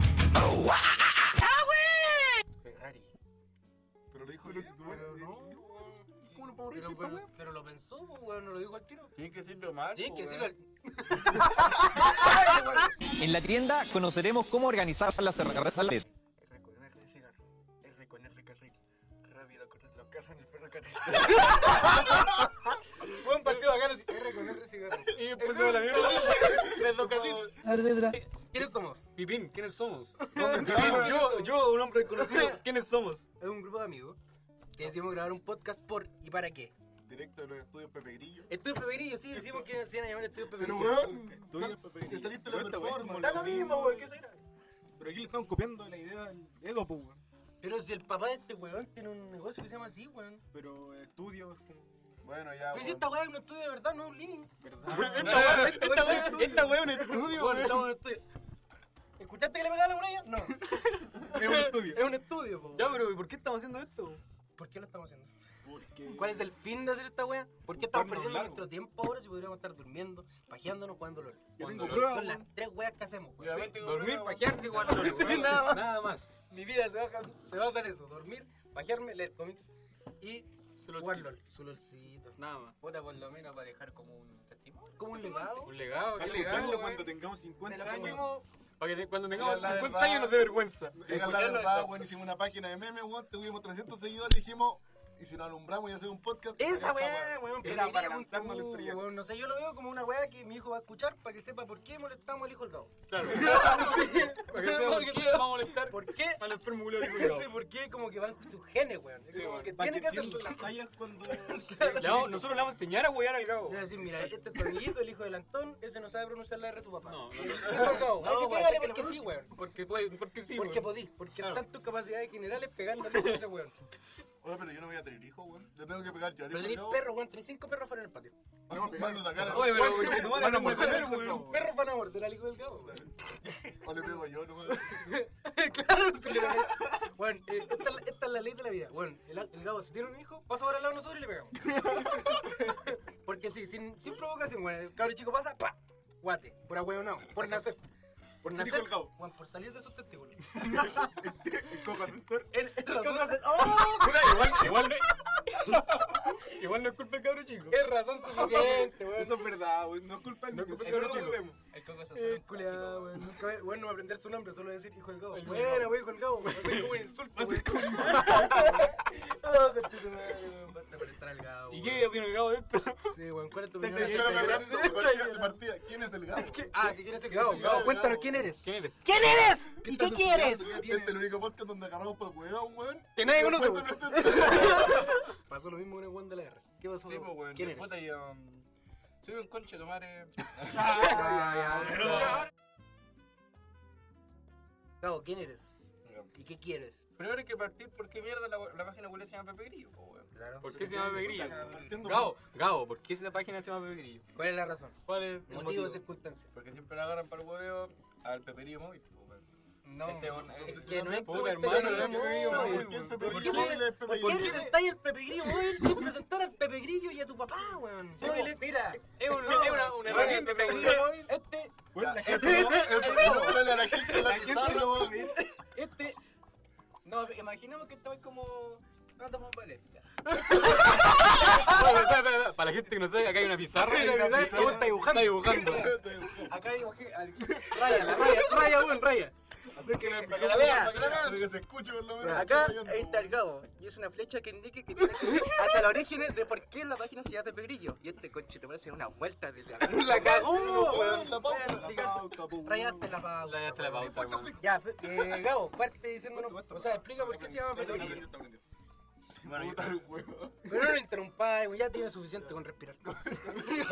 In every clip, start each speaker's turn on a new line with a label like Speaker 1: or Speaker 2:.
Speaker 1: pues,
Speaker 2: Pero no,
Speaker 3: ¿Y ¿Cómo no puedo reír?
Speaker 2: pero,
Speaker 3: ¿Qué
Speaker 2: pero,
Speaker 3: pasa?
Speaker 2: pero lo pensó, pues, weón, no lo dijo al tiro.
Speaker 1: Tienes que decirlo mal.
Speaker 2: Tienes que
Speaker 1: po,
Speaker 2: decirlo
Speaker 1: weón.
Speaker 2: al
Speaker 4: En la tienda conoceremos cómo organizar las redes.
Speaker 2: R con R de cigarro. R con R carril. Rápido correr los carros en el perro carril. Fue un partido bacano así. R con R de cigarro.
Speaker 3: Y empezó la mierda.
Speaker 2: Red dos carril.
Speaker 5: Ardedra.
Speaker 2: ¿Quiénes somos?
Speaker 3: Pipín, ¿quiénes somos?
Speaker 2: Pipín, yo, yo, un hombre desconocido.
Speaker 3: ¿Quiénes somos?
Speaker 2: Es un grupo de amigos que decidimos grabar un podcast por y para qué.
Speaker 1: Directo de los estudios Pepe Grillo.
Speaker 2: Estudio Pepegrillo, sí, decimos que se iban a llamar Estudio
Speaker 1: Pero
Speaker 2: Pepegrillo.
Speaker 1: weón,
Speaker 3: Estudios
Speaker 1: sal-
Speaker 3: Pepe Grillo.
Speaker 1: te saliste la
Speaker 3: Cuenta, weón,
Speaker 1: performance.
Speaker 2: Da lo mismo, weón, ¿qué será?
Speaker 3: Pero aquí le están copiando la idea al Edo, po, weón.
Speaker 2: Pero si el papá de este weón tiene un negocio que se llama así, weón.
Speaker 6: Ah,
Speaker 3: Pero eh, estudios, como-
Speaker 1: Bueno, ya.
Speaker 2: Pero si
Speaker 1: weón.
Speaker 2: esta weá es un estudio de verdad, no es un living.
Speaker 3: ¿verdad?
Speaker 2: Esta weá, esta weá es un estudio, weón. Estamos en un estudio. ¿Escuchaste que le pegaba la muralla? No.
Speaker 3: Es un estudio.
Speaker 2: Es un estudio, po.
Speaker 3: Ya, pero ¿y por qué estamos haciendo esto?
Speaker 2: ¿Por qué lo estamos haciendo?
Speaker 3: Porque...
Speaker 2: ¿Cuál es el fin de hacer esta weá? ¿Por qué
Speaker 3: Ocuparnos
Speaker 2: estamos perdiendo
Speaker 3: largo.
Speaker 2: nuestro tiempo ahora si podríamos estar durmiendo, pajeándonos, jugando LOL?
Speaker 3: Yo tengo
Speaker 2: Jugando LOL.
Speaker 3: prueba,
Speaker 2: Son
Speaker 3: weón.
Speaker 2: las tres weas que hacemos, weón.
Speaker 1: Yo
Speaker 2: Sí.
Speaker 1: también tengo
Speaker 2: Dormir,
Speaker 1: prueba, weón.
Speaker 2: pajearse y jugar LOL.
Speaker 1: Sí,
Speaker 2: weón.
Speaker 1: nada
Speaker 2: nada, más. Mi vida se baja- se basa en eso. Dormir, pajearme, leer cómics y
Speaker 3: Su
Speaker 2: jugar
Speaker 3: lolcito.
Speaker 2: LOL. Su LOLcito.
Speaker 3: Nada más.
Speaker 2: Puta, por lo menos para dejar como un testimonio. Como un legado.
Speaker 3: Un legado,
Speaker 1: Dale,
Speaker 3: que
Speaker 1: escucharlo
Speaker 3: cuando
Speaker 1: cuando
Speaker 3: tengamos
Speaker 2: De
Speaker 3: 50
Speaker 2: lo que
Speaker 3: años.
Speaker 2: fuimos-
Speaker 3: Para que cuando tengamos
Speaker 1: La
Speaker 3: 50
Speaker 1: verdad.
Speaker 3: años nos dé vergüenza.
Speaker 1: Diga la
Speaker 3: Escucharlo
Speaker 1: verdad,
Speaker 3: hasta-
Speaker 1: weón, hicimos una página de memes, weón, tuvimos 300 seguidores, dijimos, y si nos alumbramos y hacemos un podcast.
Speaker 2: Esa
Speaker 1: ya
Speaker 2: weá,
Speaker 1: está,
Speaker 2: weón,
Speaker 3: Era
Speaker 2: pero
Speaker 3: para
Speaker 2: quería un
Speaker 3: lanzarnos al
Speaker 2: tabú,
Speaker 3: estrellato.
Speaker 2: weón. No sé, yo lo veo como una weá que mi hijo va a escuchar para que sepa por qué molestamos al hijo del cabo.
Speaker 3: Claro. Para que sepa por qué vamos a molestar
Speaker 2: ¿Por qué?
Speaker 3: al enfermo culo de cuidado.
Speaker 2: Sí, por qué como que van con sus genes, weón. Es
Speaker 3: Sí,
Speaker 2: como
Speaker 3: weón.
Speaker 2: que
Speaker 3: Para
Speaker 2: tiene que hacer
Speaker 3: entienda.
Speaker 2: la talla.
Speaker 3: Le vamos- Nosotros le vamos a enseñar a huear al
Speaker 2: Yo
Speaker 3: cabo.
Speaker 2: voy a decir, mira, este es tu amiguito, el hijo del Antón, ese no sabe pronunciar la R de su papá.
Speaker 3: No, no.
Speaker 2: no, no.
Speaker 3: No,
Speaker 2: Así
Speaker 3: weón,
Speaker 2: pégale
Speaker 3: sé
Speaker 2: porque
Speaker 3: que lo
Speaker 2: sí,
Speaker 3: produce.
Speaker 2: weón.
Speaker 3: Porque puede, porque sí,
Speaker 2: Porque
Speaker 3: weón.
Speaker 2: podí, porque
Speaker 3: Claro.
Speaker 2: están tus capacidades generales pegando a ese weón.
Speaker 1: Oye, pero yo no voy a tener hijos, weón. Yo tengo que pegar yo.
Speaker 2: Pero tenés perro, weón, tenés cinco perros fuera en el patio.
Speaker 1: Mano de cara.
Speaker 3: Oye, pero
Speaker 2: Weón,
Speaker 3: weón, tu
Speaker 2: van
Speaker 3: madre
Speaker 2: a
Speaker 3: no
Speaker 2: morder
Speaker 3: muerde,
Speaker 2: al hijo del
Speaker 3: weón.
Speaker 2: cabo. Perros van a morder al hijo del cabo, weón.
Speaker 1: O le pego yo, nomás.
Speaker 2: claro, pero, bueno, eh, esta, es la- esta es la ley de la vida. Bueno, el, el Gabo, si tiene un hijo, pasa por al lado de nosotros y le pegamos. Porque sí, sin, sin provocación, bueno, el cabrón chico pasa, pa, guate, por ahueonado, por nacer. Por
Speaker 3: ser
Speaker 2: nacer,
Speaker 3: hijo del Gabo.
Speaker 2: bueno, por salir de esos testículos.
Speaker 3: El ¡ah! cojo asesor.
Speaker 2: En- en razón-
Speaker 3: Puta, Igual, igual no- igual no es culpa del cabro chico.
Speaker 2: Es razón suficiente, weón.
Speaker 3: es verdad, weón. No es culpa del
Speaker 2: El
Speaker 3: cabro
Speaker 2: coco-
Speaker 3: chico.
Speaker 2: El coco se hace un culiado, Eh, weón. Nunca voy- Bueno, no voy a aprender su nombre, solo voy a decir hijo del Gabo.
Speaker 3: El
Speaker 2: Bueno,
Speaker 3: Gabo.
Speaker 2: wey, hijo del Gabo. Va a ser como un insulto. weón. Ah, conchetumadre, weón, basta por entrar al Gabo,
Speaker 3: ¿Y
Speaker 2: weón.
Speaker 3: qué opina el cabo de esto?
Speaker 2: Sí, weón, ¿cuál es tu
Speaker 1: Te
Speaker 2: opinión?
Speaker 1: estoy hablando, weón, partida- de
Speaker 2: Esta-
Speaker 1: partida. ¿Quién es el gato?
Speaker 2: ¿Qué? Ah, si quieres ser Gabo, Gabo,
Speaker 1: Gabo,
Speaker 2: cuéntanos
Speaker 1: Gabo.
Speaker 2: quién eres.
Speaker 3: ¿Quién eres?
Speaker 2: ¿Quién eres? ¿Y qué quieres?
Speaker 1: Este es el único podcast donde agarramos por huevón, weón.
Speaker 2: Que nadie conoce,
Speaker 1: Después se
Speaker 2: weón.
Speaker 1: presenta.
Speaker 2: Pasó lo mismo con el Juan de la R. ¿Qué pasó?
Speaker 6: Sí, pues, weón.
Speaker 2: ¿Quién
Speaker 6: Ya,
Speaker 2: eres?
Speaker 6: puta, yo, um, soy un conche tomare.
Speaker 2: Ah, ya, ya. Gabo, ¿quién eres? ¿Y qué quieres?
Speaker 6: Primero hay que partir porque mierda la, la página web se llama Pepe Grillo, po, weón.
Speaker 2: Claro.
Speaker 3: ¿Por qué se llama Pepe Grillo?
Speaker 1: Partiendo por-
Speaker 3: Gabo, Gabo, ¿por qué esa página se llama Pepe Grillo?
Speaker 2: ¿Cuál es la razón?
Speaker 3: ¿Cuál es el
Speaker 2: Motivo,
Speaker 3: motivo?
Speaker 2: de circunstancia.
Speaker 6: Porque siempre la agarran para el hueveo al Pepe Grillo móvil, po, weón.
Speaker 2: No.
Speaker 6: Este es un-
Speaker 2: es que no es
Speaker 3: Puta,
Speaker 2: como el
Speaker 3: hermano,
Speaker 2: Pepe
Speaker 3: no es
Speaker 2: Grillo
Speaker 3: Pepe
Speaker 2: móvil,
Speaker 3: Grillo, no,
Speaker 1: ¿Por
Speaker 2: weón.
Speaker 1: qué el Pepe
Speaker 2: ¿Por qué
Speaker 1: Grillo?
Speaker 2: me-
Speaker 1: Él es Pepe
Speaker 2: ¿Por qué
Speaker 1: Grillo.
Speaker 2: presentáis el Pepe Grillo móvil sin presentar al Pepe Grillo y a tu papá, weón? No, él es- mira,
Speaker 3: Es un- es una, una herramienta.
Speaker 2: Pepe
Speaker 3: weón.
Speaker 2: Grillo móvil, este
Speaker 1: Ya, Eso, eso, no, háblale a la gente la que sabe, weón.
Speaker 2: Este.
Speaker 6: No, imaginemos que estaba como. No, toma un vale.
Speaker 3: Espera, espera, espera, espera. Para la gente que no sabe, acá hay una pizarra.
Speaker 2: Hay una pizarra.
Speaker 3: ¿Cómo está dibujando? Está dibujando.
Speaker 6: Acá digo que. al-
Speaker 2: Raya, la raya, raya, weón, raya.
Speaker 1: Para
Speaker 2: que la vean,
Speaker 1: para que la vean. Para que se escuche por lo menos.
Speaker 2: Acá,
Speaker 1: Está rayando,
Speaker 6: Ahí está el cabo. Y es una flecha que indique que tiene que ir hacia la origen de por qué la página se llama Pepe Grillo. Y este conche tomare se da una vuelta de la.
Speaker 2: La cagó,
Speaker 1: weón,
Speaker 2: weón.
Speaker 1: la pauta.
Speaker 2: Rayaste la pava.
Speaker 3: Rayaste la pauta, weón.
Speaker 2: Ya, fe- eh, Gabo, parte diciéndonos. O sea, explica por qué se llama Pepe Grillo.
Speaker 1: Bueno, yo- Puta, weón.
Speaker 2: Pero no lo interrumpáis, weón, ya tiene suficiente con respirar.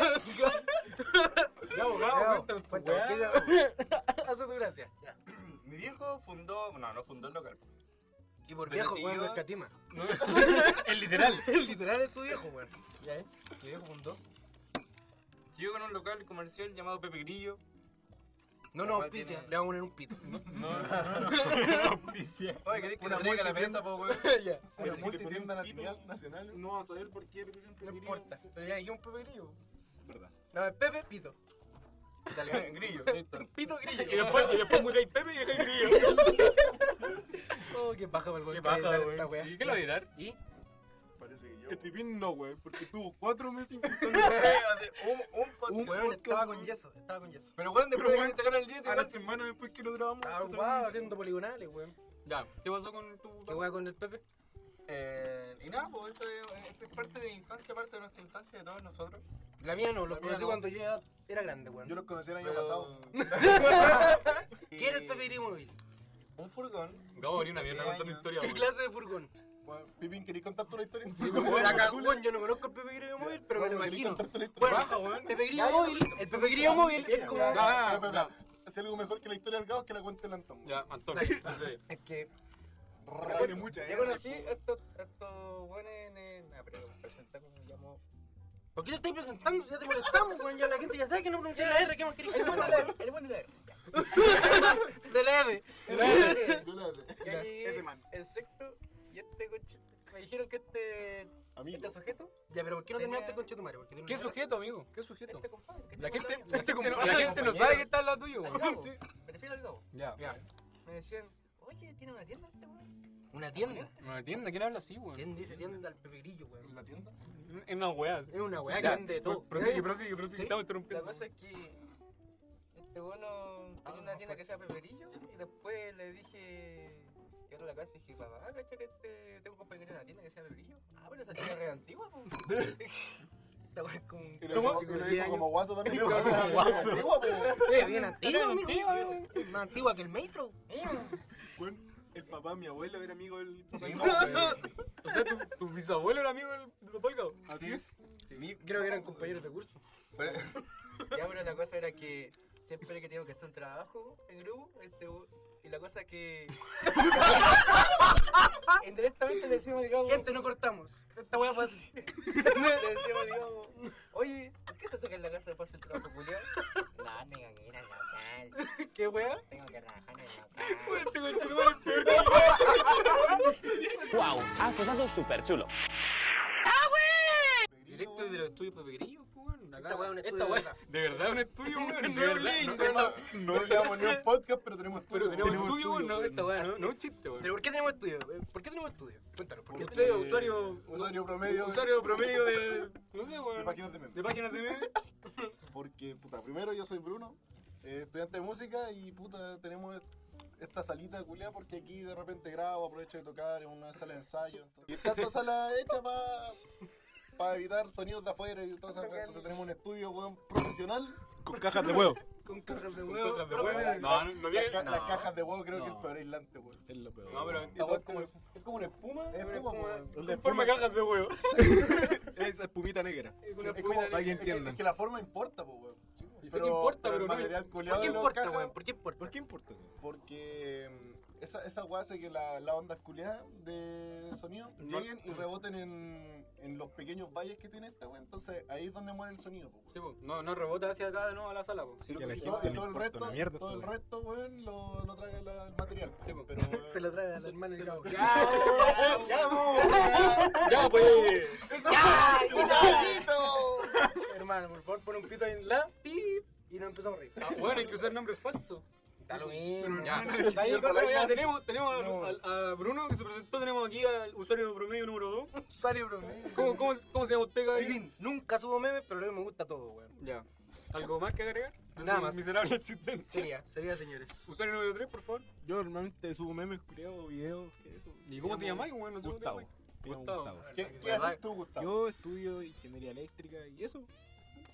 Speaker 2: Gabo, Gabo,
Speaker 3: cuéntame tu
Speaker 2: cuéntame, ¿qué-
Speaker 6: weá.
Speaker 2: Haz tu gracia. ya.
Speaker 6: Mi viejo fundó. No, no fundó el local.
Speaker 2: Y por
Speaker 6: Pero
Speaker 2: viejo,
Speaker 6: si
Speaker 2: weón,
Speaker 6: yo-
Speaker 2: no escatima.
Speaker 6: El literal.
Speaker 2: Literal es su viejo, weón. Ya, eh. Mi viejo fundó.
Speaker 6: Sigo con un local comercial llamado Pepe Grillo.
Speaker 2: No nos
Speaker 6: Papá
Speaker 2: auspicia,
Speaker 6: tiene-
Speaker 2: le vamos a poner un pito.
Speaker 6: No, Oye, ¿queréis que
Speaker 1: Una
Speaker 6: te traiga la
Speaker 1: multitienda.
Speaker 6: mesa, po, weón?
Speaker 2: ya.
Speaker 1: Una
Speaker 3: si le
Speaker 1: multitienda
Speaker 3: ponen un
Speaker 1: nacional- nacional.
Speaker 3: No vamos a saber por qué le pusieron
Speaker 2: No
Speaker 3: Pepe Grillo.
Speaker 2: importa. Pero ya dijimos Pepe Grillo.
Speaker 6: Verdad.
Speaker 2: No, es Pepe Pito.
Speaker 6: Dale, grillo, listo.
Speaker 2: Pito
Speaker 3: Y
Speaker 2: Grillo.
Speaker 3: después, y después mutáis Pepe y dejáis Grillo.
Speaker 2: oh, qué paja para el
Speaker 3: Qué
Speaker 2: golpe.
Speaker 3: paja,
Speaker 2: de dar
Speaker 3: weón.
Speaker 2: esta wea.
Speaker 3: Sí, ¿qué lo dirán?
Speaker 2: ¿Y?
Speaker 1: parece que yo.
Speaker 3: El pipín no, güey, porque tuvo cuatro meses intentando.
Speaker 5: Así, un, un, pod-
Speaker 2: Un weón
Speaker 5: podcast,
Speaker 2: estaba con
Speaker 5: weón.
Speaker 2: yeso, estaba con yeso.
Speaker 5: Pero weón, después
Speaker 3: Pero,
Speaker 5: de
Speaker 3: weón,
Speaker 5: que sacaron el 10,
Speaker 3: A la
Speaker 5: igual
Speaker 3: semana después que lo grabamos.
Speaker 2: Estaba
Speaker 3: entonces,
Speaker 2: ocupado haciendo poligonales, weón.
Speaker 3: Ya, ¿qué pasó con tu.?
Speaker 2: ¿Qué weá con el Pepe?
Speaker 5: Eh, y nada, pues eso es, es parte de infancia, parte de nuestra infancia, de todos nosotros.
Speaker 2: La mía no, los
Speaker 1: La mía
Speaker 2: conocí
Speaker 1: no.
Speaker 2: cuando yo ya era grande, weón.
Speaker 1: Yo los conocí el año
Speaker 5: Pero-
Speaker 1: pasado.
Speaker 2: ¿Qué era el Pepe Irimóvil?
Speaker 5: Un furgón.
Speaker 3: Gabo, ni una mierda
Speaker 5: Qué
Speaker 3: contando
Speaker 5: año.
Speaker 3: historia,
Speaker 2: ¿Qué
Speaker 3: güey.
Speaker 2: clase de furgón?
Speaker 1: Bueno, Pipín, ¿querías contar tú una historia?
Speaker 2: La cagó, weón, yo no conozco el Pepe Irimóvil, pero me lo
Speaker 1: Bueno, ¿querías
Speaker 2: imagino.
Speaker 1: contar tú una historia?
Speaker 2: Bueno,
Speaker 3: Baja, weón.
Speaker 2: Pepe Grillo Móvil, el Pepe Grillo Móvil es como...
Speaker 3: Ya,
Speaker 1: Espera, espera,
Speaker 3: ya,
Speaker 1: espera. Si algo mejor que la historia del Gabo es que la cuente el Antón.
Speaker 3: Ya, Antonio. sí.
Speaker 2: Es que
Speaker 1: Rrr, Tiene mucha,
Speaker 6: Yo
Speaker 1: eh.
Speaker 6: conocí estos estos buenos en el. Ah, pero presentar como llamo.
Speaker 2: ¿Por qué te estoy presentando? Si ya te molestamos, weón. Ya la gente ya sabe que no pronuncié la R. ¿Qué más querés?
Speaker 6: El bueno de el bueno de
Speaker 2: De la R.
Speaker 1: Yo la-
Speaker 6: Y ahí
Speaker 5: es de man.
Speaker 6: el sexto y este coche. Me dijeron que este,
Speaker 1: Amigo.
Speaker 6: este sujeto,
Speaker 2: Ya, pero ¿por qué no este
Speaker 6: Tenía-
Speaker 2: terminaste con Chetumare? Porque tiene
Speaker 3: ¿Qué
Speaker 2: una-
Speaker 3: sujeto, amigo? ¿Qué sujeto?
Speaker 6: este compadre. que
Speaker 3: La
Speaker 6: tengo
Speaker 3: gente,
Speaker 6: al lado.
Speaker 2: no-
Speaker 3: la gente, no, la gente no sabe que está al lado tuyo,
Speaker 6: Al
Speaker 3: güey.
Speaker 6: Gabo, Prefiero al Gabo.
Speaker 3: Ya,
Speaker 2: Ya,
Speaker 6: Me decían, oye, tiene una tienda este weón.
Speaker 2: una tienda.
Speaker 3: No entiendo, ¿quién habla así, güey?
Speaker 2: ¿Quién dice tienda al Pepe Grillo,
Speaker 1: ¿En
Speaker 2: weón?
Speaker 1: la tienda?
Speaker 3: Es una wea. así.
Speaker 2: Es una weá
Speaker 3: Ya,
Speaker 2: que vende todo.
Speaker 3: Prosigue, prosigue, prosigue.
Speaker 2: Sí.
Speaker 3: Estamos
Speaker 6: La
Speaker 3: interrumpiendo.
Speaker 6: cosa es que este bueno tenía
Speaker 2: Ah,
Speaker 6: una tienda
Speaker 2: fue.
Speaker 6: que se llama Peperillo y después le dije, llegaron a la casa y dije, papá, cacha que este, tengo un compañero en la tienda que se llama Peperillo. Ah, pero esa tienda es re antigua. po.
Speaker 2: Esta weá es como un...
Speaker 1: Y lo dijo- y lo dijo como guaso también.
Speaker 3: Como
Speaker 1: Como
Speaker 3: guaso.
Speaker 1: Antigua, po.
Speaker 2: Es bien antigua,
Speaker 3: Era
Speaker 2: amigo.
Speaker 3: antigua,
Speaker 2: sí, weón. Más antigua que el Metro.
Speaker 3: Bueno, el papá de mi abuelo era amigo del papá.
Speaker 1: Sí,
Speaker 3: de mi
Speaker 1: no,
Speaker 3: abuelo.
Speaker 1: weón.
Speaker 3: O sea, tu, tu bisabuelo era amigo del del papá del Gabo. Así es.
Speaker 2: Creo que eran compañeros de curso.
Speaker 6: Ya, pero la cosa era que siempre que tengo que hacer un trabajo en grupo, este, bu- y la cosa que. Indirectamente le decimos, digamos.
Speaker 2: Gente, no cortamos. Esta weá fue así.
Speaker 6: le decimos, digamos, oye, ¿por qué te sacas la casa para hacer trabajo, Julián? No, tengo que ir al local,
Speaker 2: ¿Qué weá?
Speaker 6: tengo que trabajar en el local.
Speaker 3: Este güey, este güey, el peor.
Speaker 7: ¡Wow! Has dado súper chulo.
Speaker 3: Directo desde los estudios Pepe Grillo, pues, weón. Acá-
Speaker 2: Esta weá es un estudio de
Speaker 3: esta weá- De verdad, un estudio, weón.
Speaker 2: De
Speaker 3: No
Speaker 2: verdad,
Speaker 3: es
Speaker 2: no,
Speaker 3: lindo,
Speaker 2: no.
Speaker 3: no.
Speaker 1: No llevamos ni un podcast, pero tenemos
Speaker 3: Pero
Speaker 1: todo.
Speaker 3: tenemos estudio, weón. No, esta weá, no,
Speaker 2: Así
Speaker 3: no es
Speaker 2: es.
Speaker 3: chiste, weón.
Speaker 2: ¿Pero por qué tenemos estudio? Eh, ¿Por qué tenemos estudio? Cuéntanos, ¿por qué
Speaker 1: Porque-
Speaker 2: estudio usuario?
Speaker 1: Usuario promedio.
Speaker 3: Usuario promedio de. No sé, weón.
Speaker 1: De páginas de memes.
Speaker 3: De páginas de memes.
Speaker 1: Porque, puta, primero yo soy Bruno, eh, estudiante de música y, puta, tenemos esta salita culiada porque aquí de repente grabo, aprovecho de tocar en una sala de ensayo. entonces- y está esta sala hecha para evitar sonidos de afuera y todo eso. Entonces tenemos un estudio, weón, profesional.
Speaker 5: Con cajas de huevo.
Speaker 2: Con cajas de
Speaker 3: No,
Speaker 2: huevo.
Speaker 3: no, no, no
Speaker 1: Las,
Speaker 3: viene.
Speaker 1: ca- las
Speaker 5: no.
Speaker 1: cajas de huevo creo que es
Speaker 5: No.
Speaker 1: el peor aislante, weón.
Speaker 5: Es lo peor.
Speaker 3: No, pero
Speaker 1: Y
Speaker 3: esta
Speaker 1: todo
Speaker 3: weá es como,
Speaker 1: este-
Speaker 3: es como una espuma.
Speaker 1: Es
Speaker 3: una
Speaker 1: espuma,
Speaker 3: espuma.
Speaker 1: weón.
Speaker 3: Con forma de cajas de huevo.
Speaker 5: Esa espumita negra.
Speaker 3: Una
Speaker 1: Es como-
Speaker 3: espumita negra.
Speaker 5: que
Speaker 1: Es que,
Speaker 5: entiendan.
Speaker 1: es que la forma importa, pues, weón.
Speaker 3: sé que importa, pero
Speaker 1: el
Speaker 3: no-
Speaker 1: material
Speaker 2: ¿Por
Speaker 1: culiado
Speaker 2: qué
Speaker 1: de los
Speaker 2: importa,
Speaker 1: cajas-
Speaker 2: weón? ¿Por qué importa?
Speaker 5: ¿Por qué importa?
Speaker 1: Porque mm, esa, esa weá hace que la- las ondas culiadas de sonido
Speaker 3: No.
Speaker 1: lleguen y reboten en, en los pequeños valles que tiene esta weá. Entonces ahí es donde muere el sonido. po,
Speaker 3: Sí,
Speaker 1: weón.
Speaker 3: po. No, no rebota hacia acá de nuevo a la sala, po. Sí,
Speaker 1: Y
Speaker 5: que a la
Speaker 1: todo-
Speaker 5: gente no le
Speaker 1: y todo el
Speaker 5: importa
Speaker 1: resto,
Speaker 5: una mierda
Speaker 1: todo el
Speaker 5: esta weá.
Speaker 1: resto, weón, lo, lo trae la- el material. po,
Speaker 3: Sí, po.
Speaker 1: Pero, weón,
Speaker 2: Se lo trae a la hermana de Gabo.
Speaker 1: ¡Ya, po! ¡Ya, pues!
Speaker 2: Hermano, por favor, pon un pito ahí en la pip y nos empezamos a reír.
Speaker 3: Ah, bueno, hay que usar nombres falsos.
Speaker 2: Está lo mismo.
Speaker 3: Ya.
Speaker 1: no,
Speaker 3: Ahí,
Speaker 1: no,
Speaker 3: bueno,
Speaker 1: no,
Speaker 3: ya
Speaker 1: no.
Speaker 3: tenemos, tenemos a-
Speaker 2: No.
Speaker 3: al- a, Bruno que se presentó, tenemos aquí al usuario promedio número 2.
Speaker 2: Usuario promedio.
Speaker 3: ¿Cómo, cómo, cómo se llama usted,
Speaker 2: En
Speaker 3: Gabriel?
Speaker 2: fin, nunca subo memes, pero luego me gusta todo, weón.
Speaker 3: Ya. ¿Algo más que agregar? De
Speaker 2: Nada
Speaker 3: su
Speaker 2: más.
Speaker 3: Miserable existencia.
Speaker 2: Sería, sería, señores.
Speaker 3: Usuario número 3, por favor.
Speaker 5: Yo normalmente subo memes, culiados, videos, que eso.
Speaker 3: ¿Y cómo te llamas, weón? No sé cómo te
Speaker 5: Gustavo.
Speaker 3: llamás.
Speaker 5: Me llamo
Speaker 3: Gustavo. Ah,
Speaker 5: Gustavo.
Speaker 1: ¿Qué, qué haces tú, Gustavo?
Speaker 5: Yo estudio ingeniería eléctrica y eso.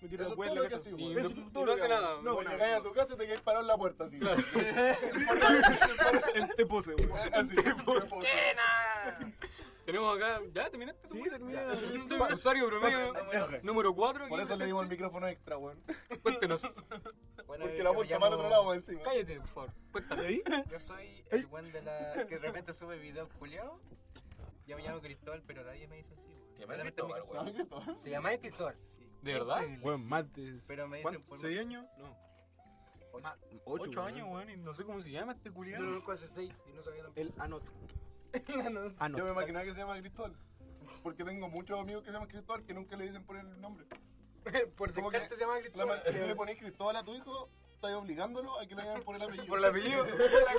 Speaker 5: Me tiro
Speaker 1: Eso
Speaker 5: la
Speaker 1: es
Speaker 5: hueá en la
Speaker 1: todo lo que
Speaker 5: casa.
Speaker 1: hacía,
Speaker 5: Y
Speaker 1: weón.
Speaker 5: eso,
Speaker 3: Y no
Speaker 5: todo lo
Speaker 3: hace
Speaker 5: que hago.
Speaker 3: nada.
Speaker 5: No,
Speaker 1: Cuando
Speaker 5: nada.
Speaker 1: llegáis a tu casa y te quedáis parado en la puerta así.
Speaker 5: El te pose, weón.
Speaker 1: Así.
Speaker 3: Tenemos acá. ¿Ya terminaste?
Speaker 5: Sí,
Speaker 3: güey?
Speaker 5: terminé.
Speaker 3: Ya. Usuario promedio número 4.
Speaker 1: Por eso le dimos el micrófono extra, weón.
Speaker 3: este? Cuéntenos.
Speaker 6: Bueno,
Speaker 1: Porque
Speaker 6: yo
Speaker 1: la
Speaker 6: me
Speaker 1: puerta
Speaker 6: llamo-
Speaker 1: para el otro lado, weón, encima.
Speaker 3: Cállate, por favor. Cuéntanos.
Speaker 5: ¿Ahí?
Speaker 6: Yo soy el buen de la. que de repente sube videos culiados. Yo me llamo Cristóbal, pero nadie me dice así, weón.
Speaker 5: llamas
Speaker 6: Solamente mi
Speaker 5: Cristóbal,
Speaker 6: casa.
Speaker 1: No, que todo.
Speaker 2: Se llama Cristóbal.
Speaker 6: Sí.
Speaker 3: ¿De verdad?
Speaker 5: Weón, más de.
Speaker 6: Pero me dicen
Speaker 5: ¿cuánto?
Speaker 6: por-
Speaker 5: ¿Seis años? No.
Speaker 6: Ocho.
Speaker 5: Ma-
Speaker 3: 8
Speaker 5: weón.
Speaker 3: años, weón. Y no sé cómo se llama este
Speaker 2: Yo
Speaker 3: culiado.
Speaker 2: lo conozco hace seis y no sabía tampoco.
Speaker 5: El Anot. Anot.
Speaker 1: Yo me imaginaba que se llama Cristóbal. Porque tengo muchos amigos que se llaman Cristóbal que nunca le dicen por el nombre.
Speaker 2: Por
Speaker 1: ¿Cómo que-
Speaker 2: descarte se llama
Speaker 1: La ma- si le
Speaker 2: Cristóbal.
Speaker 1: pones Cristóbal a tu hijo, estáis obligándolo a que lo llamen por el apellido.
Speaker 5: Por el apellido.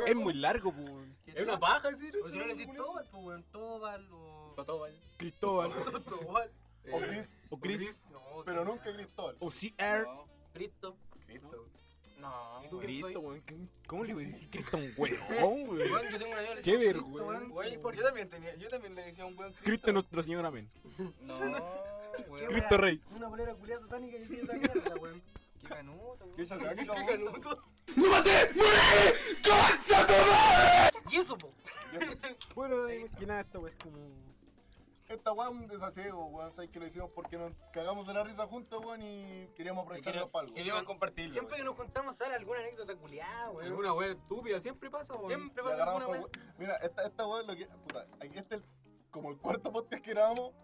Speaker 8: Es muy largo, pues.
Speaker 3: Es una paja decir
Speaker 2: O si no le decís
Speaker 3: eso.
Speaker 2: Tobal, pues, weón. Tobal o.
Speaker 5: Cotobal.
Speaker 8: Cristóbal.
Speaker 2: Tobal.
Speaker 5: Eh,
Speaker 1: O Chris,
Speaker 8: O Chris.
Speaker 2: No,
Speaker 1: pero nunca Cristóbal.
Speaker 8: O CR.
Speaker 5: No.
Speaker 2: Cristo.
Speaker 5: Cristo.
Speaker 2: No,
Speaker 8: Cristo,
Speaker 2: ¿tú quién soy?
Speaker 8: weón. ¿Cómo le voy a decir Cristo a un weón, weón?
Speaker 2: Weón, yo tengo una amiga que le
Speaker 8: Qué
Speaker 2: dice Cristo,
Speaker 8: vergüenza.
Speaker 2: weón.
Speaker 5: Güey, por- yo también tenía, yo también le decía a un buen
Speaker 8: Cristo es nuestro señor, amén.
Speaker 5: No,
Speaker 2: Qué
Speaker 5: güey.
Speaker 8: Cristo
Speaker 2: weá,
Speaker 8: Rey.
Speaker 2: Una bolera culiada satánica y sigue esa mierda, weón.
Speaker 5: Qué canuto,
Speaker 1: Yo
Speaker 5: güey.
Speaker 1: ya sabía que lo-
Speaker 2: Y eso, po.
Speaker 8: Bueno, imagina esta weón es como.
Speaker 1: Esta weá es un desaseo, weón. Sabes que lo hicimos porque nos cagamos de la risa juntos, weón, y queríamos aprovecharnos para algo.
Speaker 5: Queríamos compartirlo.
Speaker 2: Siempre que nos juntamos sale alguna anécdota culiada, weón.
Speaker 3: Alguna wea estúpida siempre pasa, weón.
Speaker 2: Siempre
Speaker 1: Y
Speaker 2: pasa
Speaker 1: agarramos
Speaker 2: alguna
Speaker 1: pa'
Speaker 2: weá.
Speaker 1: we- Mira, esta, esta weá es lo que. Puta, aquí este es como el cuarto podcast que grabamos,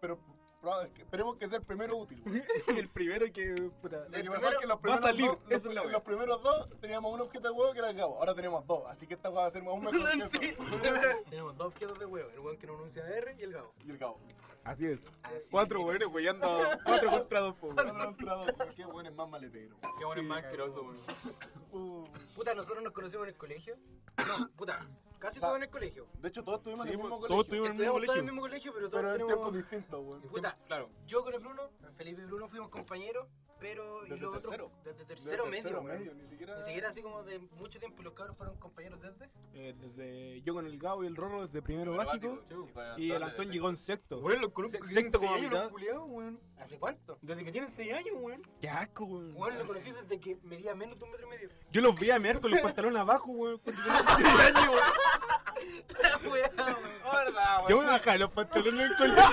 Speaker 1: pero proba- esperemos que sea el primero útil. weón.
Speaker 8: El primero que. Puta.
Speaker 1: Lo
Speaker 2: El
Speaker 1: que pasa es que los
Speaker 8: primero
Speaker 1: primeros,
Speaker 8: va a salir,
Speaker 1: dos, los,
Speaker 8: esa es la
Speaker 1: los
Speaker 8: weá.
Speaker 1: primeros dos teníamos un objeto de huevo que era el cabo, ahora tenemos dos, así que esta weá va a ser aún mejor que eso.
Speaker 2: Tenemos dos quietos de huevo, el weón que no pronuncia la R y el gabo.
Speaker 1: Y el cabo.
Speaker 8: Así es.
Speaker 2: Ah,
Speaker 8: Cuatro weones weyando. a- Cuatro contra dos, po, weón.
Speaker 1: Otro entrado, weón, qué bueno es más maletero.
Speaker 3: Qué bueno, es más asqueroso, weón.
Speaker 1: Uh,
Speaker 2: Puta, nosotros nos conocimos en el colegio. No, puta, casi
Speaker 1: O sea,
Speaker 2: todos en el colegio.
Speaker 1: de hecho, todos estuvimos en
Speaker 8: Sí,
Speaker 1: el mismo
Speaker 8: po,
Speaker 1: colegio.
Speaker 8: Todos tuvimos el mismo
Speaker 2: Estudiamos todos en el
Speaker 8: colegio.
Speaker 2: mismo colegio, pero todos
Speaker 1: Pero en tiempos
Speaker 2: tenemos...
Speaker 1: distintos, weón.
Speaker 2: Puta,
Speaker 3: Claro.
Speaker 2: yo con el Bruno, Felipe y Bruno fuimos compañeros, pero... y
Speaker 1: Desde
Speaker 2: los otros-
Speaker 1: tercero.
Speaker 2: Desde
Speaker 1: Desde
Speaker 2: tercero Pues medio,
Speaker 1: tercero
Speaker 2: weón.
Speaker 1: medio, ni siquiera.
Speaker 2: Ni siquiera así como de mucho tiempo y los cabros fueron compañeros desde.
Speaker 8: Eh, Desde yo con el Gabo y el Rorro desde primero
Speaker 5: Lo
Speaker 8: básico.
Speaker 5: sí, con
Speaker 8: Y el
Speaker 5: Antón
Speaker 8: Antón
Speaker 5: de-
Speaker 8: llegó en sexto.
Speaker 3: Weón, los conozco
Speaker 8: Se-
Speaker 3: que tienen
Speaker 8: sexto como
Speaker 3: seis años,
Speaker 8: mitad.
Speaker 3: los culiados, weón.
Speaker 2: ¿Hace cuánto?
Speaker 3: Desde que tienen 6 años, weón.
Speaker 8: Qué asco, weón.
Speaker 2: Bueno, lo conocí desde que medía menos de un metro y medio.
Speaker 8: Yo los vi a mear con los pantalones abajo, weón. cuando yo era pequeño, weón.
Speaker 5: Gorda, güey.
Speaker 8: Yo me bajaba los pantalones del colegio.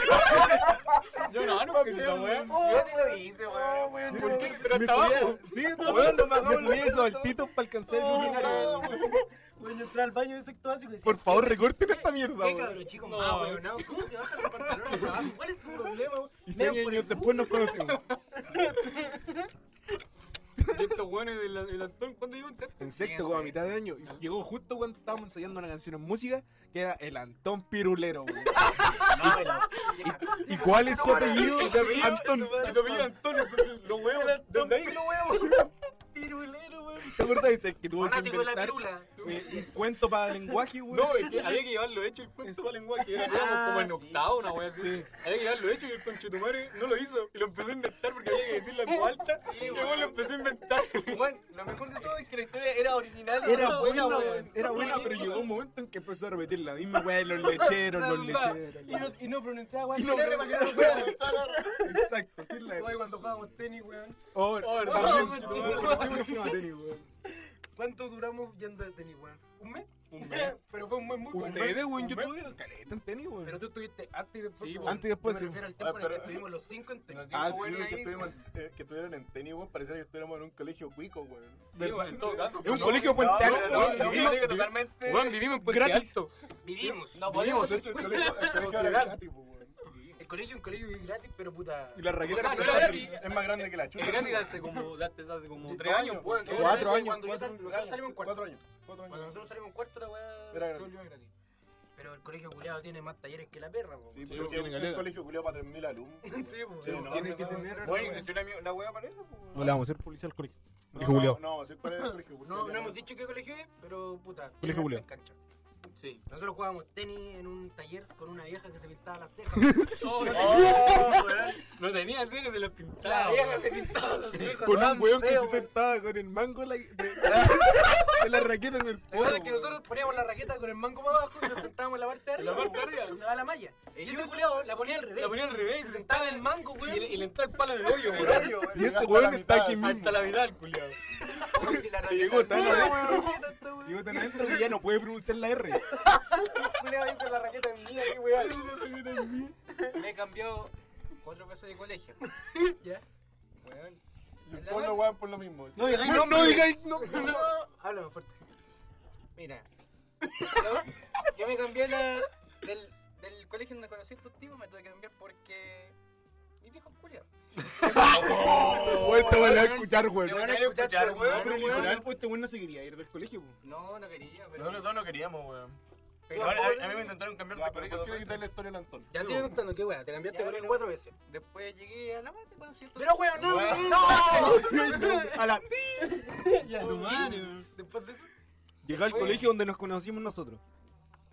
Speaker 3: Yo no, no, que esa weón.
Speaker 5: Yo te lo hice, güey, güey.
Speaker 3: ¿Por qué? Pero
Speaker 8: Me
Speaker 3: hasta
Speaker 8: subía-
Speaker 3: abajo.
Speaker 8: Sí, weón, los bajaba. Me subía esos altitos para alcanzar el luminario.
Speaker 1: Ah,
Speaker 8: weón.
Speaker 1: weón.
Speaker 2: Bueno, entré al baño de sexto básico y decía,
Speaker 8: Por favor, recorten esta mierda,
Speaker 2: ¿Qué
Speaker 8: weón.
Speaker 2: cabrón chico
Speaker 3: No,
Speaker 2: más
Speaker 3: weón.
Speaker 2: weonado? ¿Cómo se bajan los pantalones de abajo? ¿Cuál es su problema? weón?
Speaker 8: Y
Speaker 2: Mean
Speaker 8: seis
Speaker 2: por el
Speaker 8: años después nos conocimos.
Speaker 3: Y estos weones del del Antón, ¿cuándo llegó en sexto?
Speaker 8: En sexto, como a mitad de año. Y llegó justo cuando estábamos ensayando una canción en música que era el Antón Pirulero, weón. ¿Y, y cuál es su apellido?
Speaker 3: Y su apellido-
Speaker 8: Antón.
Speaker 3: Y se apellida Antón, entonces los weones. ¿Dónde hay?
Speaker 2: Pirulero, weón.
Speaker 8: ¿Te acordás? Dice que tuvo que
Speaker 2: Fanático de la
Speaker 8: inventar
Speaker 2: pirula.
Speaker 8: eh, un cuento para lenguaje, weón.
Speaker 3: No, es que había que llevarlo hecho el cuento para lenguaje. Era como, como en octavo, una wea así. Había que llevarlo hecho y el conchetumare no lo hizo. Y lo empezó a inventar porque había que decirlo en voz alta. y luego lo empezó a inventar.
Speaker 5: Bueno, lo mejor de todo es que la historia era original.
Speaker 8: Era buena,
Speaker 5: güey.
Speaker 8: weón. Era buena, pero llegó un momento en que empezó a repetir la misma weá de los lecheros, los lecheros. la-
Speaker 2: Y no pronunciaba,
Speaker 8: Y
Speaker 2: weón.
Speaker 8: no- Exacto, sí la
Speaker 2: Weón, cuando jugábamos tenis, weón.
Speaker 8: Oh,
Speaker 3: Oh,
Speaker 8: también,
Speaker 2: no,
Speaker 8: weón,
Speaker 2: no,
Speaker 8: porque siempre nos fuimos a tenis, weón.
Speaker 2: ¿Cuánto duramos yendo de tenis, weón? ¿Un mes?
Speaker 3: Un mes.
Speaker 2: Pero fue un mes muy bueno.
Speaker 8: Ustedes, weón, yo tuve caleta en tenis, weón.
Speaker 2: Pero tú estuviste antes y después.
Speaker 3: Sí,
Speaker 2: weón.
Speaker 8: antes y después,
Speaker 2: Yo
Speaker 8: sí.
Speaker 2: Me refiero al tiempo
Speaker 1: Ah,
Speaker 2: en el que
Speaker 1: pero-
Speaker 2: estuvimos los cinco en tenis.
Speaker 5: Ah,
Speaker 1: Ah,
Speaker 5: sí,
Speaker 1: sí,
Speaker 5: bueno,
Speaker 1: que,
Speaker 5: ahí.
Speaker 1: estuvieron, eh, que estuvieron en tenis, weón, pareciera que estuviéramos en un colegio cuico, weón.
Speaker 3: Sí, weón, en todo caso.
Speaker 8: Es un
Speaker 3: No,
Speaker 8: colegio de Puente
Speaker 5: No, no,
Speaker 8: Alto,
Speaker 5: no,
Speaker 8: weón.
Speaker 5: no,
Speaker 3: vivimos-
Speaker 5: no, totalmente.
Speaker 3: Weón, vivimos en Puente
Speaker 8: Gratis.
Speaker 3: Alto.
Speaker 2: Vivimos.
Speaker 5: No podemos.
Speaker 3: Vivimos.
Speaker 1: De hecho, el colegio, el colegio era
Speaker 3: Sociedad.
Speaker 1: gratis, pues, weón.
Speaker 2: El colegio es un colegio gratis, pero puta.
Speaker 8: Y la raqueta
Speaker 3: O sea,
Speaker 8: era
Speaker 3: no era gratis.
Speaker 1: Es más grande que la chucha.
Speaker 3: Es gratis de hace como, de hace- hace como
Speaker 1: Sí,
Speaker 3: tres
Speaker 1: dos
Speaker 3: años,
Speaker 1: años,
Speaker 2: Bueno,
Speaker 3: weón.
Speaker 8: Cuatro
Speaker 2: yo me acuerdo
Speaker 8: años,
Speaker 2: Cuando yo
Speaker 8: cuatro
Speaker 2: sal- nosotros salimos en cuarto.
Speaker 1: Cuatro años. Cuatro
Speaker 2: Cuando
Speaker 1: años.
Speaker 2: nosotros salimos en cuarto, la weá
Speaker 1: Era
Speaker 2: se
Speaker 1: gratis.
Speaker 2: volvió gratis. Pero el colegio culiado tiene más talleres que la perra, po.
Speaker 1: Sí,
Speaker 8: Sí,
Speaker 1: porque es
Speaker 8: tienen
Speaker 1: un
Speaker 8: galera.
Speaker 1: colegio culiado para 3.000 alumnos. weón.
Speaker 2: Sí, po.
Speaker 1: Sí, no,
Speaker 8: Tiene
Speaker 1: no,
Speaker 8: que
Speaker 1: no,
Speaker 8: tener.
Speaker 1: no,
Speaker 5: Bueno, yo la, la wea para eso,
Speaker 8: No le vamos a hacer publicidad al colegio. Colegio
Speaker 1: no,
Speaker 8: Julio.
Speaker 1: No, sí, para el colegio culiao.
Speaker 2: No, no hemos dicho qué colegio es, pero puta. tiene
Speaker 8: Colegio culiao.
Speaker 2: harta cancha.
Speaker 3: Sí.
Speaker 2: Nosotros jugábamos tenis en un taller con una vieja que se pintaba las cejas.
Speaker 3: No tenía series de las pintadas.
Speaker 2: la vieja
Speaker 3: weón.
Speaker 2: se pintaba las cejas.
Speaker 8: Con un weón que
Speaker 2: feo,
Speaker 8: se
Speaker 2: weón.
Speaker 8: sentaba con el mango de la- de de la raqueta en el
Speaker 2: La verdad
Speaker 8: polo.
Speaker 2: es que nosotros poníamos la raqueta con el mango para abajo y nos sentábamos en la parte de arriba.
Speaker 3: En la parte de arriba.
Speaker 2: Donde va la malla. Y ese culiao la ponía al revés.
Speaker 3: La ponía al revés y
Speaker 2: Se
Speaker 3: se
Speaker 2: sentaba en el mango,
Speaker 3: Y
Speaker 2: weón.
Speaker 3: el, y le entró el palo en el hoyo, weón.
Speaker 8: Y ese weón está aquí
Speaker 3: Hasta
Speaker 8: mismo.
Speaker 3: la mitad, el culiado.
Speaker 2: Si la
Speaker 8: Y Llegó tan adentro.
Speaker 2: raqueta está, weón.
Speaker 8: Llegó tan adentro que ya no puede pronunciar la R.
Speaker 2: culiao hizo la raqueta en mía, qué weón.
Speaker 5: Me he cambiado cuatro veces de colegio.
Speaker 2: Ya.
Speaker 5: Weón.
Speaker 1: Y el pueblo, weón, por lo mismo.
Speaker 2: No digáis
Speaker 8: Weón, No digáis no.
Speaker 2: Háblame fuerte.
Speaker 5: Mira. Yo, yo me cambié la, del, del colegio donde conocí a estos tipos, me tuve que cambiar porque. Mi viejo es culiao.
Speaker 8: Weón, Oh, Esta weón la va a escuchar, weón.
Speaker 5: Te van a escuchar,
Speaker 8: No, pero
Speaker 5: weón.
Speaker 8: literal, pues este weón no se quería ir del colegio, weón.
Speaker 5: No, no quería, pero.
Speaker 3: Nosotros dos no queríamos, weón.
Speaker 5: pero ahora, a, a mí me intentaron cambiar
Speaker 1: Ya,
Speaker 5: de
Speaker 1: pero
Speaker 5: colegio
Speaker 1: ¿por
Speaker 5: dos
Speaker 1: qué le
Speaker 5: veces.
Speaker 1: quitáis la historia al Antón?
Speaker 2: Ya sigue contando, qué weón. Te cambiaste
Speaker 5: Ya,
Speaker 2: de colegio
Speaker 5: pero-
Speaker 2: cuatro veces.
Speaker 5: Después llegué a la mate, conocí a estos
Speaker 2: Pero weón, no,
Speaker 5: Weón.
Speaker 2: no.
Speaker 8: A la
Speaker 2: Ya, tu madre, weón. Después de eso.
Speaker 8: Llegó al colegio donde nos conocimos nosotros.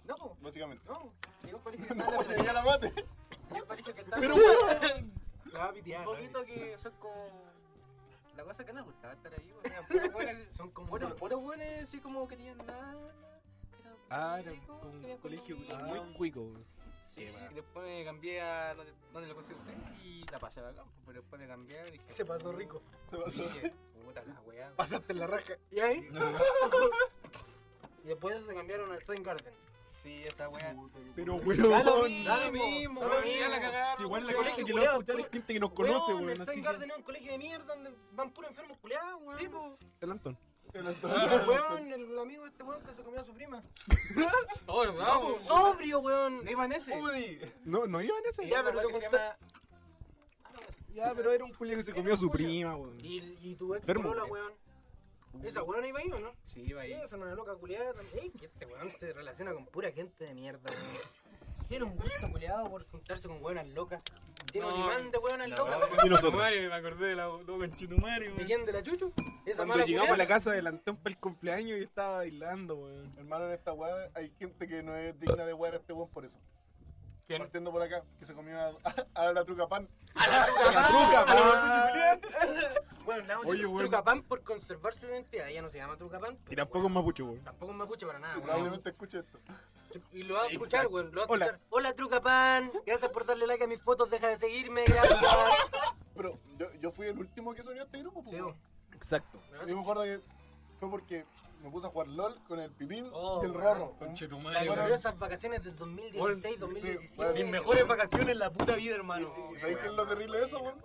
Speaker 5: No, po,
Speaker 1: Básicamente.
Speaker 5: no. Llegó un colegio que
Speaker 1: No,
Speaker 5: está
Speaker 1: porque ya la mate.
Speaker 5: Llegó un colegio que está
Speaker 8: Pero,
Speaker 2: La va a pitear.
Speaker 5: Un
Speaker 2: la va a pitear.
Speaker 5: poquito que son como. La cosa que no me gustaba estar ahí, weón. Eran puros weones-
Speaker 2: Son como.
Speaker 5: Bueno, puros buenos, eh, así como que tenían nada. que eran
Speaker 8: Ah, era
Speaker 5: ricos, que
Speaker 8: un
Speaker 5: habían
Speaker 8: colegio
Speaker 5: comido.
Speaker 2: ah,
Speaker 8: muy cuico. weón.
Speaker 5: Sí, y después me cambié a donde, donde lo conocí a usted y la pasé acá, pero después me cambié y dije,
Speaker 2: Se pasó rico.
Speaker 1: Se pasó.
Speaker 5: "Oye, puta la weá.
Speaker 2: Pasaste la raja. ¿Y ahí? Y después de eso se cambiaron al Saint Garden.
Speaker 5: Sí, esa weá.
Speaker 8: Pero,
Speaker 5: Da lo mismo,
Speaker 8: weón.
Speaker 2: da lo mismo,
Speaker 5: da lo
Speaker 2: weón,
Speaker 5: mismo.
Speaker 2: ya la cagaron.
Speaker 8: Si igual la
Speaker 2: Sí,
Speaker 8: colegio que lo va a
Speaker 2: culiao,
Speaker 8: escuchar es
Speaker 2: puro-
Speaker 8: gente que nos conoce,
Speaker 2: Weón,
Speaker 8: weón.
Speaker 2: El
Speaker 8: Así
Speaker 2: Saint
Speaker 8: que...
Speaker 2: Garden es un colegio de mierda donde van puros enfermos culiados, weón.
Speaker 5: Sí, pues.
Speaker 8: El Antón.
Speaker 1: El
Speaker 2: El
Speaker 1: Antonio.
Speaker 2: Weón, el amigo de este weón que se comió a su prima.
Speaker 3: No, ¿verdad? po?
Speaker 2: ¡Sobrio, weón!
Speaker 5: No iban ese.
Speaker 8: No, no iban ese.
Speaker 2: Ya,
Speaker 5: Ya,
Speaker 2: pero
Speaker 5: pero
Speaker 2: te
Speaker 5: que se
Speaker 2: conté-
Speaker 5: llama.
Speaker 8: Ya, pero era un Julio que se comió a su prima, weón.
Speaker 2: Y, y tu ex
Speaker 8: Enfermo, eh.
Speaker 2: polola,
Speaker 8: weón.
Speaker 2: weón. Esa weón iba ahí, ¿o no?
Speaker 5: Sí, iba ahí.
Speaker 2: Esa una loca culiada también. Ey, que este weón se relaciona con pura gente de mierda, weón. Tiene un gusto culiado por juntarse con weonas locas. Tiene un
Speaker 3: No.
Speaker 2: imán de weonas locas, weón.
Speaker 8: Y nosotros.
Speaker 3: Conchetumare, Me acordé de la dos conchetumare,
Speaker 2: ¿Me
Speaker 3: weón.
Speaker 2: quieren de la chuchu? Esa
Speaker 8: Cuando
Speaker 2: mala
Speaker 8: llegamos a
Speaker 2: culiada.
Speaker 8: la casa del Antón para el cumpleaños y estaba bailando, weón.
Speaker 1: Hermano, en esta weá hay gente que no es digna de wear a este weón por eso.
Speaker 3: ¿Quién?
Speaker 1: Partiendo por acá, que se comió a, a- a la truca pan.
Speaker 2: Ah, Bueno, le vamos
Speaker 8: Oye,
Speaker 2: a
Speaker 8: weón.
Speaker 2: decir Trucapán por conservar su identidad. Ella no se llama Trucapán.
Speaker 8: Y
Speaker 2: pero,
Speaker 8: tampoco es
Speaker 2: weón,
Speaker 8: mapuche, weón.
Speaker 2: Tampoco es mapuche para nada, weón.
Speaker 1: Probablemente escuche esto.
Speaker 2: Y lo va a escuchar, weón. Lo va a
Speaker 8: Hola.
Speaker 2: escuchar. Hola, Trucapán. Gracias por darle like a mis fotos. Deja de seguirme. Gracias.
Speaker 1: Pero yo, yo fui el último que sonió este grupo. pues,
Speaker 2: Sí,
Speaker 1: weón.
Speaker 2: weón.
Speaker 8: Exacto.
Speaker 1: Yo me acuerdo que fue porque me puse a jugar LOL con el Pipín
Speaker 2: Oh,
Speaker 1: y el
Speaker 2: weón.
Speaker 1: Rorro.
Speaker 2: Las
Speaker 3: Conchetumare, weón.
Speaker 2: gloriosas vacaciones del 2016,
Speaker 1: weón.
Speaker 2: 2017.
Speaker 3: Mis mejores vacaciones en la puta vida, hermano.
Speaker 1: ¿Y, y sabéis qué es lo terrible de eso, weón?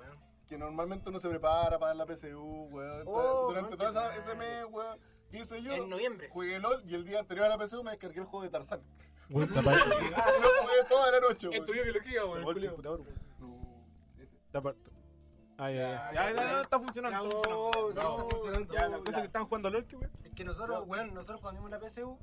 Speaker 1: Que normalmente uno se prepara para la PCU, weón.
Speaker 2: Oh,
Speaker 1: Durante todo
Speaker 2: concha
Speaker 1: esa-
Speaker 2: madre.
Speaker 1: ese mes, weón. ¿Qué hice yo?
Speaker 2: En noviembre.
Speaker 1: Jugué LOL y el día anterior a la PCU me descargué el juego de Tarzán.
Speaker 8: Weón, zapato.
Speaker 1: Y lo jugué toda la noche, weón.
Speaker 3: Estudió biología,
Speaker 8: Se volvió el
Speaker 3: weón.
Speaker 8: computador, weón.
Speaker 1: No.
Speaker 8: Está parto. Ah, ya, ya. Ya, ya, ya, está funcionando. está funcionando. Ya, la cosa es que estaban jugando a LOL, que, weón.
Speaker 2: Es que nosotros, weón, nosotros cuando vimos la PSU,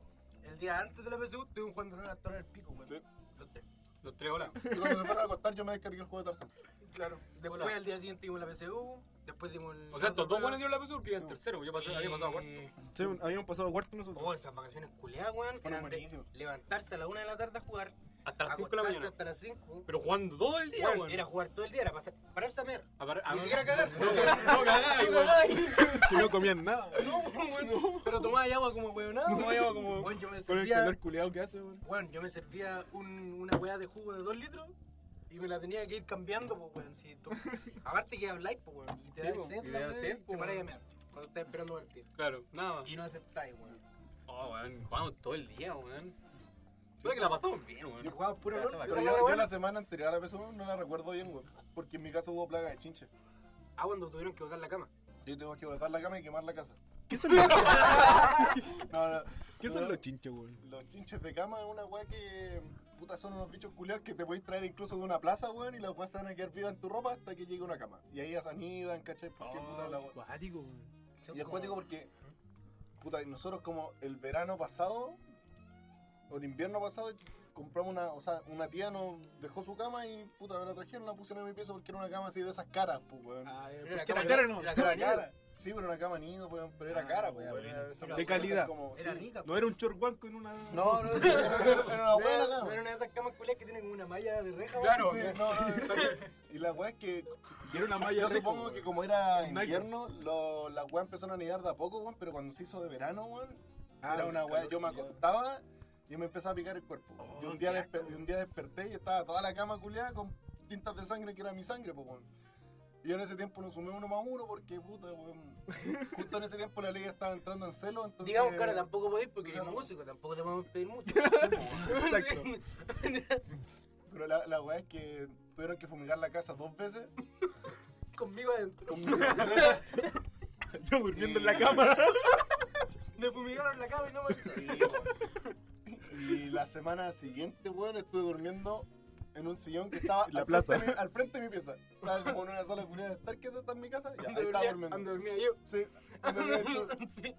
Speaker 2: el día antes de la PSU, estuvimos jugando una actor el pico, weón.
Speaker 1: Sí.
Speaker 2: Los tres.
Speaker 3: Los tres, hola.
Speaker 1: Y cuando me fueron a acostar, yo me descargué el juego de Tarzán.
Speaker 2: Claro. Después,
Speaker 3: Hola.
Speaker 2: al día siguiente, dimos la PSU. Después dimos el.
Speaker 3: O sea, estos dos
Speaker 2: buenos
Speaker 3: buenos dieron la PSU porque era el tercero. Yo pasé, había pasado a cuarto.
Speaker 8: Sí, habíamos pasado cuarto nosotros.
Speaker 2: Oh, esas vacaciones culeadas, weón.
Speaker 1: Fueron
Speaker 2: Eran de
Speaker 1: buenísimas.
Speaker 2: levantarse a la una de la tarde a jugar.
Speaker 3: Hasta las 5 de la
Speaker 2: acostarse
Speaker 3: mañana.
Speaker 2: Hasta las 5.
Speaker 3: Pero jugando todo el día, weón.
Speaker 2: era jugar todo el día, era pasar, pararse a mer.
Speaker 3: A par- a-
Speaker 2: Ni siquiera cagar.
Speaker 3: No, weón, no cagáis, weón.
Speaker 8: Que no comían nada, weón.
Speaker 2: No, weón. Pero tomaba agua como weonado.
Speaker 3: Tomaba agua como-
Speaker 2: Weón, yo me
Speaker 8: Con el
Speaker 2: servía.
Speaker 8: calor culeado que hace, weón.
Speaker 2: Weón, yo me servía un- una weá de jugo de 2 litros. Y me la tenía que ir cambiando, pues, weón. Si to- Aparte que habláis, pues, weón. Y te
Speaker 3: Sí,
Speaker 2: da
Speaker 3: po,
Speaker 2: sed,
Speaker 3: y
Speaker 2: la
Speaker 3: te da
Speaker 2: weá,
Speaker 3: sed,
Speaker 2: y
Speaker 3: po,
Speaker 2: Te paráis a
Speaker 3: weón.
Speaker 2: mear. Cuando estás esperando partir.
Speaker 3: Claro, nada más.
Speaker 2: Y no aceptáis, weón.
Speaker 3: Oh, weón, jugamos todo el día, weón. Creo que la pasamos bien,
Speaker 2: Yo
Speaker 3: weón.
Speaker 2: jugaba puro
Speaker 5: Se hace
Speaker 2: LOL,
Speaker 1: Pero
Speaker 2: puro
Speaker 1: yo,
Speaker 2: LOL,
Speaker 1: yo
Speaker 2: weón.
Speaker 1: la semana anterior a la PSU no la recuerdo bien, weón. Porque en mi caso hubo plaga de chinche.
Speaker 2: Ah, cuando tuvieron que botar la cama.
Speaker 1: Yo tengo que botar la cama y quemar la casa.
Speaker 8: ¿Qué son los,
Speaker 1: No, no.
Speaker 8: ¿qué son los chinches, weón?
Speaker 1: Los chinches de cama es una weá que. Puta, son unos bichos culiados que te podéis traer incluso de una plaza, weón, y las weas se van a quedar vivas en tu ropa hasta que llegue una cama. Y ahí ellas anidan, ¿cachai? Porque
Speaker 8: Oh,
Speaker 1: puta la wea.
Speaker 8: Acuático, weón.
Speaker 1: Y es cuático porque. Puta, y nosotros como el verano pasado, o el invierno pasado, compramos una. O sea, una tía nos dejó su cama y puta, me la trajeron, la pusieron en mi pieza porque era una cama así de esas caras, pues, weón.
Speaker 8: Ah.
Speaker 2: Era
Speaker 8: la
Speaker 2: cama-
Speaker 8: cara no?
Speaker 2: era
Speaker 1: Era
Speaker 2: cama nido.
Speaker 1: cara. Sí, pero una cama nido, weón, pero era cara, pues, weón. era esas
Speaker 8: De
Speaker 1: weas
Speaker 8: calidad.
Speaker 1: como-
Speaker 2: Era
Speaker 1: sí.
Speaker 2: rica.
Speaker 8: No era un chorguán con una.
Speaker 1: No, no, era una
Speaker 2: No
Speaker 1: buena
Speaker 2: era,
Speaker 1: cama.
Speaker 2: no era una de esas camas culias que tienen como una malla de reja.
Speaker 3: Claro.
Speaker 1: Sí, no, no, no. Y la weá es que.
Speaker 8: Era una malla
Speaker 1: Yo
Speaker 8: reco,
Speaker 1: supongo
Speaker 8: weón.
Speaker 1: que como era
Speaker 8: Nike.
Speaker 1: invierno, lo- las weas empezaron a anidar de a poco, weón, pero cuando se hizo de verano, weón,
Speaker 8: Ah,
Speaker 1: era una
Speaker 8: el
Speaker 1: weá.
Speaker 8: calor
Speaker 1: Yo me
Speaker 8: que ya-
Speaker 1: acostaba y me empezaba a picar el cuerpo.
Speaker 8: Oh,
Speaker 1: y, un día
Speaker 8: qué
Speaker 1: despe- y un día desperté y estaba toda la cama culeada con tintas de sangre que era mi sangre, pues, weón. Y yo en ese tiempo no sumé uno más uno porque, puta, weón. Justo en ese tiempo la ley estaba entrando en celo, entonces.
Speaker 2: Digamos que ahora tampoco podéis porque es
Speaker 1: Digamos.
Speaker 2: músico, tampoco te podemos pedir mucho.
Speaker 8: Exacto.
Speaker 1: Pero la, la weá es que tuvieron que fumigar la casa dos veces.
Speaker 2: Conmigo adentro.
Speaker 8: Yo durmiendo en la cama.
Speaker 2: Me fumigaron la cama y no me avisaron.
Speaker 1: Y la semana siguiente, weón, estuve durmiendo en un sillón que estaba
Speaker 8: En la
Speaker 1: al,
Speaker 8: plaza.
Speaker 1: Frente de mi, al frente de mi pieza. Estaba como en una sala culiada de estar que está en mi casa. Ya,
Speaker 2: Ando
Speaker 1: ahí estaba
Speaker 2: dormía,
Speaker 1: durmiendo.
Speaker 2: ando dormía yo.
Speaker 1: Sí, ando durmiendo.
Speaker 2: Sí.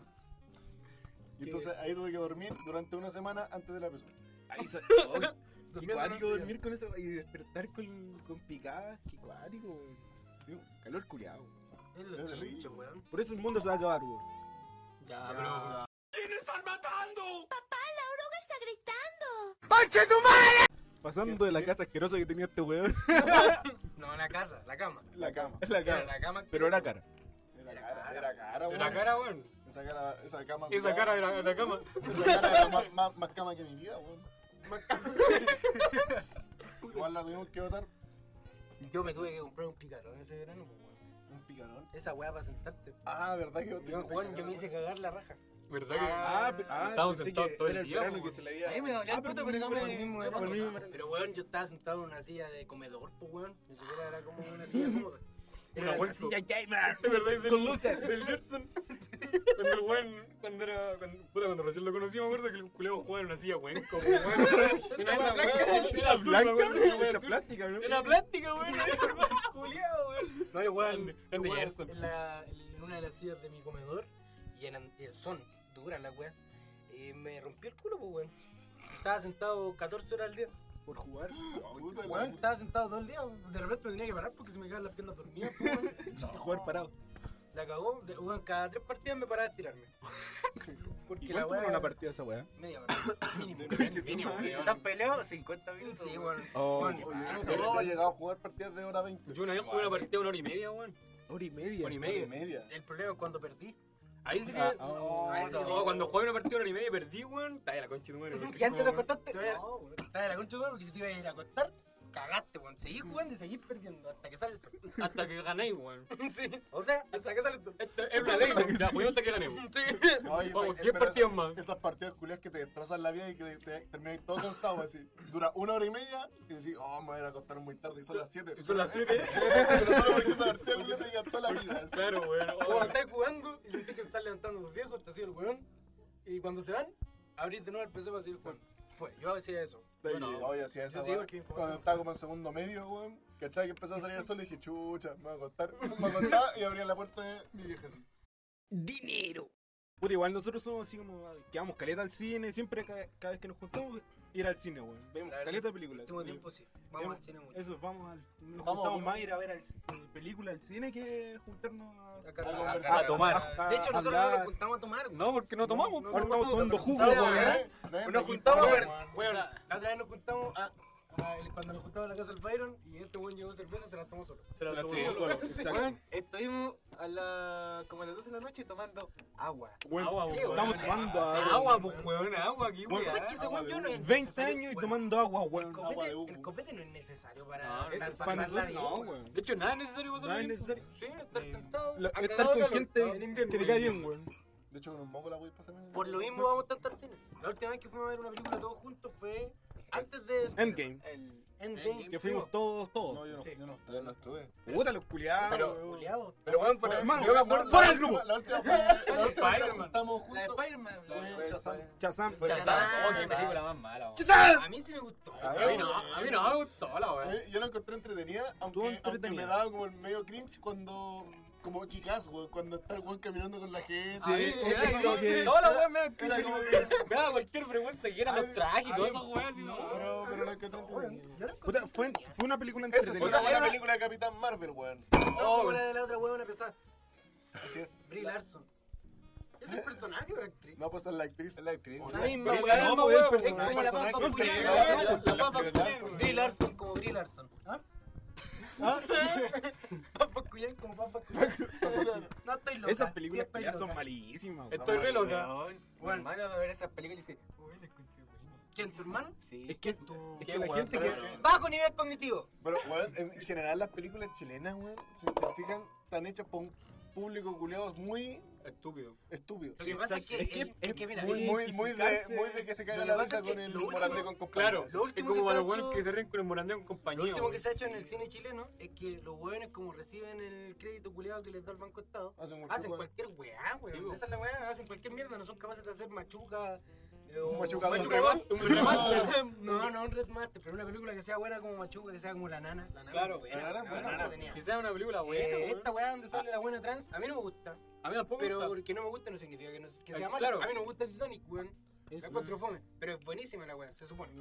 Speaker 1: Y entonces ahí tuve que dormir durante una semana antes de la persona.
Speaker 8: Ay, sa-
Speaker 1: oh,
Speaker 2: no
Speaker 8: Qué
Speaker 2: te
Speaker 8: cuático
Speaker 2: conocía.
Speaker 8: dormir con eso y despertar con, con picadas. Qué cuático, weón.
Speaker 1: Sí,
Speaker 8: Calor culiado.
Speaker 2: Es lo
Speaker 1: Es de
Speaker 2: chincho,
Speaker 1: Lee.
Speaker 2: weón.
Speaker 8: Por eso el mundo se va a acabar, weón.
Speaker 2: Ya, pero.
Speaker 8: Pasando de la casa asquerosa que tenía este weón
Speaker 2: No, la casa, la cama.
Speaker 1: La cama.
Speaker 8: a la
Speaker 2: Era
Speaker 8: cara.
Speaker 2: la cama.
Speaker 8: Pero era cara.
Speaker 1: Era cara, era cara,
Speaker 2: Era
Speaker 1: weón.
Speaker 2: cara, weón.
Speaker 1: Esa cara, esa cama.
Speaker 2: Esa
Speaker 1: culiao.
Speaker 2: cara era la cama.
Speaker 1: Esa cara era más, más, más cama que mi vida, weón. Igual la tuvimos que botar.
Speaker 2: Yo me tuve que comprar un picarón ese verano, pues, weón.
Speaker 1: Un picarón.
Speaker 2: Esa weá para sentarte.
Speaker 1: Ah, verdad que
Speaker 2: Yo, weón, yo me hice cagar la raja.
Speaker 3: ¿Verdad que?
Speaker 8: Ah, pe- ah,
Speaker 3: Estábamos
Speaker 8: pensé
Speaker 3: sentados
Speaker 8: que
Speaker 3: todo el
Speaker 8: era
Speaker 3: día,
Speaker 8: verano
Speaker 3: po,
Speaker 8: que
Speaker 3: weón.
Speaker 8: se le había-
Speaker 5: A mí me dolió
Speaker 8: Ah,
Speaker 5: el
Speaker 8: pero
Speaker 5: puto,
Speaker 8: por
Speaker 5: pero no me-
Speaker 8: por el mismo
Speaker 5: no
Speaker 8: verano,
Speaker 5: pasó
Speaker 8: por el mismo
Speaker 5: nada.
Speaker 8: verano.
Speaker 2: Pero weón, yo estaba sentado en una silla de comedor, pues weón. Ni siquiera era como una silla cómoda. Era
Speaker 3: Una
Speaker 2: una
Speaker 3: bolsa.
Speaker 2: silla
Speaker 3: ¿Verdad? Y del- Del Gerson. Cuando el weón, cuando era. Cuando, puta, cuando recién lo conocí, me acuerdo que el culeo jugaba en una silla, weón. Como weón. Era esa weón. Era azul,
Speaker 8: Blanca,
Speaker 3: weón, una weá
Speaker 8: mucha
Speaker 3: azul.
Speaker 8: plástica, ¿no?
Speaker 3: Era plástica, weón. Era weón culeado, weón.
Speaker 2: No, igual.
Speaker 3: Grande, grande
Speaker 2: igual
Speaker 3: Gerson.
Speaker 2: En, la- en una de las sillas de mi comedor, y eran, eh, son duras las weas, eh, me rompí el culo, pues weón. Estaba sentado 14 horas al día.
Speaker 8: Por jugar.
Speaker 2: Weón, estaba sentado todo el día. De repente me tenía que parar porque se me quedaban las piernas dormidas, pues, weón.
Speaker 8: Por jugar parado.
Speaker 2: La cagó. De- weón, cada tres partidas me paraba a estirarme. Porque
Speaker 8: ¿Y
Speaker 2: la
Speaker 8: cuánto
Speaker 2: wea.
Speaker 8: duró una partida esa weá?
Speaker 2: Media hora. Mínimo.
Speaker 3: Mínimo,
Speaker 6: Si
Speaker 3: weón.
Speaker 6: están peleados, 50 minutos.
Speaker 2: Sí,
Speaker 6: weón.
Speaker 2: weón.
Speaker 8: Oh,
Speaker 2: Weón,
Speaker 8: qué
Speaker 2: me
Speaker 1: Oye,
Speaker 2: cagó,
Speaker 1: yo he llegado a jugar partidas de hora 20.
Speaker 3: Yo una vez jugué una partida de una hora y media, weón.
Speaker 8: Hora y media.
Speaker 3: Hora y
Speaker 1: Hora y
Speaker 3: media.
Speaker 1: media.
Speaker 2: El problema es cuando perdí.
Speaker 3: Ahí sí que.
Speaker 8: Ah,
Speaker 3: No,
Speaker 8: oh.
Speaker 3: no, cuando jugué una partida de una hora y media y perdí, weón. Está la concha de tu madre, weón.
Speaker 2: Y antes de
Speaker 3: Como-
Speaker 2: acostarte,
Speaker 3: Te voy a-
Speaker 2: no, weón. Estás de la concha, weón, porque si te ibas a ir a acostar, cagaste, weón. Seguís jugando y seguís perdiendo hasta que sale el sol.
Speaker 3: Hasta que ganéis, weón.
Speaker 2: Sí. O sea, hasta que sale el sol.
Speaker 3: Esto Es una ley, weón. Ya, jugué hasta que ganemos.
Speaker 1: Oye,
Speaker 3: Vamos,
Speaker 1: esa-
Speaker 3: 10
Speaker 1: pero
Speaker 3: partidas
Speaker 1: esa-
Speaker 3: más.
Speaker 1: Esas partidas culias que te destrozan la vida y que te, te termináis todo cansado así. Dura una hora y media y decís, oh, me voy a ir a acostar muy tarde y son las 7.
Speaker 3: Y Son las 7.
Speaker 1: Pero solo porque esa partida culia te gastó la vida. así.
Speaker 3: Claro, weón. Oh,
Speaker 2: Cuando estás jugando y sentís que se están levantando los viejos, te sido el weón. Y cuando se van, abrís de nuevo el PC para seguir jugando. Fue, yo hacía eso.
Speaker 3: Bueno,
Speaker 1: Oye, hacía eso.
Speaker 2: Yo sí,
Speaker 1: weón.
Speaker 2: porque-
Speaker 1: Cuando estaba como en segundo medio, weón, ¿cachai? Que empezó a salir el sol y dije, chucha, me voy a acostar. Me acostaba y abría la puerta de mi vieja así.
Speaker 8: Puta, igual nosotros somos así como. ah, Quedamos caleta al cine. Siempre ca- cada vez que nos juntamos, ir al cine, weón. Vemos
Speaker 2: La verdad,
Speaker 8: caleta de películas.
Speaker 2: Último
Speaker 8: Sí.
Speaker 2: tiempo sí. Vamos al cine mucho.
Speaker 8: Eso, vamos al. Nos
Speaker 1: Vamos,
Speaker 8: juntamos
Speaker 1: vamos.
Speaker 8: más a ir a ver al, película al cine que juntarnos a.
Speaker 2: Acá-
Speaker 1: A
Speaker 2: acá-
Speaker 1: conversar.
Speaker 2: acá-
Speaker 1: A
Speaker 3: tomar.
Speaker 8: A-
Speaker 2: De hecho, nosotros
Speaker 8: hablar.
Speaker 2: no nos juntamos a tomar.
Speaker 3: No, porque no tomamos.
Speaker 2: No,
Speaker 8: Ahora estamos tomando jugo,
Speaker 2: no,
Speaker 8: weón.
Speaker 2: no,
Speaker 1: Nos
Speaker 2: Nos juntamos, weón. Weón, la otra vez nos juntamos a. a el- cuando nos juntamos a la casa del Byron y este weón llevó cerveza, se la tomó solo.
Speaker 3: Se la
Speaker 8: Sí,
Speaker 3: tomamos.
Speaker 8: solo, exacto.
Speaker 5: Weón, estuvimos a la, como a las 12 de la noche tomando agua.
Speaker 8: Weón,
Speaker 2: Oh,
Speaker 3: Agua, pues, weón.
Speaker 8: Estamos tomando agua.
Speaker 3: Agua, pues, weón. Agua aquí,
Speaker 2: Pero
Speaker 3: weón.
Speaker 2: es que según yo no es
Speaker 8: 20
Speaker 2: necesario,
Speaker 8: años y
Speaker 2: weón.
Speaker 8: tomando agua,
Speaker 2: El
Speaker 8: weón.
Speaker 2: copete,
Speaker 1: Agua de humo.
Speaker 2: el copete no es necesario para
Speaker 3: No,
Speaker 2: andar
Speaker 3: es
Speaker 8: Para
Speaker 2: pasando la
Speaker 8: nosotros
Speaker 2: vida,
Speaker 8: no,
Speaker 2: weón.
Speaker 8: weón.
Speaker 3: De hecho, nada es necesario pasar
Speaker 8: Nada es
Speaker 3: bien,
Speaker 8: necesario.
Speaker 2: Sí, estar sentado. Ah,
Speaker 8: La-
Speaker 2: a
Speaker 8: Estar
Speaker 2: cagar
Speaker 8: con
Speaker 2: calor. No, en
Speaker 8: gente
Speaker 2: invierno.
Speaker 8: que te cae bien, weón.
Speaker 1: De hecho, con un moco la voy a pasar. en el-
Speaker 2: Por lo mismo vamos tanto al cine. La última vez que fuimos a ver una película todos juntos fue antes de
Speaker 8: Endgame.
Speaker 5: El,
Speaker 2: Endgame.
Speaker 3: Endgame.
Speaker 8: Que fuimos todos, todos.
Speaker 1: No, yo no, yo no estaba.
Speaker 8: Puta, los culiados.
Speaker 2: Pero, culiao,
Speaker 3: Pero, weón, por
Speaker 1: Hermano,
Speaker 8: yo me acuerdo- ¡Fuera del grupo!
Speaker 1: La última fue. La última vez que nos
Speaker 3: Spider-Man.
Speaker 1: juntamos
Speaker 5: la de
Speaker 1: juntos.
Speaker 5: Spider-Man.
Speaker 1: fue en Shazam.
Speaker 8: Chazam.
Speaker 3: Ya sabes,
Speaker 2: Ah,
Speaker 3: oh, esa
Speaker 2: sí.
Speaker 3: película más mala, weón.
Speaker 8: ¡Chazam!
Speaker 2: a mí sí me gustó.
Speaker 3: A mí no, a mí no me gustó la weón.
Speaker 1: Eh, Yo la encontré entretenida, aunque,
Speaker 8: Estuvo
Speaker 1: aunque
Speaker 8: entretenida.
Speaker 1: me daba como el medio cringe cuando. Como Kikaz, güey, cuando está el güey caminando con la gente.
Speaker 3: A mí,
Speaker 1: Como
Speaker 3: era
Speaker 1: que
Speaker 3: como
Speaker 1: no-
Speaker 3: que- No, la weón me
Speaker 1: Era como
Speaker 3: da-
Speaker 1: que-
Speaker 3: me da cualquier vergüenza que eran los trajes y todas esas weas así,
Speaker 1: No,
Speaker 3: no.
Speaker 1: pero, pero la encontré entretenida.
Speaker 8: Puta, fue, fue una película
Speaker 1: Esa es una
Speaker 8: entretenida.
Speaker 1: buena película de Capitán Marvel, weón.
Speaker 5: Oh.
Speaker 2: No, como la de la otra huevona pesada.
Speaker 1: Así es.
Speaker 2: Brie Larson. ¿Es el personaje o la actriz?
Speaker 1: No, pues es la actriz.
Speaker 3: La actriz.
Speaker 1: Hola.
Speaker 3: La
Speaker 2: misma,
Speaker 3: misma,
Speaker 2: weón.
Speaker 8: No,
Speaker 3: weón.
Speaker 8: pues, el
Speaker 3: weón.
Speaker 8: personaje.
Speaker 2: como la papa
Speaker 1: personaje
Speaker 2: culiao,
Speaker 1: se-
Speaker 2: weón.
Speaker 3: La- la
Speaker 1: La
Speaker 3: papa
Speaker 1: Brie
Speaker 3: culiao,
Speaker 1: Larson.
Speaker 2: Brie Larson como Brie Larson. ¿Ah?
Speaker 5: ¿Ah?
Speaker 2: Papa Cuyán como Papa Cuyán. No estoy loca.
Speaker 8: Esas películas
Speaker 2: sí estoy
Speaker 8: ya
Speaker 2: loca.
Speaker 8: son malísimas, weón.
Speaker 3: Estoy re loca.
Speaker 5: Bueno, hermano va a ver esas películas y dice, uy, la escuché, weón.
Speaker 2: ¿Quién, tu hermano?
Speaker 5: Sí.
Speaker 8: Es que, es que la
Speaker 3: weón,
Speaker 8: gente que.
Speaker 1: pero-
Speaker 2: Bajo nivel cognitivo.
Speaker 1: Pero, weón, en general las películas chilenas, weón, si se fijan, están hechas por un público culiado muy
Speaker 3: Estúpido.
Speaker 1: estúpido.
Speaker 2: Lo que pasa es que.
Speaker 8: es que-
Speaker 2: es- es que, mira,
Speaker 8: muy-
Speaker 2: eh,
Speaker 1: Muy, muy, de,
Speaker 8: identificarse-
Speaker 1: muy de que se caga
Speaker 2: Lo que
Speaker 1: la
Speaker 2: pasa
Speaker 1: risa
Speaker 2: es que
Speaker 1: con el
Speaker 2: lo último-
Speaker 1: morandé con compañía.
Speaker 3: Claro,
Speaker 2: Lo
Speaker 3: es
Speaker 2: último
Speaker 3: como
Speaker 2: que se
Speaker 3: para
Speaker 2: ha
Speaker 3: los weones
Speaker 2: hecho-
Speaker 3: que se ríen con el morandeo con compañía.
Speaker 2: Lo último que
Speaker 3: weón.
Speaker 2: se ha hecho en el cine chileno es que los hueones, como reciben el crédito culiado que les da el Banco Estado,
Speaker 1: Hacen cualquier
Speaker 2: hacen
Speaker 1: weá.
Speaker 2: cualquier weá, weón.
Speaker 3: Sí, weón.
Speaker 2: Esa es la weá, hacen cualquier mierda, no son capaces de hacer machuca. eh, o-
Speaker 1: Machuca dos.
Speaker 2: Machuca
Speaker 1: Remaster.
Speaker 2: dos.
Speaker 3: Un remaster.
Speaker 2: No, no, un Red Master, pero una película que sea buena como Machuca, que sea como La Nana. La nana
Speaker 3: Claro,
Speaker 2: es buena,
Speaker 1: La Nana es
Speaker 2: no,
Speaker 1: buena,
Speaker 2: no, no
Speaker 1: weón.
Speaker 2: tenía.
Speaker 3: Que sea una película buena.
Speaker 2: Eh,
Speaker 3: weón.
Speaker 2: esta weá donde sale la buena trans, a mí no me gusta.
Speaker 3: A mí tampoco.
Speaker 2: Pero
Speaker 3: está-
Speaker 2: porque no me gusta no significa que, no, que
Speaker 3: Ah,
Speaker 2: sea mala.
Speaker 3: claro.
Speaker 2: A mí no me gusta Titanic, weón. La encuentro fome. Pero es buenísima la weá, se supone.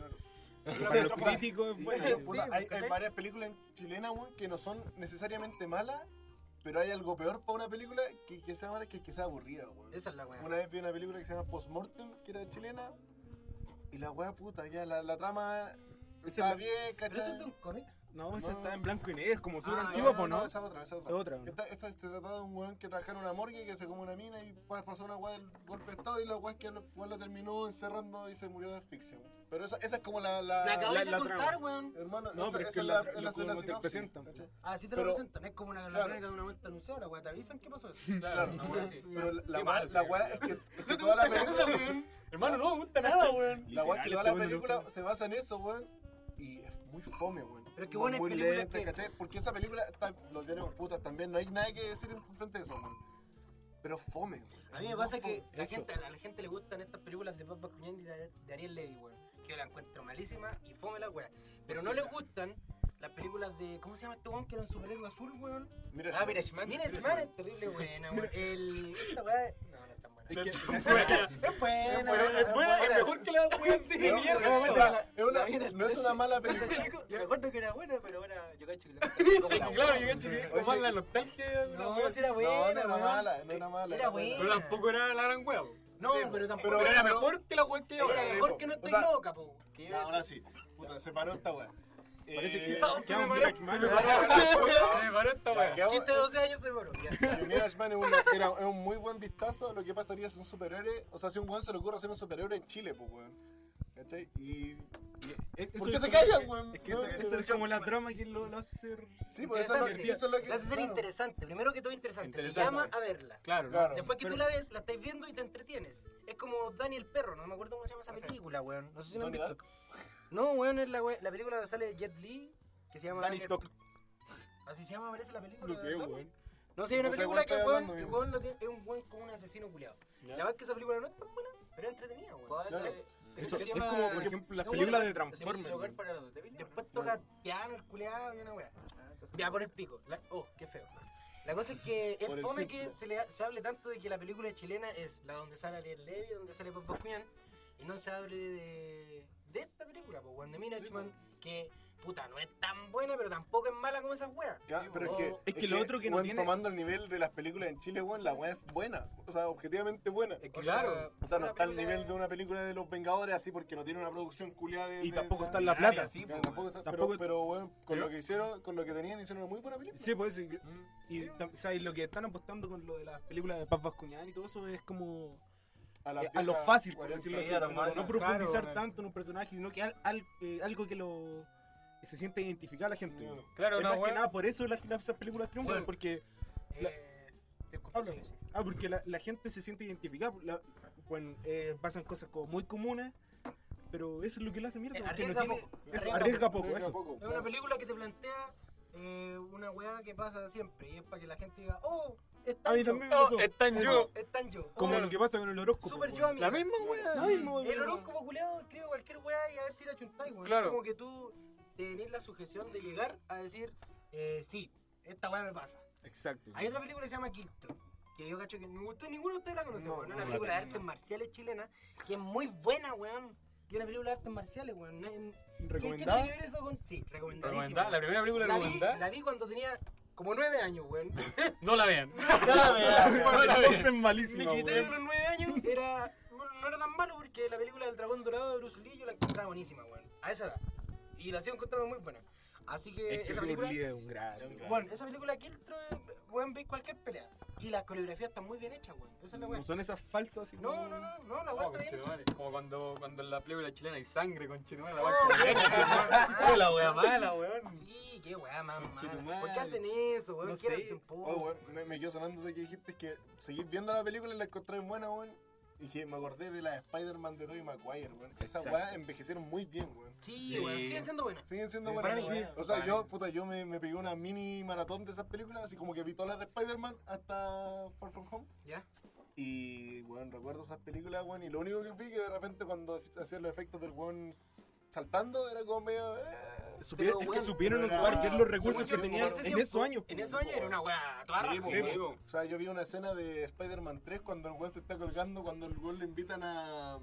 Speaker 8: Para los críticos es
Speaker 1: Sí,
Speaker 8: buena.
Speaker 1: puta, hay, hay
Speaker 2: ¿cachai?
Speaker 1: varias películas chilenas, weón, que no son necesariamente malas, Pero hay algo peor para una película que, que sea mala que que sea aburrida, weón.
Speaker 2: Esa es la weá.
Speaker 1: Una vez vi una película que se llama Postmortem, que era chilena, y la weá puta, ya la, la trama está bien,
Speaker 5: ¿Pero eso
Speaker 1: ¿cachai?
Speaker 5: es de un cómic?
Speaker 8: No, esa
Speaker 1: No.
Speaker 8: está en blanco y negro, como súper
Speaker 2: Ah,
Speaker 8: antigua,
Speaker 2: ya,
Speaker 8: po, ¿no?
Speaker 1: Esa es otra, esa es
Speaker 8: Es
Speaker 1: otra.
Speaker 8: otra. ¿no?
Speaker 1: Esta, esta se trataba de un weón que trabajaba en una morgue que se comió una mina y pa- pasó una weá del golpe de estado y la weá es que el weón la terminó encerrando y se murió de asfixia. weón. Pero esa, esa es como la. la,
Speaker 5: Me acabas
Speaker 8: la-
Speaker 5: de
Speaker 8: la
Speaker 5: contar,
Speaker 8: trama.
Speaker 5: weón.
Speaker 1: Hermano,
Speaker 8: No,
Speaker 1: esa,
Speaker 8: pero es
Speaker 1: esa
Speaker 8: que
Speaker 1: es
Speaker 8: la-
Speaker 1: la,
Speaker 8: la-
Speaker 1: es la,
Speaker 8: como
Speaker 1: la
Speaker 8: te
Speaker 1: sinopsis,
Speaker 8: presentan, po.
Speaker 1: ¿cachai?
Speaker 2: Así Ah, te lo
Speaker 1: Pero-
Speaker 2: presentan, es como una la
Speaker 1: Claro.
Speaker 2: crónica de una vuelta anunciada, weón. Te avisan qué pasó.
Speaker 3: Claro,
Speaker 2: Una
Speaker 3: no,
Speaker 2: weá
Speaker 3: sí.
Speaker 2: así.
Speaker 1: Pero la- la
Speaker 3: Qué
Speaker 1: weá
Speaker 3: mal,
Speaker 1: la
Speaker 3: sí.
Speaker 1: weá es que, es que toda la película.
Speaker 3: Hermano, no me gusta nada, weón.
Speaker 1: La weá es que toda la
Speaker 8: Literal, este
Speaker 1: película se basa en eso, weón. Y es muy fome, weón.
Speaker 2: Pero qué buena
Speaker 1: Muy
Speaker 2: película
Speaker 1: lenta,
Speaker 2: que-
Speaker 1: ¿cachai? Porque esa película, está, los diálogos putas también, no hay nada que decir en frente de eso, weón. Pero fome, weón.
Speaker 2: A mí me pasa
Speaker 1: Fome.
Speaker 2: que la
Speaker 8: Eso.
Speaker 2: gente, a la gente le gustan estas películas de Bob Bascuñán y de de Ariel Levy, weón. Que yo la encuentro malísima y fome la weá. Pero no les gustan las películas de. ¿Cómo se llama este weón que era un superhéroe azul, weón?
Speaker 1: Mira,
Speaker 2: Ah, mira, Shman. Mira, Shman es terrible buena, weón. El. Esta weá. No, no es tan buena.
Speaker 8: Es que-
Speaker 2: Es buena,
Speaker 1: Es buena,
Speaker 3: Es buena, es mejor que la weón, sí,
Speaker 1: No,
Speaker 3: mierda.
Speaker 1: o sea, es una- no es una mala película.
Speaker 5: Chico, me acuerdo que era buena, pero ahora yo cacho que la
Speaker 3: Es que claro, yo cacho que es como
Speaker 1: Oye,
Speaker 3: más la nostalgia de una
Speaker 2: No,
Speaker 3: weá.
Speaker 2: si era buena.
Speaker 1: No, no era
Speaker 2: weón.
Speaker 1: mala, no era mala.
Speaker 2: Era buena.
Speaker 3: Pero tampoco era la gran weá. po.
Speaker 2: No, pero tampoco.
Speaker 3: Pero era
Speaker 1: pero-
Speaker 3: mejor que la weá que ahora.
Speaker 2: Era
Speaker 1: Sí,
Speaker 2: mejor
Speaker 1: po.
Speaker 2: que no
Speaker 1: O
Speaker 2: estoy
Speaker 1: sea-
Speaker 2: loca, po. ¿Qué
Speaker 1: Ya,
Speaker 2: iba a
Speaker 1: ahora
Speaker 2: decir?
Speaker 1: sí. Puta, se paró esta weá.
Speaker 8: Parece que
Speaker 1: Eh,
Speaker 3: Se
Speaker 8: queda
Speaker 3: me
Speaker 8: un
Speaker 3: paró,
Speaker 8: Black
Speaker 3: se me
Speaker 8: Mirror.
Speaker 3: paró. Se me paró esta
Speaker 1: ya,
Speaker 3: weá.
Speaker 1: quedamos-
Speaker 2: Chiste de 12 años se moró. Ya.
Speaker 1: Yo, Mira, Ashman es, una- era- es un muy buen vistazo a lo que pasaría si un superhéroe, o sea, si un weón se le ocurre hacer un superhéroe en Chile, pues, weón. ¿Cachai? Y.
Speaker 8: Es-
Speaker 1: ¿Por
Speaker 8: eso
Speaker 1: qué
Speaker 8: es
Speaker 1: se
Speaker 8: como-
Speaker 1: callan, weón?
Speaker 8: Es que
Speaker 1: No,
Speaker 8: eso- eso es como la trama que lo lo hace ser...
Speaker 1: Sí, por eso es lo que.
Speaker 2: Interesante.
Speaker 1: Eso es lo que
Speaker 2: Se hace ser
Speaker 1: claro.
Speaker 2: interesante. Primero que todo interesante.
Speaker 3: Interesante.
Speaker 2: Te llama a verla.
Speaker 3: Claro, ¿no?
Speaker 1: Claro.
Speaker 2: Después que tú la ves, la estás viendo y te entretienes. Es como Daniel Perro, no me acuerdo cómo se llama esa película, weón. No sé si lo han
Speaker 1: ¿Donnie
Speaker 2: visto. No, weón, es la, we- la película donde sale Jet Li, que se llama...
Speaker 8: Danny
Speaker 2: Daniel-
Speaker 8: Stock.
Speaker 2: Así se llama, parece la película.
Speaker 8: No sé,
Speaker 2: ¿verdad?
Speaker 8: weón.
Speaker 2: No sé, hay una
Speaker 1: No sé
Speaker 2: película
Speaker 1: cuál
Speaker 2: que
Speaker 1: estoy
Speaker 2: el weón,
Speaker 1: hablando,
Speaker 2: el
Speaker 1: amigo.
Speaker 2: weón lo tiene- es un weón como un asesino culiado. La verdad es que esa película no es tan buena, pero es entretenida, weón.
Speaker 1: Claro.
Speaker 2: Eh,
Speaker 8: Eso
Speaker 2: se
Speaker 8: Es
Speaker 2: llama-
Speaker 8: como, por ejemplo, las
Speaker 2: No,
Speaker 8: películas
Speaker 2: bueno,
Speaker 8: de Transformers.
Speaker 5: Lugar
Speaker 8: weón.
Speaker 5: para los débiles, ¿no?
Speaker 2: Después toca piano, el culeado y una weá. Ya por el pico. La- oh, qué feo. La cosa es que
Speaker 1: Por
Speaker 2: es
Speaker 1: el
Speaker 2: fome
Speaker 1: círculo.
Speaker 2: que se, le, ha- se hable tanto de que la película chilena es la donde sale Ariel Levy, donde sale Bob Bascuñán, y no se hable de, de esta película, pues, Wanda Mirachman, que puta, no es tan buena, pero tampoco es mala como esas weas.
Speaker 1: Ya, pero es que,
Speaker 2: O-
Speaker 8: Es que lo otro que no
Speaker 1: weón,
Speaker 8: tiene-
Speaker 1: tomando el nivel de las películas en Chile, weón, la weá es buena. O sea, objetivamente buena.
Speaker 3: Es que
Speaker 2: o
Speaker 3: claro.
Speaker 1: O sea, no
Speaker 2: una
Speaker 1: está al
Speaker 2: película-
Speaker 1: nivel de una película de los Vengadores así porque no tiene una producción culiada de.
Speaker 8: Y
Speaker 1: de-
Speaker 8: tampoco
Speaker 1: de-
Speaker 8: está en la plata.
Speaker 1: Ya,
Speaker 8: Sí,
Speaker 1: tampoco está- pero,
Speaker 8: Tampoco- ¿Eh?
Speaker 1: pero, weón, con
Speaker 3: Pero-
Speaker 1: lo que hicieron, con lo que tenían, hicieron una muy buena película.
Speaker 8: por eso. pues, Y, y tam- o sea, y lo que están apostando con lo de las películas de Paz Vascuñán y todo eso es como...
Speaker 1: la
Speaker 8: eh, a lo
Speaker 1: vieja
Speaker 8: fácil, por
Speaker 1: 40,
Speaker 8: decirlo así.
Speaker 1: sí, a lo
Speaker 8: como
Speaker 1: más-
Speaker 8: no
Speaker 1: claro,
Speaker 8: profundizar
Speaker 3: weón.
Speaker 8: tanto en un personaje, sino que al- al- eh, algo que lo que se siente identificada la gente.
Speaker 1: No.
Speaker 8: weón.
Speaker 3: Claro,
Speaker 8: es
Speaker 3: no,
Speaker 8: más que
Speaker 3: weón.
Speaker 8: nada por eso las, las- esas películas triunfan,
Speaker 2: Bueno.
Speaker 8: porque, La-
Speaker 2: Eh, disculpa,
Speaker 8: Habla.
Speaker 2: sí, sí.
Speaker 8: ah, porque la, la gente se siente identificada. la- bueno, eh, pasan cosas como muy comunes, pero eso es lo que le hace mierda.
Speaker 2: Eh,
Speaker 8: porque no
Speaker 2: arriesga
Speaker 8: tiene-
Speaker 2: poco,
Speaker 8: eso,
Speaker 2: arriesga
Speaker 8: arriesga poco,
Speaker 1: Poco,
Speaker 8: eso.
Speaker 1: poco,
Speaker 2: Es
Speaker 1: claro.
Speaker 2: una película que te plantea eh, una weá que pasa siempre y es para que la gente diga, oh,
Speaker 8: A
Speaker 2: están
Speaker 8: mí
Speaker 2: yo,
Speaker 8: también me
Speaker 3: No,
Speaker 8: pasó.
Speaker 3: están yo.
Speaker 2: están yo.
Speaker 8: Como
Speaker 2: Oh,
Speaker 8: lo que pasa con el horóscopo.
Speaker 2: Super
Speaker 8: weón.
Speaker 2: yo, amigo.
Speaker 3: La misma weá.
Speaker 8: Lo mismo,
Speaker 2: El
Speaker 8: weón.
Speaker 2: horóscopo culeado escribe cualquier weá y a ver si la chuntáis, weón.
Speaker 3: Claro.
Speaker 2: Es Como que tú tenés la sujeción de llegar a decir, eh, sí, esta weá me pasa.
Speaker 8: Exacto.
Speaker 2: Hay otra película que se llama Quiltro. Que yo cacho que no gustó ninguno de ustedes la conocen, weón. Es una película de artes marciales chilena que es muy buena, weón. Y una película de artes marciales, weón. No- ¿qué- ¿Qué
Speaker 8: Recomendada.
Speaker 2: tiene que ver eso con.? Sí, recomendadísima.
Speaker 3: Recomendada, la primera película
Speaker 2: La vi,
Speaker 3: recomendada.
Speaker 2: la vi cuando tenía como nueve años, weón.
Speaker 3: No la vean.
Speaker 8: Bueno,
Speaker 3: la
Speaker 8: la
Speaker 3: vi.
Speaker 8: voz es
Speaker 2: Mi
Speaker 8: malísima,
Speaker 2: criterio
Speaker 8: weón.
Speaker 2: a los nueve años era, bueno, no era tan malo porque la película del dragón dorado de Bruce Lee yo la encontraba buenísima, weón. A esa edad. Y la sigo encontrando muy buena. Así que,
Speaker 8: Es que
Speaker 2: esa película.
Speaker 8: Bruce Lee es un grande. weón.
Speaker 2: Bueno, esa película que entra, weón, veis cualquier pelea. Y la coreografía está muy bien hecha, weón. Esa es la
Speaker 8: No
Speaker 2: weón.
Speaker 8: son esas falsas. así
Speaker 2: No,
Speaker 8: como-
Speaker 2: no, no, no, la
Speaker 3: Oh,
Speaker 2: weón está bien hecha.
Speaker 3: conchetumare. Como cuando, cuando en la película chilena hay sangre, conchetumare, la weá con leche, weón. La weá mala, weón.
Speaker 2: Sí, qué weón, mamá.
Speaker 8: Conchetumare.
Speaker 2: ¿Por qué hacen eso, weón?
Speaker 8: No sé.
Speaker 2: Quiéranse un poco.
Speaker 1: Oh, weón, me, me quedo sonando de que dijiste que seguís viendo la película y la encontré buena, weón. Y que me acordé de la de Spider-Man de Tobey Maguire, weón. Esas
Speaker 8: Exacto.
Speaker 1: weas envejecieron muy bien, weón.
Speaker 2: Sí,
Speaker 3: Sí.
Speaker 2: weón, siguen siendo buenas.
Speaker 1: Siguen siendo
Speaker 3: Sí,
Speaker 1: buenas.
Speaker 3: sí,
Speaker 1: weón.
Speaker 3: sí.
Speaker 1: O sea,
Speaker 3: Vale.
Speaker 1: yo, puta, yo me, me pegué una mini maratón de esas películas, así como que vi todas las de Spider-Man hasta Far From Home.
Speaker 2: Ya.
Speaker 1: Y, weón, recuerdo esas películas, weón. Y lo único que vi que de repente cuando hacían los efectos del weón saltando era como medio. eh,
Speaker 8: Supieron,
Speaker 2: Pero,
Speaker 8: es
Speaker 2: weón,
Speaker 8: que supieron
Speaker 1: pero
Speaker 8: ocupar
Speaker 1: era-
Speaker 8: bien los recursos
Speaker 1: según
Speaker 8: que
Speaker 1: yo,
Speaker 8: tenían
Speaker 1: en ese
Speaker 8: en esos años.
Speaker 2: En esos años era una weá toda
Speaker 3: Sí,
Speaker 2: raza.
Speaker 3: po,
Speaker 8: sí,
Speaker 3: sí,
Speaker 8: po.
Speaker 3: po.
Speaker 1: O sea, yo vi una escena de Spider-Man 3 cuando el weón se está colgando, cuando el weón le invitan a.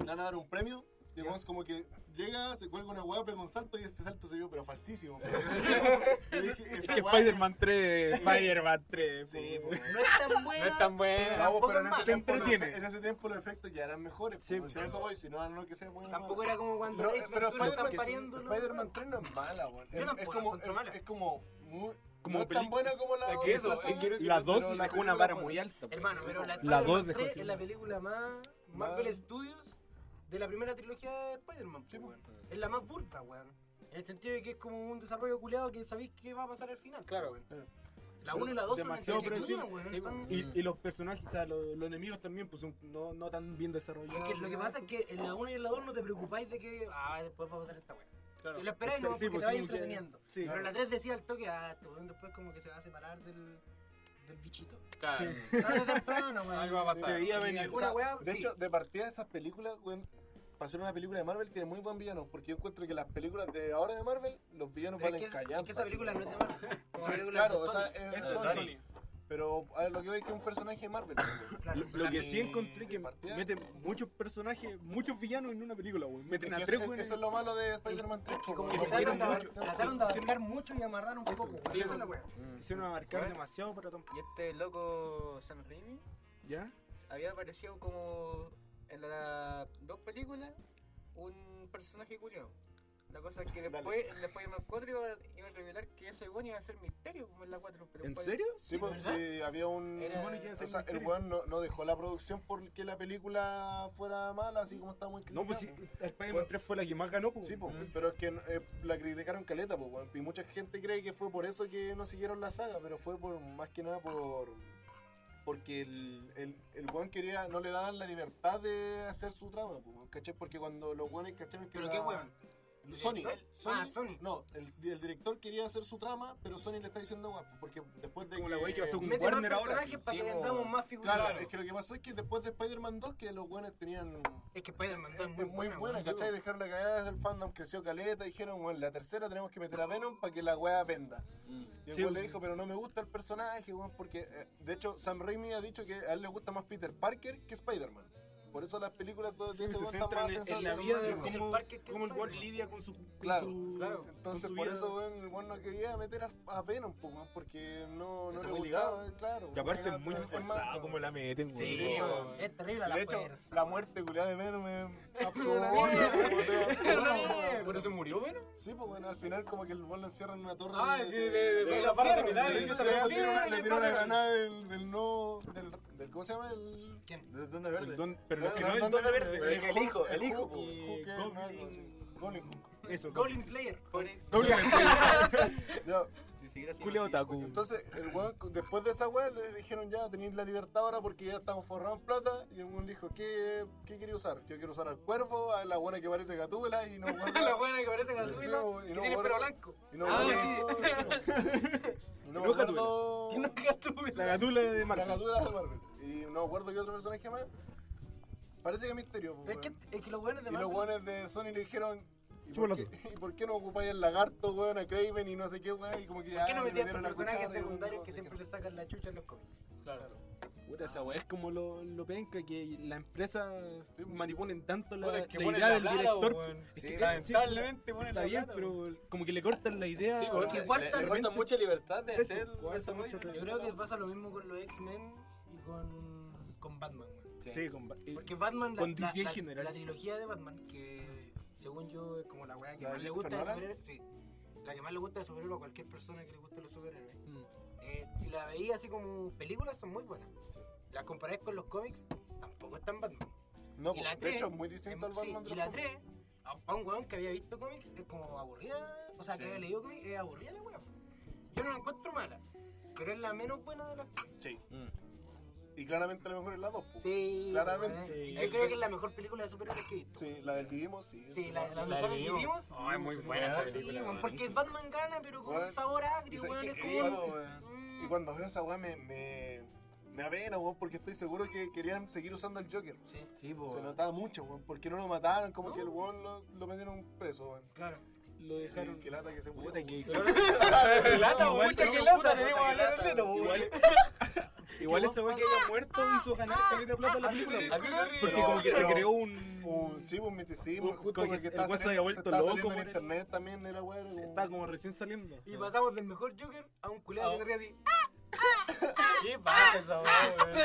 Speaker 1: Le van a dar un premio Y el weón es como que llega, se cuelga una hueá, pega un salto y ese salto se vio pero falsísimo.
Speaker 8: Es que Spider-Man 3, Spider-Man 3.
Speaker 1: Sí,
Speaker 8: po.
Speaker 1: pues.
Speaker 2: No es tan
Speaker 3: No
Speaker 2: buena.
Speaker 3: es tan
Speaker 1: No,
Speaker 3: buena.
Speaker 1: pues, pero en ese,
Speaker 8: Te
Speaker 1: tiempo los
Speaker 8: entretiene.
Speaker 1: efe- en ese tiempo los efectos ya eran mejores.
Speaker 8: Sí,
Speaker 1: Sí, pues, si a eso voy, si no, no que sea buena.
Speaker 2: Tampoco
Speaker 1: mala.
Speaker 2: era como cuando
Speaker 1: No,
Speaker 2: Ace
Speaker 1: pero
Speaker 2: Ventura está
Speaker 1: Spider-Man
Speaker 2: pariendo, ¿no?
Speaker 1: Spider-Man 3 no es mala, weón.
Speaker 2: Yo
Speaker 1: Es,
Speaker 2: tampoco
Speaker 1: es
Speaker 2: la
Speaker 1: como,
Speaker 2: encuentro mala.
Speaker 1: es, es como muy,
Speaker 8: Como
Speaker 1: no es tan
Speaker 8: peli-
Speaker 1: buena como la
Speaker 3: Es
Speaker 1: otra,
Speaker 3: que eso,
Speaker 1: la
Speaker 3: es
Speaker 1: saga,
Speaker 3: que-
Speaker 8: Las dos
Speaker 1: pero la
Speaker 8: dejó
Speaker 1: película
Speaker 8: una vara
Speaker 1: buena.
Speaker 8: muy alta. po.
Speaker 2: Hermano, pero la,
Speaker 8: La dos
Speaker 2: Spider-Man
Speaker 8: dejó
Speaker 2: 3
Speaker 8: así,
Speaker 2: es la
Speaker 8: ¿no?
Speaker 2: película más Marvel Studios de la primera trilogía de Spider-Man. pues,
Speaker 1: Sí,
Speaker 2: weón. Es la más burda, weón. En el sentido de que es como un desarrollo culiado que sabéis que va a pasar al final.
Speaker 3: Claro.
Speaker 2: weón.
Speaker 1: Claro.
Speaker 2: La 1 y la 2 son
Speaker 8: Eh. Demasiado
Speaker 2: entretenidas,
Speaker 8: predecible.
Speaker 2: weón,
Speaker 3: Sí,
Speaker 2: son-
Speaker 8: Y, y los personajes, o sea, los, los enemigos también, pues son- no, no tan bien desarrollados.
Speaker 2: Es que lo que pasa es que en la 1 y en la 2 no te preocupáis de que ah, después va a pasar esta weá.
Speaker 3: Claro.
Speaker 2: Si lo esperáis,
Speaker 8: Sí,
Speaker 2: no,
Speaker 8: sí,
Speaker 2: porque
Speaker 8: pues,
Speaker 2: te vais
Speaker 8: sí, como que-
Speaker 2: entreteniendo.
Speaker 8: sí.
Speaker 2: Pero en la 3 decía al toque, ah, este weón después como que se va a separar del, del bichito.
Speaker 3: Claro.
Speaker 2: Tarde o temprano, weón.
Speaker 3: Algo va a pasar.
Speaker 8: Se veía
Speaker 2: Y
Speaker 8: venir.
Speaker 2: alguna
Speaker 1: O sea,
Speaker 2: weá,
Speaker 1: de
Speaker 2: sí.
Speaker 1: hecho, de partida de esas películas, weón, para ser una película de Marvel tiene muy buen villano, porque yo encuentro que las películas de ahora de Marvel, los villanos
Speaker 2: Pero
Speaker 1: valen
Speaker 2: es que, es-
Speaker 1: callando.
Speaker 2: es que esa
Speaker 1: así
Speaker 2: película no
Speaker 1: como-
Speaker 2: es de Marvel. Como
Speaker 1: Sí,
Speaker 2: película
Speaker 1: Claro,
Speaker 2: de
Speaker 1: o
Speaker 2: Sony.
Speaker 1: sea, es
Speaker 3: Eso,
Speaker 1: Sony.
Speaker 3: Sony.
Speaker 1: Pero a ver, lo que veo es que es un personaje de Marvel. weón.
Speaker 2: Claro.
Speaker 8: Lo, lo que sí
Speaker 1: Y-
Speaker 8: encontré que
Speaker 1: de partida-
Speaker 8: meten muchos personajes, muchos villanos en una película, güey.
Speaker 1: Es que
Speaker 8: Meten a
Speaker 1: eso-
Speaker 8: tres,
Speaker 1: es-
Speaker 8: güey.
Speaker 1: Eso es lo malo de Spider-Man 3.
Speaker 2: Que como
Speaker 1: weón.
Speaker 2: que
Speaker 8: metieron
Speaker 2: trataron de, abar-
Speaker 8: mucho.
Speaker 2: trataron de abarcar mucho y amarrar un poco.
Speaker 8: Eso,
Speaker 2: pues,
Speaker 8: sí,
Speaker 2: esa es la
Speaker 8: pues.
Speaker 2: wea.
Speaker 8: Hicieron abarcar
Speaker 6: Bueno.
Speaker 8: demasiado para Tom.
Speaker 6: Y este loco Sam Raimi
Speaker 8: ¿Ya?
Speaker 6: había aparecido como en las dos películas un personaje curioso. La cosa es que después, después de Mark 4 iba, iba a revelar que ese weón iba a ser misterio como en la 4. Pero
Speaker 8: ¿En
Speaker 6: fue-
Speaker 8: serio?
Speaker 1: Sí, pues,
Speaker 2: ¿Ah?
Speaker 6: ¿verdad?
Speaker 1: sí, había un.
Speaker 6: Era-
Speaker 8: Supone que iba a
Speaker 1: O
Speaker 8: ser
Speaker 1: sea, el
Speaker 8: misterio.
Speaker 1: weón no, no dejó la producción porque la película fuera mala, así como está muy
Speaker 8: No, pues sí,
Speaker 1: criticada,
Speaker 8: Spider-Man
Speaker 1: Bueno.
Speaker 8: 3 fue la que más ganó,
Speaker 1: po.
Speaker 8: pues.
Speaker 1: Sí, po, pero es que eh, la criticaron caleta, po, weón. y mucha gente cree que fue por eso que no siguieron la saga, pero fue por más que nada por. Porque el, el, el weón quería, no le daban la libertad de hacer su trama, po, weón, ¿cachai? Porque cuando los weones cacharon que.
Speaker 2: Pero
Speaker 1: la-
Speaker 2: qué weón.
Speaker 1: Sony,
Speaker 2: ¿Director?
Speaker 1: Sony,
Speaker 2: Ah, Sony.
Speaker 1: No, el, el director quería hacer su trama, pero Sony le está diciendo guapo, porque después de
Speaker 8: Como la weá que pasó con
Speaker 2: Mete más
Speaker 8: Warner ahora.
Speaker 2: personajes para
Speaker 3: sí,
Speaker 2: que
Speaker 3: mo.
Speaker 2: vendamos más figuras.
Speaker 1: Claro, es que lo que pasó es que después de Spider-Man 2, que los weones tenían.
Speaker 2: Es que Spider-Man
Speaker 1: Es
Speaker 2: es muy buena.
Speaker 1: buena,
Speaker 2: weón.
Speaker 1: ¿cachai? Dejaron la cagada, el fandom creció caleta, dijeron, bueno, la tercera tenemos que meter a Venom para que la weá venda.
Speaker 3: Mm.
Speaker 1: Y el
Speaker 8: Sí,
Speaker 1: weón
Speaker 8: sí.
Speaker 1: le dijo, pero no me gusta el personaje, weón, porque eh, de hecho Sam Raimi ha dicho que a él le gusta más Peter Parker que Spider-Man. Por eso las películas de
Speaker 8: Sí,
Speaker 1: ese
Speaker 8: se
Speaker 1: weón están más
Speaker 8: centran en, en la
Speaker 1: sensacionales.
Speaker 8: vida de
Speaker 2: Peter
Speaker 8: cómo,
Speaker 2: Parker que
Speaker 8: cómo el Ward
Speaker 2: Spider-Man.
Speaker 8: lidia con su. con
Speaker 1: Claro,
Speaker 8: su-
Speaker 3: claro.
Speaker 8: con
Speaker 1: Entonces
Speaker 8: su
Speaker 1: por
Speaker 8: vida.
Speaker 1: eso weón, el weón no quería meter a, a Venom, pues, weón, porque no, no
Speaker 3: Está
Speaker 1: le
Speaker 3: muy
Speaker 1: gustaba, claro.
Speaker 8: Y aparte es muy
Speaker 1: más-
Speaker 8: forzado como la meten,
Speaker 2: Sí,
Speaker 8: güey.
Speaker 3: Sí,
Speaker 2: weón.
Speaker 3: weón.
Speaker 2: es terrible
Speaker 1: De
Speaker 2: la
Speaker 1: hecho,
Speaker 2: fuerza.
Speaker 1: la muerte culiada de Venom es absurda.
Speaker 3: ¿Por eso murió, bueno?
Speaker 1: Sí, pues bueno, al final como que el bol lo encierra en una torre.
Speaker 3: Ah,
Speaker 1: de-
Speaker 3: de- de- de- de la
Speaker 1: fierro,
Speaker 3: parte final,
Speaker 1: Le
Speaker 3: empieza a
Speaker 1: le
Speaker 3: pegar
Speaker 1: tiró una-
Speaker 3: fierro,
Speaker 1: le
Speaker 3: le
Speaker 1: tiró una
Speaker 3: pega.
Speaker 1: granada del, del no. Del, del- ¿Cómo se llama? El.
Speaker 2: ¿Quién?
Speaker 1: Del Duende
Speaker 8: El don- pero
Speaker 1: Del
Speaker 8: lo que no es el
Speaker 1: Duende
Speaker 8: don de verde.
Speaker 1: El hijo, el hijo.
Speaker 8: Hulk y
Speaker 1: Hulk, el
Speaker 8: Goblin-
Speaker 1: algo así. Goblin Hulk.
Speaker 8: Eso,
Speaker 2: Goblin Slayer.
Speaker 6: Pobre-
Speaker 8: Goblin.
Speaker 1: Ya,
Speaker 6: Ni siquiera se
Speaker 8: Julio
Speaker 6: llama así,
Speaker 8: Otaku.
Speaker 1: Entonces, el weón, después de esa weá, le dijeron ya, tenéis la libertad ahora porque ya estamos forrados en plata. Y el weón le dijo, ¿qué, qué quería usar? Yo quiero usar al cuervo, a la buena que parece gatúbela y no guarda-
Speaker 2: La buena que parece
Speaker 1: Sí,
Speaker 2: Gatúbela.
Speaker 1: weón, y
Speaker 2: Que
Speaker 1: no
Speaker 2: tiene
Speaker 1: guarda-
Speaker 2: pelo blanco.
Speaker 1: Y no
Speaker 2: Ah,
Speaker 1: guarda-
Speaker 2: sí.
Speaker 1: Y no
Speaker 8: Y no Gatúbela.
Speaker 1: guardo-
Speaker 8: La gatula de
Speaker 1: La
Speaker 8: Marvel.
Speaker 1: gatúbela de Marvel. Y no acuerdo qué otro personaje más. Parece que es misterio. po,
Speaker 2: Es que, este
Speaker 1: weón.
Speaker 2: es que los buenos de
Speaker 1: Y los
Speaker 2: Marvel-
Speaker 1: weones de Sony le dijeron. ¿Y
Speaker 8: Chúpalo
Speaker 1: por, qué, ¿Y por qué no ocupáis el lagarto, weón, a Craven y no sé qué, weón? Y como que ya.
Speaker 2: ¿Por qué no
Speaker 1: le
Speaker 2: metían
Speaker 1: metieron
Speaker 2: estos
Speaker 1: la
Speaker 2: personajes
Speaker 1: cuchara y
Speaker 2: secundarios
Speaker 1: weón,
Speaker 2: que
Speaker 1: no sé
Speaker 2: siempre
Speaker 1: qué.
Speaker 2: le sacan la chucha en los cómics?
Speaker 3: Claro.
Speaker 8: Puta, esa weá es como lo, lo penca que la empresa manipulan tanto la,
Speaker 3: Bueno, es que
Speaker 8: la
Speaker 3: ponen
Speaker 8: idea
Speaker 3: la
Speaker 8: del
Speaker 3: plata,
Speaker 8: director.
Speaker 3: weón.
Speaker 8: Es que
Speaker 3: Lamentablemente ponen
Speaker 8: Está
Speaker 3: la
Speaker 8: bien,
Speaker 3: plata, weón.
Speaker 8: pero como que le cortan la idea.
Speaker 3: Sí, weón,
Speaker 8: o sea,
Speaker 3: le-
Speaker 2: que cortan-
Speaker 3: le
Speaker 8: de
Speaker 3: cortan
Speaker 8: repente-
Speaker 3: mucha libertad de
Speaker 8: eso,
Speaker 3: hacer el
Speaker 8: cortan
Speaker 3: desarrollo.
Speaker 8: mucho-
Speaker 2: Yo creo que pasa lo mismo con los X-Men y con, con Batman, weón.
Speaker 8: Sí, con, eh,
Speaker 2: Porque Batman, la,
Speaker 8: Con
Speaker 2: la-
Speaker 8: DC en
Speaker 2: la-
Speaker 8: general.
Speaker 2: la trilogía de Batman, que según yo es como la weá que
Speaker 1: ¿La de
Speaker 2: más le
Speaker 1: Christopher
Speaker 2: gusta de
Speaker 1: Nolan?
Speaker 2: superhéroes, sí, la que más le gusta de superhéroes a cualquier persona que le guste los superhéroes.
Speaker 1: Mm.
Speaker 2: Eh, si la veía así como películas, son muy buenas. Las comparás con los cómics, tampoco están Batman.
Speaker 1: No,
Speaker 2: Y
Speaker 1: po,
Speaker 2: la
Speaker 1: de
Speaker 2: tres,
Speaker 1: hecho es muy
Speaker 2: Es-
Speaker 1: distinto al
Speaker 2: sí,
Speaker 1: Batman de
Speaker 2: y
Speaker 1: los
Speaker 2: la
Speaker 1: cómics.
Speaker 2: 3, a a un weón que había visto cómics, es como aburrida, o sea, que había leído cómics, es aburrida la weá. Yo no la encuentro mala, pero es la menos buena de las tres.
Speaker 1: Mm. Y claramente a lo mejor es la pues. 2.
Speaker 2: Sí,
Speaker 1: Claramente.
Speaker 2: weón. Yo creo que es la mejor película de superhéroes que he visto.
Speaker 1: Sí, la del vivimos, sí.
Speaker 2: Sí, la, la,
Speaker 3: La
Speaker 2: nosotros
Speaker 3: vivimos.
Speaker 2: vivimos.
Speaker 3: Ah, es muy buena esa película,
Speaker 2: Sí,
Speaker 3: weón.
Speaker 2: porque Batman gana, pero con
Speaker 1: Weón,
Speaker 2: un sabor
Speaker 1: Y
Speaker 2: agrio,
Speaker 1: sabes
Speaker 2: weón.
Speaker 1: que-
Speaker 2: Es
Speaker 1: y cuando-
Speaker 2: como.
Speaker 1: Y cuando veo esa weá me, me, me avena, weón, porque estoy seguro que querían seguir usando el Joker.
Speaker 2: Sí,
Speaker 1: Se notaba mucho, weón, porque no lo mataron, como que el weón lo, lo metieron preso, weón.
Speaker 2: claro.
Speaker 8: lo dejaron.
Speaker 1: Y que lata que se murió.
Speaker 8: Puta, que-
Speaker 3: Pero- Lata,
Speaker 8: Igual
Speaker 3: weón, mucha
Speaker 8: tenemos
Speaker 3: que
Speaker 8: puta
Speaker 3: lata, tenemos que hablar de esto, weón.
Speaker 8: Igual, Igual ese weón que haya muerto hizo ganar caleta de plata a la película. Porque como que se
Speaker 1: Pero-
Speaker 8: creó un.
Speaker 1: Un, sí, un miticismo,
Speaker 8: Un-
Speaker 1: justo
Speaker 8: como que
Speaker 1: porque
Speaker 8: el
Speaker 1: está
Speaker 8: weón se había
Speaker 1: saliendo-
Speaker 8: vuelto
Speaker 1: está saliendo
Speaker 8: loco
Speaker 1: en
Speaker 8: por el-
Speaker 1: internet también era weón.
Speaker 8: se Está como recién saliendo.
Speaker 2: Y pasamos del mejor Joker a un culeado
Speaker 3: Ah.
Speaker 2: que se ríe así.
Speaker 3: ¿Qué pasa esa weá, weón?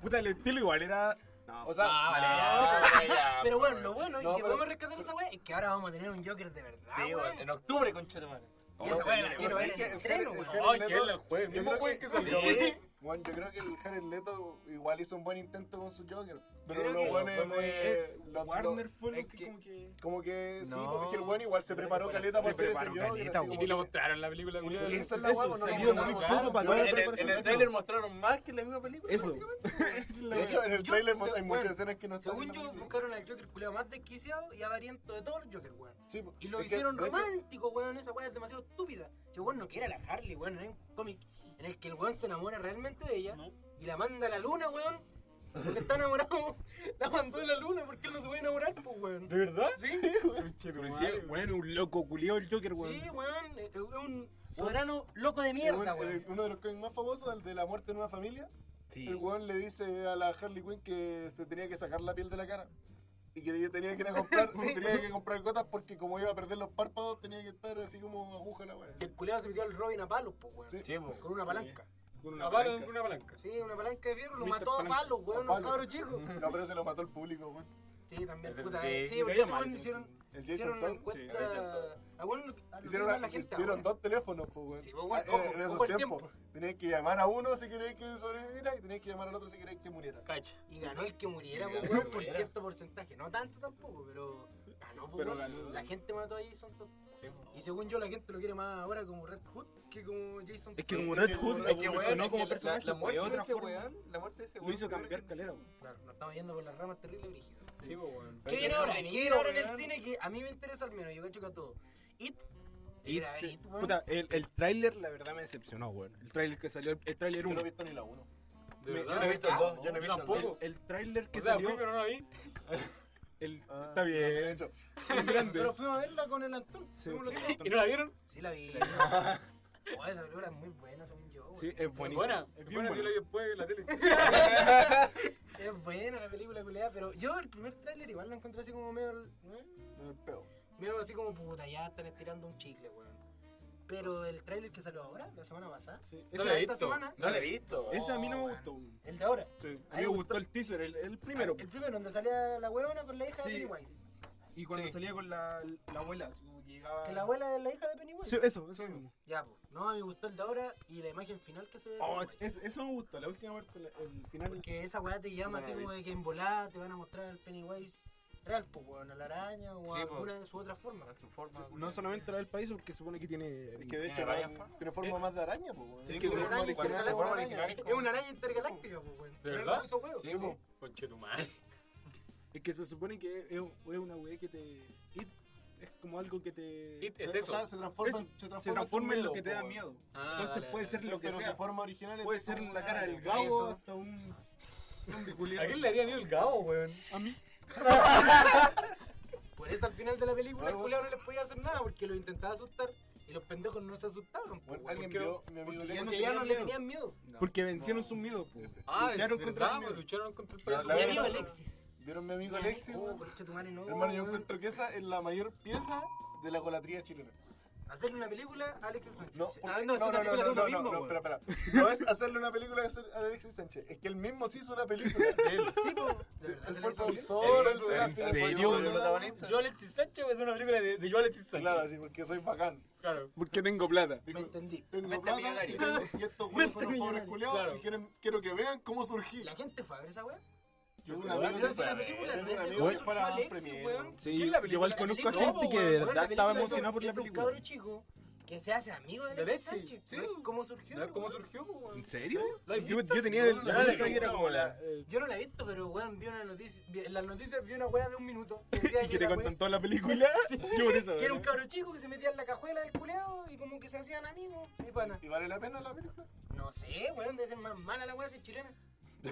Speaker 8: Puta, el estilo igual era. No,
Speaker 1: O sea,
Speaker 3: Ah, vale, ya, ya,
Speaker 2: Pero bueno,
Speaker 3: weón.
Speaker 2: lo
Speaker 1: No,
Speaker 2: bueno y que
Speaker 1: pero-
Speaker 2: podemos rescatar esa weá es que ahora vamos a tener un Joker de verdad.
Speaker 3: Sí,
Speaker 2: weón.
Speaker 3: weón. En octubre, concha de madre. Oh,
Speaker 1: no,
Speaker 2: esa
Speaker 1: no,
Speaker 2: weá la
Speaker 1: no,
Speaker 2: quiero
Speaker 1: no,
Speaker 2: ver
Speaker 1: es
Speaker 2: en
Speaker 1: que
Speaker 2: el
Speaker 1: el
Speaker 2: estreno,
Speaker 1: Jared- el
Speaker 2: weón.
Speaker 1: Jared
Speaker 3: Ay, que
Speaker 1: Leto-
Speaker 3: el jueves.
Speaker 1: yo
Speaker 3: Mismo
Speaker 1: creo
Speaker 3: jueves que
Speaker 1: que-
Speaker 3: salió.
Speaker 1: Bueno, yo creo que el Jared Leto igual hizo un buen intento con su Joker. Pero
Speaker 2: creo
Speaker 1: los
Speaker 2: que-
Speaker 1: buenos de. los-
Speaker 8: eh, Warner fue
Speaker 5: es
Speaker 8: lo que
Speaker 5: que-
Speaker 8: como que.
Speaker 1: los- Como que sí,
Speaker 5: No.
Speaker 1: porque el bueno igual se
Speaker 5: Creo que
Speaker 1: preparó
Speaker 5: fue-
Speaker 1: caleta para
Speaker 8: se
Speaker 1: hacer ese
Speaker 8: preparó
Speaker 1: Joker.
Speaker 8: caleta,
Speaker 1: así
Speaker 8: weón.
Speaker 3: Y ni lo
Speaker 1: como-
Speaker 3: mostraron en la película, culiao.
Speaker 1: Y esa es la
Speaker 8: Eso,
Speaker 1: weá, pues, no lo
Speaker 8: salió
Speaker 1: mostraron.
Speaker 8: muy poco para
Speaker 3: Yo-
Speaker 8: todo
Speaker 3: en, el- en el trailer mostraron más que la misma película.
Speaker 8: Eso.
Speaker 1: De hecho, en el
Speaker 2: Yo-
Speaker 1: trailer
Speaker 2: se-
Speaker 1: hay muchas
Speaker 2: weón,
Speaker 1: escenas que no están en
Speaker 2: Según
Speaker 1: la
Speaker 2: yo,
Speaker 1: película.
Speaker 2: buscaron al Joker culeado más desquiciado y avariento de todos los Joker, weón.
Speaker 1: Sí, pues,
Speaker 2: Y lo
Speaker 1: es que,
Speaker 2: hicieron
Speaker 1: de hecho,
Speaker 2: romántico, weón. Esa weá es demasiado estúpida. Yo, weón, no quiere a la Harley, weón. Era un cómic en el que el weón se enamora realmente de ella y la manda a la luna, weón. Porque está enamorado. La mandó a la luna porque él no se puede enamorar, pues, weón.
Speaker 3: ¿De verdad?
Speaker 8: Bueno, un loco culiado el Joker, weón.
Speaker 2: Sí, weón. Es es un soberano loco de mierda,
Speaker 1: el weón- el-
Speaker 2: weón.
Speaker 1: Uno de los cómics más famosos, el de la muerte en una familia. El weón le dice a la Harley Quinn que se tenía que sacar la piel de la cara. Y que ella tenía que ir a comprar, tenía que comprar gotas porque como iba a perder los párpados tenía que estar así como aguja la weá.
Speaker 2: Y El culeado se metió al Robin a palos, pues, weón.
Speaker 1: Sí.
Speaker 3: Sí, po.
Speaker 2: Con una palanca.
Speaker 8: Con
Speaker 3: Una palanca. Una palanca.
Speaker 2: Sí, una palanca de fierro, lo
Speaker 8: Mister
Speaker 2: mató a
Speaker 8: Palanca.
Speaker 2: palos,
Speaker 1: A
Speaker 2: weón, a un
Speaker 1: palos.
Speaker 2: cabro chico.
Speaker 1: No, pero se lo mató el público, weón.
Speaker 2: Sí, también,
Speaker 3: Sí,
Speaker 2: puta.
Speaker 3: sí,
Speaker 2: Sí,
Speaker 3: sí,
Speaker 2: porque
Speaker 3: sí,
Speaker 2: ese weón
Speaker 3: sí.
Speaker 2: hicieron,
Speaker 1: El
Speaker 2: hicieron
Speaker 1: Jason
Speaker 2: una
Speaker 1: Todd.
Speaker 2: encuesta.
Speaker 3: sí, Jason Todd.
Speaker 2: a weón lo que- a lo que
Speaker 1: Hicieron,
Speaker 2: más
Speaker 1: una-
Speaker 2: la gente.
Speaker 1: hicieron
Speaker 2: weón.
Speaker 1: dos teléfonos, pues, weón.
Speaker 2: Sí, pues, weón,
Speaker 1: Ah,
Speaker 2: ojo,
Speaker 1: en esos
Speaker 2: ojo el
Speaker 1: tiempos.
Speaker 2: tiempo.
Speaker 1: Tenías que llamar a uno si queréis que sobreviviera y tenías que llamar al otro si queréis que muriera.
Speaker 3: Cacha.
Speaker 2: Y ganó el que muriera, pues,
Speaker 3: Y ganó
Speaker 2: weón,
Speaker 3: el que
Speaker 2: por
Speaker 3: muriera.
Speaker 2: cierto porcentaje. No tanto tampoco, pero ganó, pues,
Speaker 8: Pero
Speaker 2: weón.
Speaker 8: ganó.
Speaker 2: La gente mató a Jason Todd.
Speaker 3: Sí, po.
Speaker 2: Y según yo, la gente lo quiere más ahora como Red Hood que como Jason
Speaker 8: Es
Speaker 2: Todd.
Speaker 8: que como Red Hood
Speaker 1: Es que,
Speaker 8: evolucionó
Speaker 6: es
Speaker 8: como
Speaker 6: que la-
Speaker 8: personaje,
Speaker 6: la, la
Speaker 8: weón, de
Speaker 6: muerte de
Speaker 8: otra
Speaker 6: ese
Speaker 8: forma.
Speaker 6: weón, la muerte de ese
Speaker 8: Lo
Speaker 6: weón.
Speaker 8: hizo
Speaker 6: creo
Speaker 8: cambiar
Speaker 6: que-
Speaker 8: calera, weón.
Speaker 2: Claro, nos estamos yendo por las ramas terribles rígidas.
Speaker 3: Sí, po, weón.
Speaker 2: ¿Qué viene ahora? ¿Qué viene ahora en el cine que a mí me interesa al menos? Yo cacho que a todo. It.
Speaker 8: Y,
Speaker 2: Era
Speaker 8: sí,
Speaker 2: It, weón.
Speaker 8: puta, el, el tráiler la verdad me decepcionó, weón. El tráiler que salió, el tráiler
Speaker 1: Yo no
Speaker 8: 1.
Speaker 1: he visto ni la uno.
Speaker 3: De
Speaker 8: Me-
Speaker 3: verdad.
Speaker 8: yo no he
Speaker 6: visto el dos, yo no he visto el
Speaker 3: tampoco.
Speaker 8: El, el tráiler que
Speaker 3: O sea, fui,
Speaker 8: salió,
Speaker 3: pero no la vi.
Speaker 8: el,
Speaker 1: Ah,
Speaker 8: está bien,
Speaker 1: De hecho,
Speaker 8: el grande.
Speaker 2: Pero fuimos a verla con el Antón.
Speaker 8: Sí,
Speaker 2: Fuimos los
Speaker 8: sí.
Speaker 2: dos.
Speaker 3: ¿Y no la vieron?
Speaker 2: Sí, la vi. Oh, esa película es muy buena, según yo.
Speaker 8: Sí,
Speaker 2: güey.
Speaker 8: es
Speaker 3: Es
Speaker 8: buenísimo.
Speaker 3: buena.
Speaker 8: Es
Speaker 3: Es
Speaker 8: bien
Speaker 3: buena, yo
Speaker 8: buena.
Speaker 3: la vi después en la tele.
Speaker 2: Es buena la película, culiada, pero yo el primer tráiler igual lo encontré así como medio...
Speaker 1: el peo.
Speaker 2: Medio así como, puta, ya están estirando un chicle, weón. Pero el tráiler que salió ahora, la semana pasada,
Speaker 8: Sí, esa,
Speaker 3: No la he
Speaker 2: esta
Speaker 3: visto.
Speaker 2: semana.
Speaker 3: No la he visto.
Speaker 8: esa a mí no me
Speaker 2: weón.
Speaker 8: gustó. weón.
Speaker 2: el de ahora. ah,
Speaker 8: A mí me gustó el teaser, el, el primero.
Speaker 2: El primero, donde salía la huevona con la hija
Speaker 8: Sí.
Speaker 2: de Pennywise.
Speaker 8: Y cuando
Speaker 6: Sí.
Speaker 8: salía con la, la abuela, así como que llegaba...
Speaker 2: Que la abuela es la hija de Pennywise.
Speaker 8: Sí, eso, eso mismo.
Speaker 2: Ya, pues. No, me gustó el de ahora y la imagen final que se ve. de
Speaker 8: Oh, es-
Speaker 2: Pennywise.
Speaker 8: es- eso me gustó, la última parte, la- el final.
Speaker 2: Porque esa weá te llama así como de que en volada te van a mostrar al Pennywise real, pues, weón, a la araña o a
Speaker 6: Sí, po.
Speaker 2: alguna de sus otras formas.
Speaker 6: su forma.
Speaker 8: No solamente la del país, porque supone que tiene...
Speaker 1: Es que de
Speaker 6: Tiene
Speaker 1: hecho no,
Speaker 6: varias
Speaker 1: hay-
Speaker 6: formas.
Speaker 1: tiene forma más de araña, pues. weón.
Speaker 8: Sí,
Speaker 1: Es
Speaker 8: que
Speaker 1: que
Speaker 8: una-
Speaker 1: forma original
Speaker 2: la
Speaker 1: es una
Speaker 2: forma
Speaker 1: araña.
Speaker 2: Es una araña intergaláctica, pues, weón.
Speaker 3: ¿De verdad?
Speaker 2: Esos huevos.
Speaker 3: Sí, po. Conchetumare.
Speaker 8: Es que se supone que es, es una weá que te. it es como algo que te.
Speaker 3: It es
Speaker 1: Se- o sea,
Speaker 3: eso.
Speaker 1: se transforma,
Speaker 8: Eso,
Speaker 1: se
Speaker 8: se
Speaker 1: transforma,
Speaker 8: transforma en lo
Speaker 1: tu
Speaker 8: que te
Speaker 1: miedo,
Speaker 8: da
Speaker 1: po,
Speaker 8: miedo.
Speaker 3: Ah,
Speaker 8: Entonces
Speaker 3: dale,
Speaker 8: puede
Speaker 3: dale,
Speaker 8: ser lo que
Speaker 1: Pero
Speaker 8: sea.
Speaker 1: su forma original es-
Speaker 8: Puede ser en la cara del
Speaker 2: Eso.
Speaker 8: gabo hasta un. zombie
Speaker 3: ¿A
Speaker 8: culiao.
Speaker 3: quién le haría miedo el gabo, weón?
Speaker 8: A mí.
Speaker 2: Por eso al final de la película el
Speaker 1: Luego-
Speaker 2: culiao no les podía hacer nada porque los intentaba asustar y los pendejos no se asustaron. po,
Speaker 1: Bueno,
Speaker 2: weón.
Speaker 1: alguien
Speaker 3: qué no?
Speaker 1: vio, mi amigo Leo-
Speaker 2: Porque
Speaker 8: no
Speaker 2: ya, ya no
Speaker 8: tenían
Speaker 2: le
Speaker 8: miedo.
Speaker 2: tenían miedo.
Speaker 8: Porque vencieron sus miedos, po.
Speaker 3: Ah,
Speaker 8: Lucharon
Speaker 3: es
Speaker 8: contra
Speaker 3: verdad,
Speaker 8: el miedo.
Speaker 3: pues, lucharon contra el preso.
Speaker 1: La
Speaker 2: Mi
Speaker 1: verdad-
Speaker 2: amigo Alexis.
Speaker 1: ¿Vieron mi amigo
Speaker 2: Mi
Speaker 1: Alexis?
Speaker 2: amigo,
Speaker 1: weón?
Speaker 2: concha tu madre, no,
Speaker 1: Hermano, yo
Speaker 2: weón.
Speaker 1: encuentro que esa es la mayor pieza de la colatría chilena.
Speaker 2: Hacerle una película a Alexis Sánchez.
Speaker 1: No,
Speaker 2: Ah,
Speaker 1: porque-
Speaker 2: no, es una película de uno
Speaker 1: no,
Speaker 2: mismo,
Speaker 1: no, no,
Speaker 2: weón.
Speaker 1: espera, espera. No es hacerle una película a hacer- a Alexis Sánchez, es que él mismo se hizo una película.
Speaker 2: Sí, po.
Speaker 1: Él
Speaker 2: De verdad,
Speaker 1: él fue
Speaker 2: se le
Speaker 1: el
Speaker 2: hizo bien.
Speaker 1: productor,
Speaker 3: Sí,
Speaker 1: él se la
Speaker 8: ¿en
Speaker 1: financió,
Speaker 8: serio?
Speaker 1: él era-
Speaker 6: protagonista.
Speaker 3: Yo Alexis Sánchez es una película de, de yo Alexis Sánchez.
Speaker 1: Claro, sí, porque soy bacán.
Speaker 3: Claro.
Speaker 8: Porque tengo plata.
Speaker 2: Me
Speaker 1: Dijo,
Speaker 2: entendí.
Speaker 1: tengo
Speaker 6: Mente
Speaker 1: plata
Speaker 6: millonaria.
Speaker 1: y tengo- y estos güeyes son los pobres culiados
Speaker 3: Claro.
Speaker 1: y quieren- quiero que vean cómo
Speaker 2: ¿Y
Speaker 1: surgí.
Speaker 2: la gente fue a ver esa weá?
Speaker 1: Yo tengo un
Speaker 3: creo
Speaker 1: amigo
Speaker 3: que
Speaker 1: que
Speaker 2: Yo hice
Speaker 3: fue a
Speaker 2: la
Speaker 3: ver.
Speaker 2: película.
Speaker 1: Tengo un
Speaker 2: desde
Speaker 1: amigo
Speaker 2: que
Speaker 1: que fue a la
Speaker 2: fue Alexis,
Speaker 1: premier,
Speaker 2: weón.
Speaker 8: Sí,
Speaker 3: ¿Quién la película?
Speaker 8: igual conozco a
Speaker 2: No,
Speaker 8: gente
Speaker 2: po,
Speaker 8: que
Speaker 2: weón,
Speaker 8: de
Speaker 2: la
Speaker 8: verdad estaba
Speaker 2: película es
Speaker 8: emocionada
Speaker 2: un-
Speaker 8: por la
Speaker 2: es de
Speaker 8: película.
Speaker 2: Un cabro chico que se hace amigo de
Speaker 3: De
Speaker 2: Alexis
Speaker 3: Alexis,
Speaker 2: Sánchez.
Speaker 3: sí.
Speaker 2: ¿Sabes ¿Cómo surgió?
Speaker 3: ¿Sabes
Speaker 2: eso,
Speaker 3: cómo
Speaker 2: weón?
Speaker 3: surgió, po, weón?
Speaker 8: ¿En serio?
Speaker 3: ¿La has
Speaker 8: Yo,
Speaker 3: visto?
Speaker 8: yo tenía el.
Speaker 3: No,
Speaker 8: yo
Speaker 3: no, no,
Speaker 8: pensaba que era
Speaker 3: no,
Speaker 8: como
Speaker 3: no,
Speaker 8: la. eh,
Speaker 2: Yo no la he visto, pero weón, vi una noticia, vi- en las noticias vi una weá de un minuto. que decía
Speaker 8: Y que te
Speaker 2: la weá-
Speaker 8: contan toda la película. Yo por eso.
Speaker 2: Que era un
Speaker 8: ¿verdad?
Speaker 2: cabro chico que se metía en la cajuela del culeado y como que se hacían amigos. Mi pana.
Speaker 1: ¿Y vale la pena la película?
Speaker 2: No sé, weón, debe ser más mala la weá si es chilena.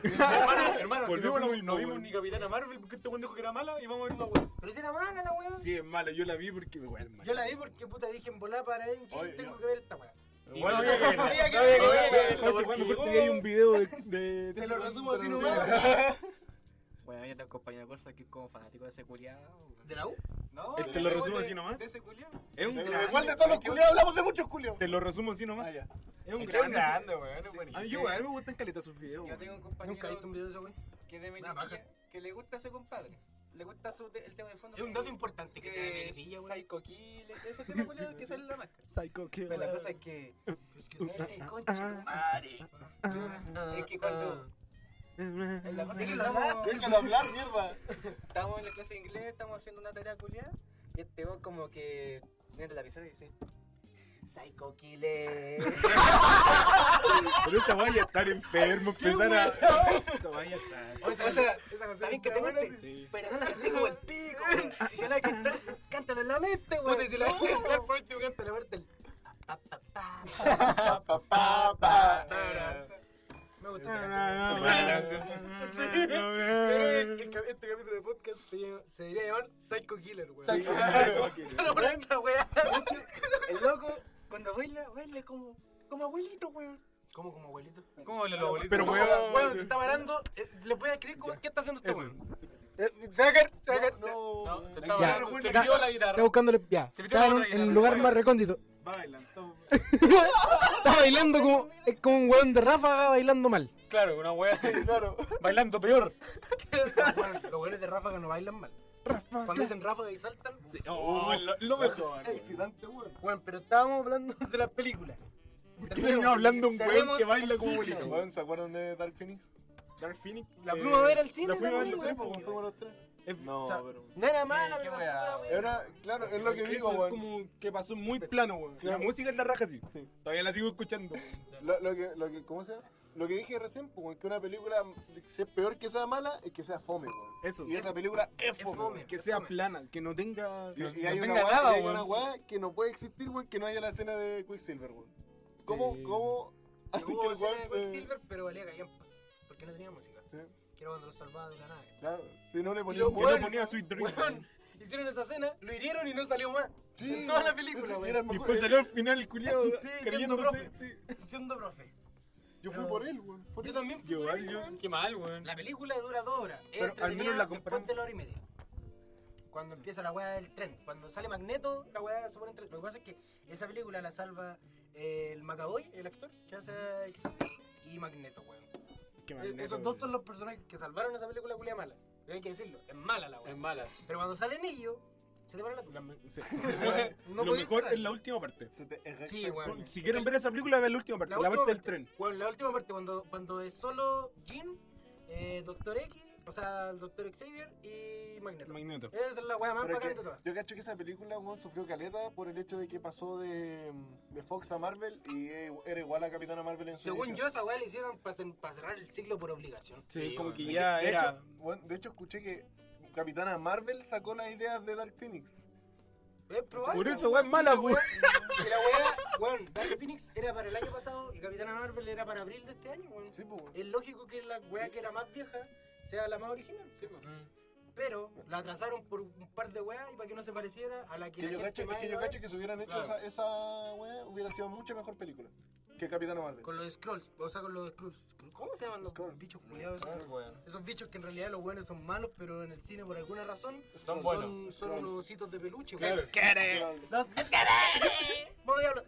Speaker 3: hermano, hermano, si
Speaker 8: Volvimos
Speaker 3: no,
Speaker 8: a lo
Speaker 3: fuimos-
Speaker 8: mismo,
Speaker 3: no vimos
Speaker 8: weón.
Speaker 3: ni Capitana Marvel porque este weón dijo que era mala y vamos a ver la weón.
Speaker 2: Pero si era mala la weá.
Speaker 8: Sí, es mala. Yo la vi porque. Bueno,
Speaker 2: Yo la vi porque puta dije en volar para él,
Speaker 1: Oye,
Speaker 2: tengo
Speaker 1: yo-
Speaker 2: que ver esta weá. Bueno, había que verla.
Speaker 5: Había que
Speaker 2: No había que
Speaker 5: verla.
Speaker 2: verla.
Speaker 8: Parece que mejor te veía un video de. de, de
Speaker 2: Te lo
Speaker 8: esta-
Speaker 2: resumo así
Speaker 8: Sí.
Speaker 2: nomás.
Speaker 6: Bueno, yo te acompañé a cosas que es como fanático de ese culiado.
Speaker 5: ¿De la U?
Speaker 6: No,
Speaker 8: ¿Te
Speaker 6: de
Speaker 8: lo
Speaker 6: ese-
Speaker 8: resumo
Speaker 6: de-
Speaker 8: así nomás?
Speaker 6: De ese culiado.
Speaker 8: Es un
Speaker 1: Pero
Speaker 8: grande,
Speaker 1: Igual de todos los culiados hablamos de muchos culiados.
Speaker 8: Te lo resumo así nomás.
Speaker 1: Ah, ya.
Speaker 8: Es un
Speaker 5: Es
Speaker 8: grande.
Speaker 5: grande, weón. es
Speaker 8: A
Speaker 5: buenísimo.
Speaker 8: mí yo, a mí me gustan caletas sus videos.
Speaker 6: Yo
Speaker 8: weón.
Speaker 6: tengo un
Speaker 2: Nunca he visto un
Speaker 6: compañero
Speaker 2: video de esa weón.
Speaker 6: que de
Speaker 2: Una
Speaker 6: Melipilla que le gusta a ese compadre. Le gusta su, el tema de fondo.
Speaker 2: Es un dato importante que sea de
Speaker 6: que es
Speaker 2: Melipilla, weón.
Speaker 6: Psycho Kill, ese tema culiado que sale en la máscara.
Speaker 8: Psycho que.
Speaker 6: Pero la cosa es que.
Speaker 2: Es que-
Speaker 6: Es que concha tu madre. Ah, Es que cuando. La cosa es ah. que estamos,
Speaker 1: Déjalo hablar, mierda.
Speaker 6: estamos en la clase de inglés, estamos haciendo una tarea culiada. Y este weón como que. Mira la pizarra y dice. Psycho Killer.
Speaker 8: Pero esa vaya a estar enfermo, empezar a. Esa vaya a estar.
Speaker 2: Oye,
Speaker 6: o sea,
Speaker 2: esa canción
Speaker 6: ¿Sabes que
Speaker 2: está
Speaker 6: te
Speaker 2: buena,
Speaker 6: guste?
Speaker 2: sí.
Speaker 8: Sí.
Speaker 6: Pero no la canté como el pico, weón. Y Si la hay que cantar, cántala en la mente,
Speaker 2: Puta, y
Speaker 6: weón.
Speaker 2: si la voy a cantar por último, cántala, Bertel.
Speaker 1: Pa, pa, pa, pa.
Speaker 2: Me gusta esa canción. Eh, el cap- Este capítulo de podcast se llama- se debería llamar Psycho Killer, weón.
Speaker 1: Psycho
Speaker 2: Solo por esta weá.
Speaker 6: El loco, cuando baila, baila como, como abuelito, weón.
Speaker 2: ¿Cómo, como abuelito?
Speaker 3: ¿Cómo hablan los abuelitos?
Speaker 8: Pero
Speaker 2: Como,
Speaker 8: weón.
Speaker 2: weón, se está parando. Eh, Les voy a escribir cómo, qué está haciendo este
Speaker 8: Eso.
Speaker 2: weón. Eh,
Speaker 5: Se va a caer, se va a caer.
Speaker 1: No, no.
Speaker 3: No, se estaba
Speaker 2: Ya.
Speaker 3: se metió la
Speaker 5: Está
Speaker 3: guitarra.
Speaker 5: buscándole. Ya.
Speaker 3: Se metió
Speaker 5: Está
Speaker 3: la
Speaker 5: en un-
Speaker 3: otra
Speaker 5: en
Speaker 3: guitarra.
Speaker 5: el lugar más recóndito.
Speaker 8: Bailan, todo.
Speaker 5: Está bailando como. Es como un weón de ráfaga bailando mal.
Speaker 3: Claro, una wea así.
Speaker 1: Claro.
Speaker 3: Bailando peor.
Speaker 2: Weón, Los weones de Ráfaga no bailan mal. Cuando dicen Ráfaga y saltan.
Speaker 8: Oh, lo, lo mejor.
Speaker 1: Excitante, weón.
Speaker 2: Bueno, pero estábamos hablando de las películas.
Speaker 8: Terminamos hablando un weón que
Speaker 2: Cerremos
Speaker 8: baila
Speaker 2: el
Speaker 8: como
Speaker 2: ciclo.
Speaker 8: abuelito.
Speaker 1: Weón, ¿se acuerdan de Dark Phoenix?
Speaker 8: Dark Phoenix.
Speaker 5: La
Speaker 8: eh,
Speaker 5: fuimos a ver al cine
Speaker 8: La fuimos a
Speaker 5: también,
Speaker 8: ver
Speaker 5: weón.
Speaker 8: al pues,
Speaker 1: ¿Cómo fuimos los tres?
Speaker 8: Es-
Speaker 1: No,
Speaker 8: o sea,
Speaker 1: pero...
Speaker 5: No era mala,
Speaker 3: Qué- qué
Speaker 5: pero
Speaker 3: weá.
Speaker 5: tampoco era
Speaker 1: Era, claro, es lo que
Speaker 8: eso
Speaker 1: digo,
Speaker 8: es
Speaker 1: weón.
Speaker 8: como que pasó muy plano, weón.
Speaker 1: Claro.
Speaker 8: La música es la raja, sí.
Speaker 1: Sí.
Speaker 8: Todavía la sigo escuchando. weón.
Speaker 1: Lo, lo que, lo que, ¿Cómo se llama? Lo que dije recién, pues, que una película, si es peor que sea mala, es que sea fome, weón.
Speaker 8: Eso.
Speaker 1: Y esa película es
Speaker 2: Es
Speaker 1: fome.
Speaker 2: fome.
Speaker 1: weón.
Speaker 8: Que sea plana, que no tenga.
Speaker 1: Y, y
Speaker 8: no
Speaker 1: hay
Speaker 8: tenga
Speaker 1: una weá-
Speaker 8: nada,
Speaker 1: y hay una
Speaker 8: weón.
Speaker 1: weá que no puede existir, weón, que no haya la escena de Quicksilver, weón. ¿Cómo,
Speaker 8: Sí.
Speaker 1: cómo
Speaker 2: Así
Speaker 1: hacen
Speaker 2: que
Speaker 1: que el weón
Speaker 2: de
Speaker 1: se...
Speaker 2: Silver, pero valía callampa. Porque no tenía música.
Speaker 1: Sí.
Speaker 2: Quiero cuando lo salvaba de la nave.
Speaker 1: Claro, si no le
Speaker 2: Y
Speaker 1: ponían
Speaker 2: los
Speaker 8: que no
Speaker 2: weones-
Speaker 8: ponía Sweet Dream,
Speaker 2: weón,
Speaker 8: weón.
Speaker 2: hicieron esa escena, lo hirieron y no salió más. en toda la película,
Speaker 1: Ese
Speaker 2: weón.
Speaker 1: era el
Speaker 8: Y
Speaker 1: mejor-
Speaker 8: después salió al final el culiado
Speaker 2: Sí,
Speaker 8: creyéndose.
Speaker 2: siendo Siendo profe.
Speaker 1: Yo fui por él, weón. por
Speaker 2: Yo
Speaker 1: él.
Speaker 2: también fui
Speaker 8: Yo,
Speaker 2: por ahí,
Speaker 8: yo-
Speaker 2: weón.
Speaker 3: Qué mal, weón.
Speaker 2: La película dura dos horas. Es
Speaker 8: Pero al menos
Speaker 2: entretenida
Speaker 8: la
Speaker 2: después
Speaker 8: comparamos.
Speaker 2: de la hora y media. Cuando empieza la weá del tren. Cuando sale Magneto, la weá se pone entre... Lo que pasa es que esa película la salva eh, el Macaboy, el actor, que hace a Xavier, y Magneto, weón.
Speaker 8: Qué
Speaker 2: Eh,
Speaker 8: magneto,
Speaker 2: Esos
Speaker 8: weón.
Speaker 2: dos son los personajes que salvaron esa película culia mala. Hay que decirlo, es mala la
Speaker 3: Es
Speaker 2: weá.
Speaker 3: mala.
Speaker 2: Pero cuando salen ellos, se te para la tuya.
Speaker 8: La me- sí.
Speaker 2: No
Speaker 8: Lo
Speaker 2: podía
Speaker 8: mejor
Speaker 2: parar.
Speaker 8: es la última parte.
Speaker 1: Se te erecta
Speaker 2: Sí,
Speaker 1: el
Speaker 2: weón.
Speaker 1: pene.
Speaker 8: Si quieren ver esa película, vean la última parte, la,
Speaker 2: última
Speaker 8: parte del tren.
Speaker 2: Bueno, la última parte, cuando, cuando es solo Jean, eh, Doctor X, o sea, el Doctor Xavier y Magneto.
Speaker 8: Magneto.
Speaker 2: Esa es la weá más
Speaker 1: Pero es
Speaker 2: bacán
Speaker 1: que
Speaker 2: de todas.
Speaker 1: yo cacho que esa película, weón, sufrió caleta por el hecho de que pasó de, de Fox a Marvel y eh, era igual a Capitana Marvel en su
Speaker 2: Según yo,
Speaker 1: edición.
Speaker 2: esa weá la hicieron para cerrar el ciclo por obligación.
Speaker 8: Sí,
Speaker 3: Sí,
Speaker 8: como
Speaker 3: weón.
Speaker 8: que
Speaker 1: De
Speaker 8: ya
Speaker 1: que- de
Speaker 8: era.
Speaker 1: Hecho, weón, de hecho, escuché que Capitana Marvel sacó las ideas de Dark Phoenix.
Speaker 2: Es Eh, probable.
Speaker 8: Por eso, weón, mala, weón.
Speaker 2: Que la weá, weón, Dark Phoenix era para el año pasado y Capitana Marvel era para abril de este año, weón.
Speaker 1: Sí, pues, weón.
Speaker 2: Es lógico que la weá que era más vieja sea la más original, Pero la atrasaron por un par de weas y para que no se pareciera a la que,
Speaker 1: Que
Speaker 2: la
Speaker 1: yo
Speaker 2: gente
Speaker 1: cacho, es
Speaker 2: más
Speaker 1: que yo
Speaker 2: iba a ver.
Speaker 1: cacho que si hubieran hecho
Speaker 3: Claro.
Speaker 1: esa, esa weá, hubiera sido mucha mejor película que Capitana Marvel.
Speaker 2: Con los Scrolls, o sea, con los Scrolls. ¿Cómo se llaman los
Speaker 1: Skrulls.
Speaker 2: bichos culiados? Esos bichos que en realidad los buenos son malos, pero en el cine por alguna razón
Speaker 3: Son buenos.
Speaker 2: son, son unos ositos de peluche.
Speaker 3: Claro.
Speaker 2: weón. Los Skrulls. Modo diablo.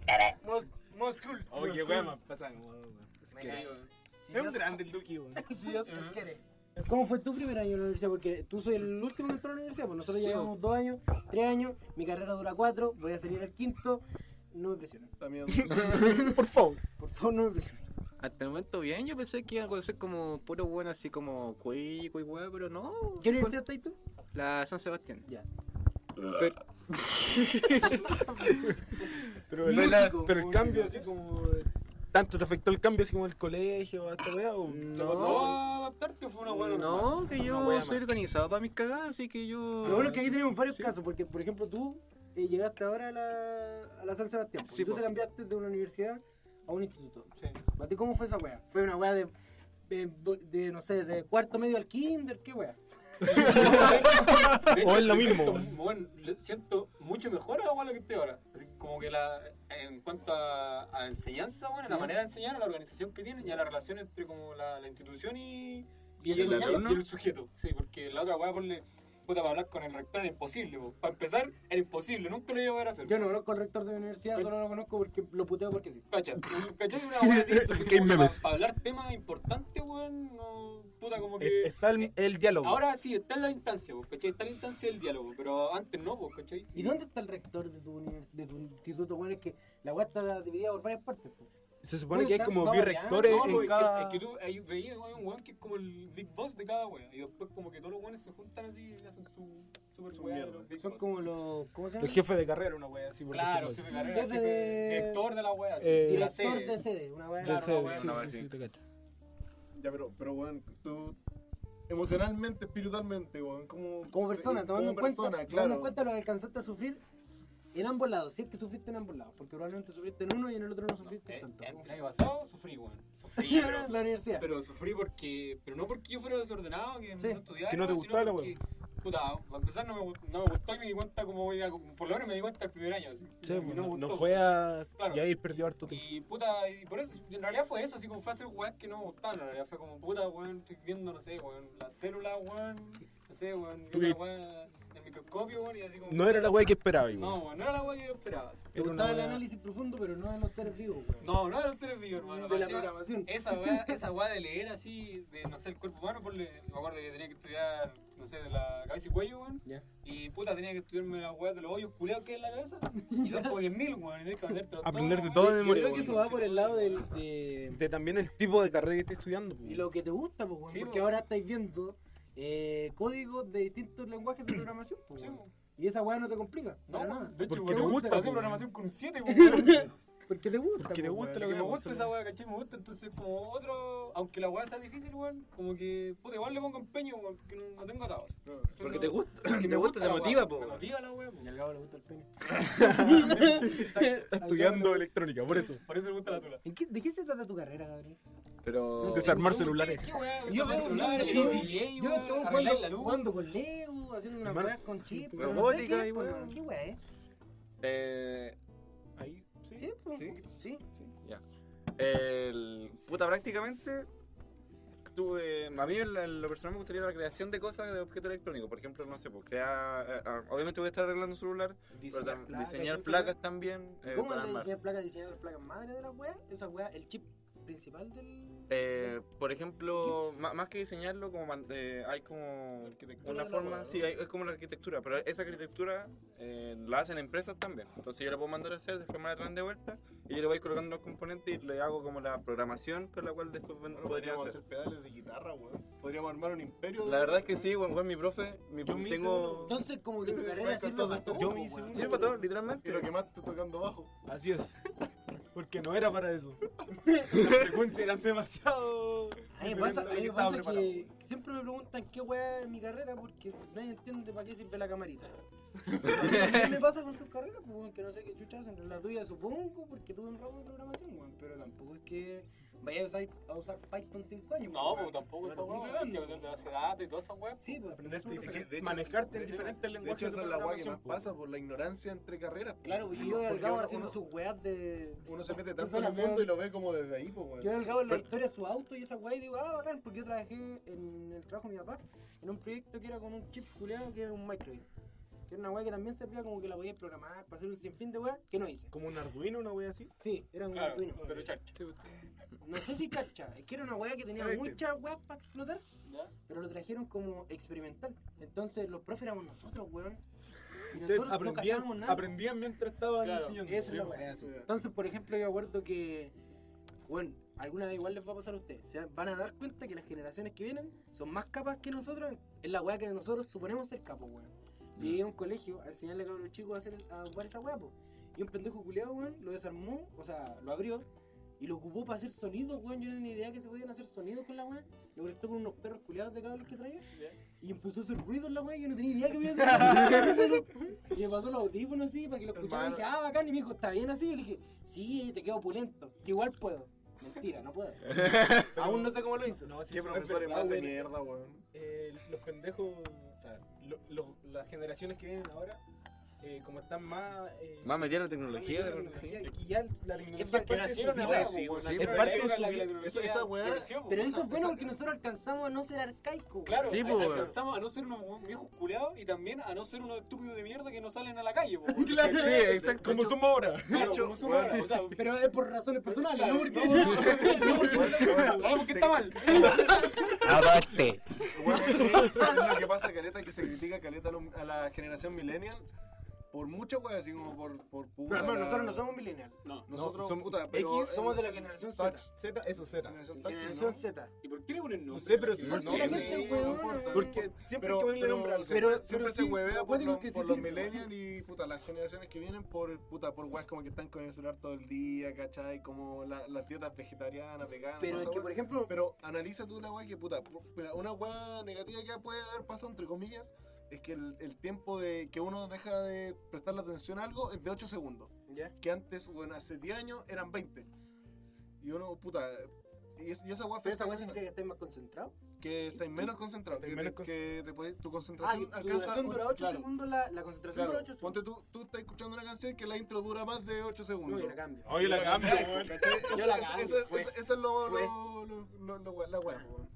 Speaker 2: Modo- Modo Skrull.
Speaker 8: Oye, weón, más pasa. weón. Es que-
Speaker 2: ¿eh? Si
Speaker 8: Es un
Speaker 2: Dios-
Speaker 8: grande el Duki, weón.
Speaker 2: si Dios es quiere. ¿Cómo fue tu primer año en la universidad? Porque tú soy el último que entró a la universidad. Pues nosotros llevamos dos años, tres años. Mi carrera dura cuatro. Voy a salir al quinto. No me presionen.
Speaker 1: También.
Speaker 8: Por favor.
Speaker 2: Por favor, no me presionen.
Speaker 6: Hasta el momento bien, yo pensé que iban a conocer como puro bueno así como cuico y huevo, pero no.
Speaker 2: ¿Qué universidad estás tú?
Speaker 6: La San Sebastián.
Speaker 2: Ya.
Speaker 6: Pero-
Speaker 8: Pero, el- la- pero el cambio, así como. de- ¿Tanto te afectó el cambio así como el colegio, hasta weá? O te botó?
Speaker 3: No, adaptarte fue una buena.
Speaker 6: no, que
Speaker 8: Una
Speaker 6: yo
Speaker 8: wea
Speaker 6: soy
Speaker 8: más.
Speaker 6: organizado para mis cagadas, así que yo.
Speaker 2: Lo bueno es que ahí tenemos varios casos, porque por ejemplo tú eh, llegaste ahora a la, a la San Sebastián, pues,
Speaker 6: Sí,
Speaker 2: y tú
Speaker 6: po.
Speaker 2: te cambiaste de una universidad a un instituto. ¿Para ti cómo fue esa wea? ¿Fue una wea de, de- de, no sé, de cuarto medio al kinder? ¿Qué wea?
Speaker 3: De
Speaker 8: O es lo
Speaker 3: me
Speaker 8: mismo,
Speaker 3: siento,
Speaker 8: weón.
Speaker 3: bueno, le- siento mucho mejor a la weá lo que estoy ahora. Así como que la, en cuanto a, a enseñanza, bueno, la manera de enseñar, a la organización que tienen y a la relación entre como la, la institución y, y, el,
Speaker 8: ¿Y el
Speaker 3: sujeto,
Speaker 8: alumno?
Speaker 3: y el sujeto. Sí, porque la otra weá, ponle, puta, para hablar con el rector era imposible. po. Para empezar, era imposible, nunca lo iba a poder hacer.
Speaker 2: Yo no conozco al rector de la universidad, solo lo conozco porque lo puteo porque sí.
Speaker 3: Cacha, ¿cachai? Una weá así, entonces
Speaker 8: Qué
Speaker 3: como que
Speaker 8: memes.
Speaker 3: para hablar temas importantes, weón, no, puta, como que...
Speaker 8: Eh, Está el, el diálogo.
Speaker 3: Ahora sí, está en la instancia, po, ¿cachai? Está en la instancia del diálogo, pero antes no, po, ¿cachai?
Speaker 2: ¿Y dónde está el rector de tu, univers- de tu instituto? Bueno, es que la weá está dividida por varias partes. po.
Speaker 8: Se supone
Speaker 2: Uy,
Speaker 8: que hay
Speaker 2: está-
Speaker 8: como
Speaker 2: no,
Speaker 8: birectores
Speaker 2: ya,
Speaker 3: No, po,
Speaker 8: en
Speaker 3: es,
Speaker 8: cada...
Speaker 3: que, es que tú ahí veías weón, un weón que es como el Big Boss de cada weón. Y después como que todos los weones se juntan así y hacen su super
Speaker 1: Su
Speaker 3: weá de
Speaker 1: mierda.
Speaker 3: los Big
Speaker 2: Son
Speaker 3: Boss.
Speaker 2: como los. ¿Cómo se llama?
Speaker 8: Los jefes de carrera, una wea así por
Speaker 3: Claro,
Speaker 8: decirlo
Speaker 3: jefe de
Speaker 8: así.
Speaker 3: carrera,
Speaker 2: Jefe
Speaker 3: jefe,
Speaker 2: de-
Speaker 3: director de la weá. así,
Speaker 8: Eh,
Speaker 3: de la
Speaker 2: Director
Speaker 3: sede.
Speaker 2: de sede, una weá.
Speaker 8: De
Speaker 3: Claro,
Speaker 8: sede,
Speaker 3: una
Speaker 8: sí,
Speaker 3: wea,
Speaker 8: sí, sí, te cacho.
Speaker 1: Ya, pero, pero bueno, tú emocionalmente, espiritualmente, weón, como,
Speaker 2: Como persona,
Speaker 1: eh,
Speaker 2: tomando, en
Speaker 1: como
Speaker 2: cuenta,
Speaker 1: persona,
Speaker 2: tomando
Speaker 1: claro.
Speaker 2: en cuenta lo que alcanzaste a sufrir en ambos lados, si es que sufriste en ambos lados, porque probablemente sufriste en uno y en el otro no sufriste
Speaker 3: Eh,
Speaker 2: tanto.
Speaker 3: eh, El año pasado sufrí, weón. Sufrí, pero...
Speaker 2: la universidad.
Speaker 3: Pero sufrí porque. Pero no porque yo fuera desordenado, que no
Speaker 2: Sí.
Speaker 3: estudiaba.
Speaker 8: Que no te
Speaker 3: sino
Speaker 8: gustaba la
Speaker 3: porque, Puta, para empezar no me, gu- no me gustó y me di cuenta como. iba- Por lo menos me di cuenta el primer año. Así.
Speaker 8: Sí,
Speaker 3: Y
Speaker 8: pues,
Speaker 3: me
Speaker 8: no, no
Speaker 3: gustó.
Speaker 8: fue a...
Speaker 3: Claro.
Speaker 8: Y ahí perdió harto tiempo.
Speaker 3: Y puta, y por eso, en realidad fue eso, así como fue hacer weas que no me gustaban, en realidad fue como puta, weón, estoy viendo, no sé, weón, la célula, weón, no sé, weón,
Speaker 8: Tú
Speaker 3: vi una
Speaker 8: vi-
Speaker 3: wea en el microscopio, weón, y así como.
Speaker 8: No era la wea que esperaba,
Speaker 3: No,
Speaker 8: igual.
Speaker 3: weón, no era la wea que yo esperaba. así.
Speaker 2: Te
Speaker 8: era
Speaker 2: gustaba
Speaker 8: una
Speaker 2: el
Speaker 8: wea-
Speaker 2: análisis profundo, pero no de los seres vivos, weón.
Speaker 3: No, no era ser
Speaker 8: Mm,
Speaker 3: vivo,
Speaker 2: de
Speaker 3: hermano.
Speaker 2: la
Speaker 3: encima-
Speaker 2: programación.
Speaker 3: Esa weá, esa weá de leer así, de no sé, el cuerpo humano, por le, me acuerdo que tenía que estudiar, no sé, de la cabeza y cuello, weón.
Speaker 2: Ya.
Speaker 3: Y puta, tenía que estudiarme las weas de los hoyos culeados que hay en la cabeza. Y son como 10.000, weón. Y tenés que aprenderte
Speaker 8: Aprender de todo de
Speaker 2: Yo
Speaker 8: memoria,
Speaker 2: creo que eso va por el lado del, de,
Speaker 8: De también el tipo de carrera que esté estudiando. pues.
Speaker 2: y lo que te gusta, pues, weón,
Speaker 3: Sí,
Speaker 2: porque
Speaker 3: pues.
Speaker 2: ahora estáis viendo eh, códigos de distintos lenguajes de programación, pues,
Speaker 3: Sí,
Speaker 2: weón.
Speaker 3: weón.
Speaker 2: y esa weá no te complica,
Speaker 3: No, pues,
Speaker 2: para
Speaker 3: weón,
Speaker 2: nada,
Speaker 3: de hecho,
Speaker 8: Porque
Speaker 3: weón,
Speaker 8: te
Speaker 3: me
Speaker 8: gusta,
Speaker 3: gusta hacer
Speaker 8: weón.
Speaker 3: programación con un 7, weón.
Speaker 2: porque te gusta,
Speaker 8: Porque te gusta
Speaker 2: pues, weón.
Speaker 8: la
Speaker 3: Porque me
Speaker 8: weá,
Speaker 3: gusta
Speaker 8: pues,
Speaker 3: esa weá, caché, me gusta. Entonces, como otro, aunque la weá sea difícil, weón, como que, puta, igual le pongo empeño, weón, porque no, no tengo atados.
Speaker 8: Porque te gusta,
Speaker 3: Porque
Speaker 8: te
Speaker 3: me
Speaker 8: gusta, te
Speaker 3: la weá,
Speaker 8: motiva, po.
Speaker 3: Me motiva la weá, po.
Speaker 2: Y al Gabo le gusta el pene.
Speaker 8: Está estudiando electrónica, por eso.
Speaker 3: Por eso le gusta la tula.
Speaker 2: ¿En qué- ¿De qué se trata tu carrera, Gabriel?
Speaker 9: Pero.
Speaker 8: Desarmar celulares.
Speaker 3: ¿Qué weá?
Speaker 2: Yo
Speaker 3: Desarmar
Speaker 2: veo-
Speaker 3: celulares,
Speaker 2: yo-
Speaker 3: el DJ,
Speaker 2: Yo
Speaker 3: weón,
Speaker 2: estuve
Speaker 3: arreglar
Speaker 2: jugando,
Speaker 3: la luz.
Speaker 2: jugando con Leo, haciendo una
Speaker 8: Mar-
Speaker 2: weá con chip, weón, no sé
Speaker 9: Robótica
Speaker 2: qué,
Speaker 9: y
Speaker 2: pues,
Speaker 9: weá.
Speaker 2: weón, qué weá, eh.
Speaker 9: Eh,
Speaker 8: Ahí,
Speaker 2: Sí, pues,
Speaker 9: Sí.
Speaker 2: sí.
Speaker 9: el, puta, prácticamente. Tuve, a mí en, la- en lo personal me gustaría la creación de cosas de objetos electrónicos. Por ejemplo, no sé, pues crear. eh, ah, obviamente voy a estar arreglando un celular, pero tam- diseñar placas también. eh,
Speaker 2: ¿Cómo
Speaker 9: para
Speaker 2: andas a
Speaker 9: armar.
Speaker 2: diseñar placas? ¿Diseñar las placas madre de la weá? Esa weá, el chip principal del...
Speaker 9: Eh, por ejemplo, ma- más que diseñarlo, como man- eh, hay como una forma, sí, hay- es como la arquitectura, pero esa arquitectura eh, la hacen empresas también. Entonces yo la puedo mandar a hacer, después me la traen de vuelta y yo le voy colocando los componentes y le hago como la programación con la cual después ven-
Speaker 1: Bueno,
Speaker 9: podría
Speaker 1: podríamos
Speaker 9: hacer.
Speaker 1: hacer pedales de guitarra, weón. Podríamos armar un imperio.
Speaker 9: La verdad es que sí, bueno, bueno, mi profe, mi
Speaker 8: Yo
Speaker 9: profe-
Speaker 8: me hice
Speaker 9: tengo...
Speaker 8: uno.
Speaker 2: Entonces, como que tu
Speaker 1: Sí,
Speaker 2: carrera
Speaker 1: weón, con
Speaker 2: sirve
Speaker 1: todo
Speaker 2: para
Speaker 1: esto.
Speaker 2: todo,
Speaker 8: Yo me
Speaker 2: pues,
Speaker 8: hice
Speaker 2: weón.
Speaker 8: uno.
Speaker 9: Sí, para todo,
Speaker 1: Y
Speaker 9: literalmente.
Speaker 1: lo que más está tocando bajo.
Speaker 8: Así es. Porque no era para eso. Las frecuencias eran demasiado.
Speaker 2: A mí me
Speaker 8: diferentes
Speaker 2: pasa,
Speaker 8: de lo
Speaker 2: a mí
Speaker 8: que
Speaker 2: me
Speaker 8: estaba
Speaker 2: pasa
Speaker 8: preparado.
Speaker 2: que siempre me preguntan qué weá es mi carrera porque nadie entiende para qué sirve la camarita. ¿Qué me pasa con sus carreras? Pues, weón, que no sé qué chuchas hacen. La tuya supongo porque tuve un ramo de programación, weón, pero tampoco es que vaya a usar, a usar Python 5 años.
Speaker 3: No,
Speaker 2: weón.
Speaker 3: pues tampoco
Speaker 2: Bueno,
Speaker 3: esa
Speaker 2: ni
Speaker 3: weá,
Speaker 2: cagando.
Speaker 3: que de base de datos y todas esas weas.
Speaker 2: Sí, pues
Speaker 8: Aprenderte
Speaker 2: sí,
Speaker 8: diferente-
Speaker 1: Es que, de hecho-
Speaker 8: manejarte en
Speaker 1: de hecho-
Speaker 8: diferentes
Speaker 1: De hecho,
Speaker 8: lenguajes.
Speaker 1: esa es la weá que más
Speaker 8: programación,
Speaker 1: pasa por la ignorancia entre carreras. po.
Speaker 2: Claro, pues, yo he
Speaker 1: Porque
Speaker 2: delgado
Speaker 1: uno-
Speaker 2: haciendo
Speaker 1: uno-
Speaker 2: sus weas de.
Speaker 1: Uno se mete
Speaker 2: Yo
Speaker 1: tanto
Speaker 2: soy
Speaker 1: en el
Speaker 2: la
Speaker 1: mundo
Speaker 2: weón.
Speaker 1: y lo ve como desde ahí, pues,
Speaker 2: Yo he
Speaker 1: weón.
Speaker 2: delgado en la historia de su auto y esa weá y digo, ah, bacán, porque yo trabajé en el trabajo de mi papá en un proyecto que era con un chip culeado que era un microchip. Que era una weá que también servía como que la podía programar para hacer un sinfín de weá que no hice.
Speaker 8: po. Como un Arduino, una wea así.
Speaker 2: Sí, era un
Speaker 3: pues, Claro,
Speaker 2: Arduino.
Speaker 3: pero charcha.
Speaker 2: No sé si chacha, es que era una weá que tenía
Speaker 1: Era este.
Speaker 2: muchas weas para explotar,
Speaker 3: ¿Ya?
Speaker 2: pero lo trajeron como experimental. Entonces los profes éramos nosotros, weón. Y
Speaker 8: Ustedes
Speaker 2: nosotros no cachábamos
Speaker 8: aprendían,
Speaker 2: nada.
Speaker 8: aprendían mientras estaban
Speaker 3: Claro.
Speaker 8: enseñando.
Speaker 2: Eso es la
Speaker 8: Sí,
Speaker 2: weá.
Speaker 8: así.
Speaker 2: Entonces, por ejemplo, yo me acuerdo que, bueno, alguna vez igual les va a pasar a ustedes. Se van a dar cuenta que las generaciones que vienen son más capas que nosotros. Es la weá que nosotros suponemos ser capos, weón. Llegué a un colegio a enseñarle a los chicos a, hacer, a jugar esa weá, po. Y un pendejo culeado, weón, lo desarmó, o sea, lo abrió y lo ocupó para hacer sonidos, weón. Yo no tenía ni idea que se podían hacer sonidos con la weá. Lo conectó con unos perros culeados de cables que traía. Y empezó a hacer ruido en la weá, yo no tenía idea que podía hacer Y me pasó los audífonos así para que lo escuchara. Y
Speaker 1: Hermano.
Speaker 2: dije, ah, bacán. Y me dijo, ¿está bien así? Yo le dije, sí, te quedo opulento. Igual puedo.
Speaker 5: Mentira, no puede. Aún no sé cómo lo hizo.
Speaker 8: No, si
Speaker 1: Qué
Speaker 8: son
Speaker 1: profesores más de
Speaker 8: enfermedades,
Speaker 1: mierda, weón.
Speaker 8: eh, los pendejos, o sea, lo- lo- las generaciones que vienen ahora, eh, como están más... eh,
Speaker 9: Más metida en la
Speaker 8: más
Speaker 9: tecnología.
Speaker 8: metidas en la tecnología, aquí ya la tecnología
Speaker 3: Es que
Speaker 8: parte de su
Speaker 3: nacieron
Speaker 8: vida,
Speaker 3: ahora,
Speaker 8: po,
Speaker 3: sí,
Speaker 8: weón.
Speaker 3: sí,
Speaker 8: Es
Speaker 3: pero
Speaker 8: parte de
Speaker 3: la-
Speaker 8: su
Speaker 3: la-
Speaker 8: vida.
Speaker 3: la-
Speaker 1: Eso- esa weá-
Speaker 3: creció, po.
Speaker 5: Pero eso
Speaker 1: esa-
Speaker 5: es bueno
Speaker 1: esa-
Speaker 5: porque nosotros alcanzamos a no ser arcaicos.
Speaker 3: Claro,
Speaker 9: Sí,
Speaker 3: al-
Speaker 9: po, weón.
Speaker 3: alcanzamos a no ser unos weón viejos culeados y también a no ser unos estúpidos de mierda que no salen a la calle, po, weón.
Speaker 9: Sí, exacto.
Speaker 8: Como somos ahora.
Speaker 3: Claro,
Speaker 1: hecho,
Speaker 3: como somos
Speaker 1: weón.
Speaker 3: ahora, o sea,
Speaker 5: Pero es por razones personales, no porque.
Speaker 3: Sabemos que está mal.
Speaker 4: Abaste.
Speaker 1: Bueno, es lo que pasa, Caleta, que se critica Caleta a lo- a la generación millennial por muchas weas, así como por, por puta.
Speaker 2: Pero hermano,
Speaker 1: la-
Speaker 2: nosotros no somos millennials.
Speaker 1: Nosotros,
Speaker 8: No, somos
Speaker 1: puta, pero.
Speaker 8: X,
Speaker 5: Somos de la generación Z.
Speaker 1: Touch.
Speaker 8: Z, eso, Z.
Speaker 1: Generación táctil,
Speaker 5: Generación
Speaker 1: ¿no?
Speaker 5: Z.
Speaker 3: ¿Y por qué le ponen
Speaker 8: No
Speaker 3: nombre?
Speaker 8: sé, pero sí,
Speaker 1: No,
Speaker 8: ¿por
Speaker 1: no,
Speaker 8: qué la
Speaker 1: sí,
Speaker 8: gente,
Speaker 1: no
Speaker 8: weón?
Speaker 1: importa.
Speaker 8: Porque siempre
Speaker 1: Pero,
Speaker 8: hay que ponerle
Speaker 1: pero
Speaker 8: nombre a algo.
Speaker 1: siempre,
Speaker 2: Pero-
Speaker 1: siempre
Speaker 2: pero
Speaker 1: se
Speaker 2: sí,
Speaker 1: huevea por,
Speaker 2: acuérdense
Speaker 1: los,
Speaker 2: que sí
Speaker 1: por los
Speaker 2: sirve.
Speaker 1: millennials y puta, las generaciones que vienen por puta, por weas como que están con el celular todo el día, ¿cachai? Como la- las dietas vegetarianas, veganas.
Speaker 5: Pero
Speaker 1: toda
Speaker 5: es
Speaker 1: esa
Speaker 5: que,
Speaker 1: wea.
Speaker 5: por ejemplo,
Speaker 1: Pero analiza tú la wea que puta, pu- mira, una wea negativa que puede haber pasado entre comillas es que el, el tiempo de que uno deja de prestarle atención a algo es de 8 segundos.
Speaker 5: Ya.
Speaker 1: Que antes, bueno, hace 10 años eran 20. Y uno, puta, y, es- y esa wea
Speaker 5: pero esa
Speaker 1: afecta-
Speaker 5: weá significa que estás más concentrado.
Speaker 1: que estás menos concentrado, que,
Speaker 8: Estás menos
Speaker 1: te- que te puede- tu
Speaker 5: Ah,
Speaker 1: concentración
Speaker 5: tu
Speaker 1: alcanza
Speaker 5: duración
Speaker 1: un-
Speaker 5: dura 8
Speaker 1: claro,
Speaker 5: segundos, la, la concentración
Speaker 1: Claro,
Speaker 5: dura 8
Speaker 1: ponte
Speaker 5: segundos.
Speaker 1: tú, tú estás escuchando una canción que la intro dura más de 8
Speaker 5: No,
Speaker 1: segundos.
Speaker 5: yo la cambio.
Speaker 8: Oye, la cambio, weón.
Speaker 1: ¿Cachai?
Speaker 5: Yo la
Speaker 1: Esa-
Speaker 5: cambio,
Speaker 1: esa-
Speaker 5: fue.
Speaker 1: esa- Esa es lo,
Speaker 5: Fue.
Speaker 1: lo, lo, lo- lo we- la weá, po, weón.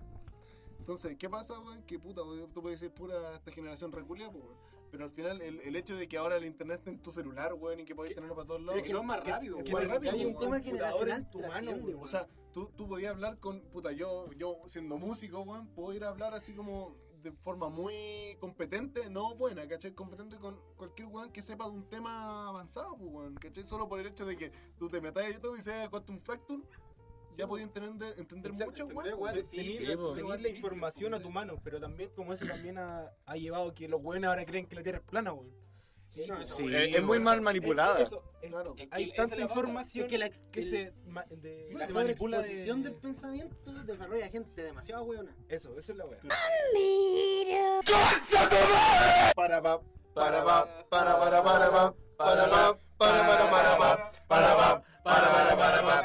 Speaker 1: Entonces, ¿qué pasa, weón? Que puta, weón, tú puedes decir pura esta generación reculia, po, weón. Pero al final, el, el hecho de que ahora el internet está en tu celular, weón, y que podés tenerlo para todos lados.
Speaker 3: Es que son más rápido,
Speaker 1: que-
Speaker 3: weón.
Speaker 1: que- rápido,
Speaker 5: Hay un
Speaker 1: weón.
Speaker 5: tema
Speaker 8: Computador
Speaker 5: generacional
Speaker 8: en tu mano,
Speaker 5: trasciende,
Speaker 8: weón.
Speaker 1: O
Speaker 5: weón.
Speaker 1: sea, tú, tú podías hablar con, puta, yo, yo siendo músico, weón, puedo ir a hablar así como de forma muy competente, no buena, ¿cachai? Competente con cualquier weón que sepa de un tema avanzado, pues, weón, ¿cachai? Solo por el hecho de que tú te metas a YouTube y seas Quantum Fracture, ya podías entender, entender
Speaker 8: Exacto,
Speaker 1: mucho,
Speaker 3: entender,
Speaker 1: weón.
Speaker 3: weón.
Speaker 8: Tenís-
Speaker 3: difícil,
Speaker 8: tenís
Speaker 9: po.
Speaker 8: la información a tu mano, pero también como eso también ha, ha llevado que los buenos ahora creen que la Tierra es plana, weón.
Speaker 5: Sí, no, esa
Speaker 9: Sí,
Speaker 5: weá-
Speaker 9: Eh, es, es muy mal manipulada.
Speaker 8: Es- eso, es-
Speaker 1: Claro.
Speaker 3: Es que
Speaker 8: hay
Speaker 3: esa
Speaker 8: tanta
Speaker 3: es la banda.
Speaker 8: información
Speaker 5: Es que la, ex-
Speaker 8: que
Speaker 5: el-
Speaker 8: se, ma- de-
Speaker 5: la
Speaker 8: se manipula de...
Speaker 5: sobreexposición del pensamiento desarrolla gente demasiado weona.
Speaker 8: Eso, eso es la weá.
Speaker 1: Para pa, para pa, para para para pa, para pa, para para para pa, para pa, para para para pa, para pa, para para para pa, para pa, para para para pa, para pa, para para para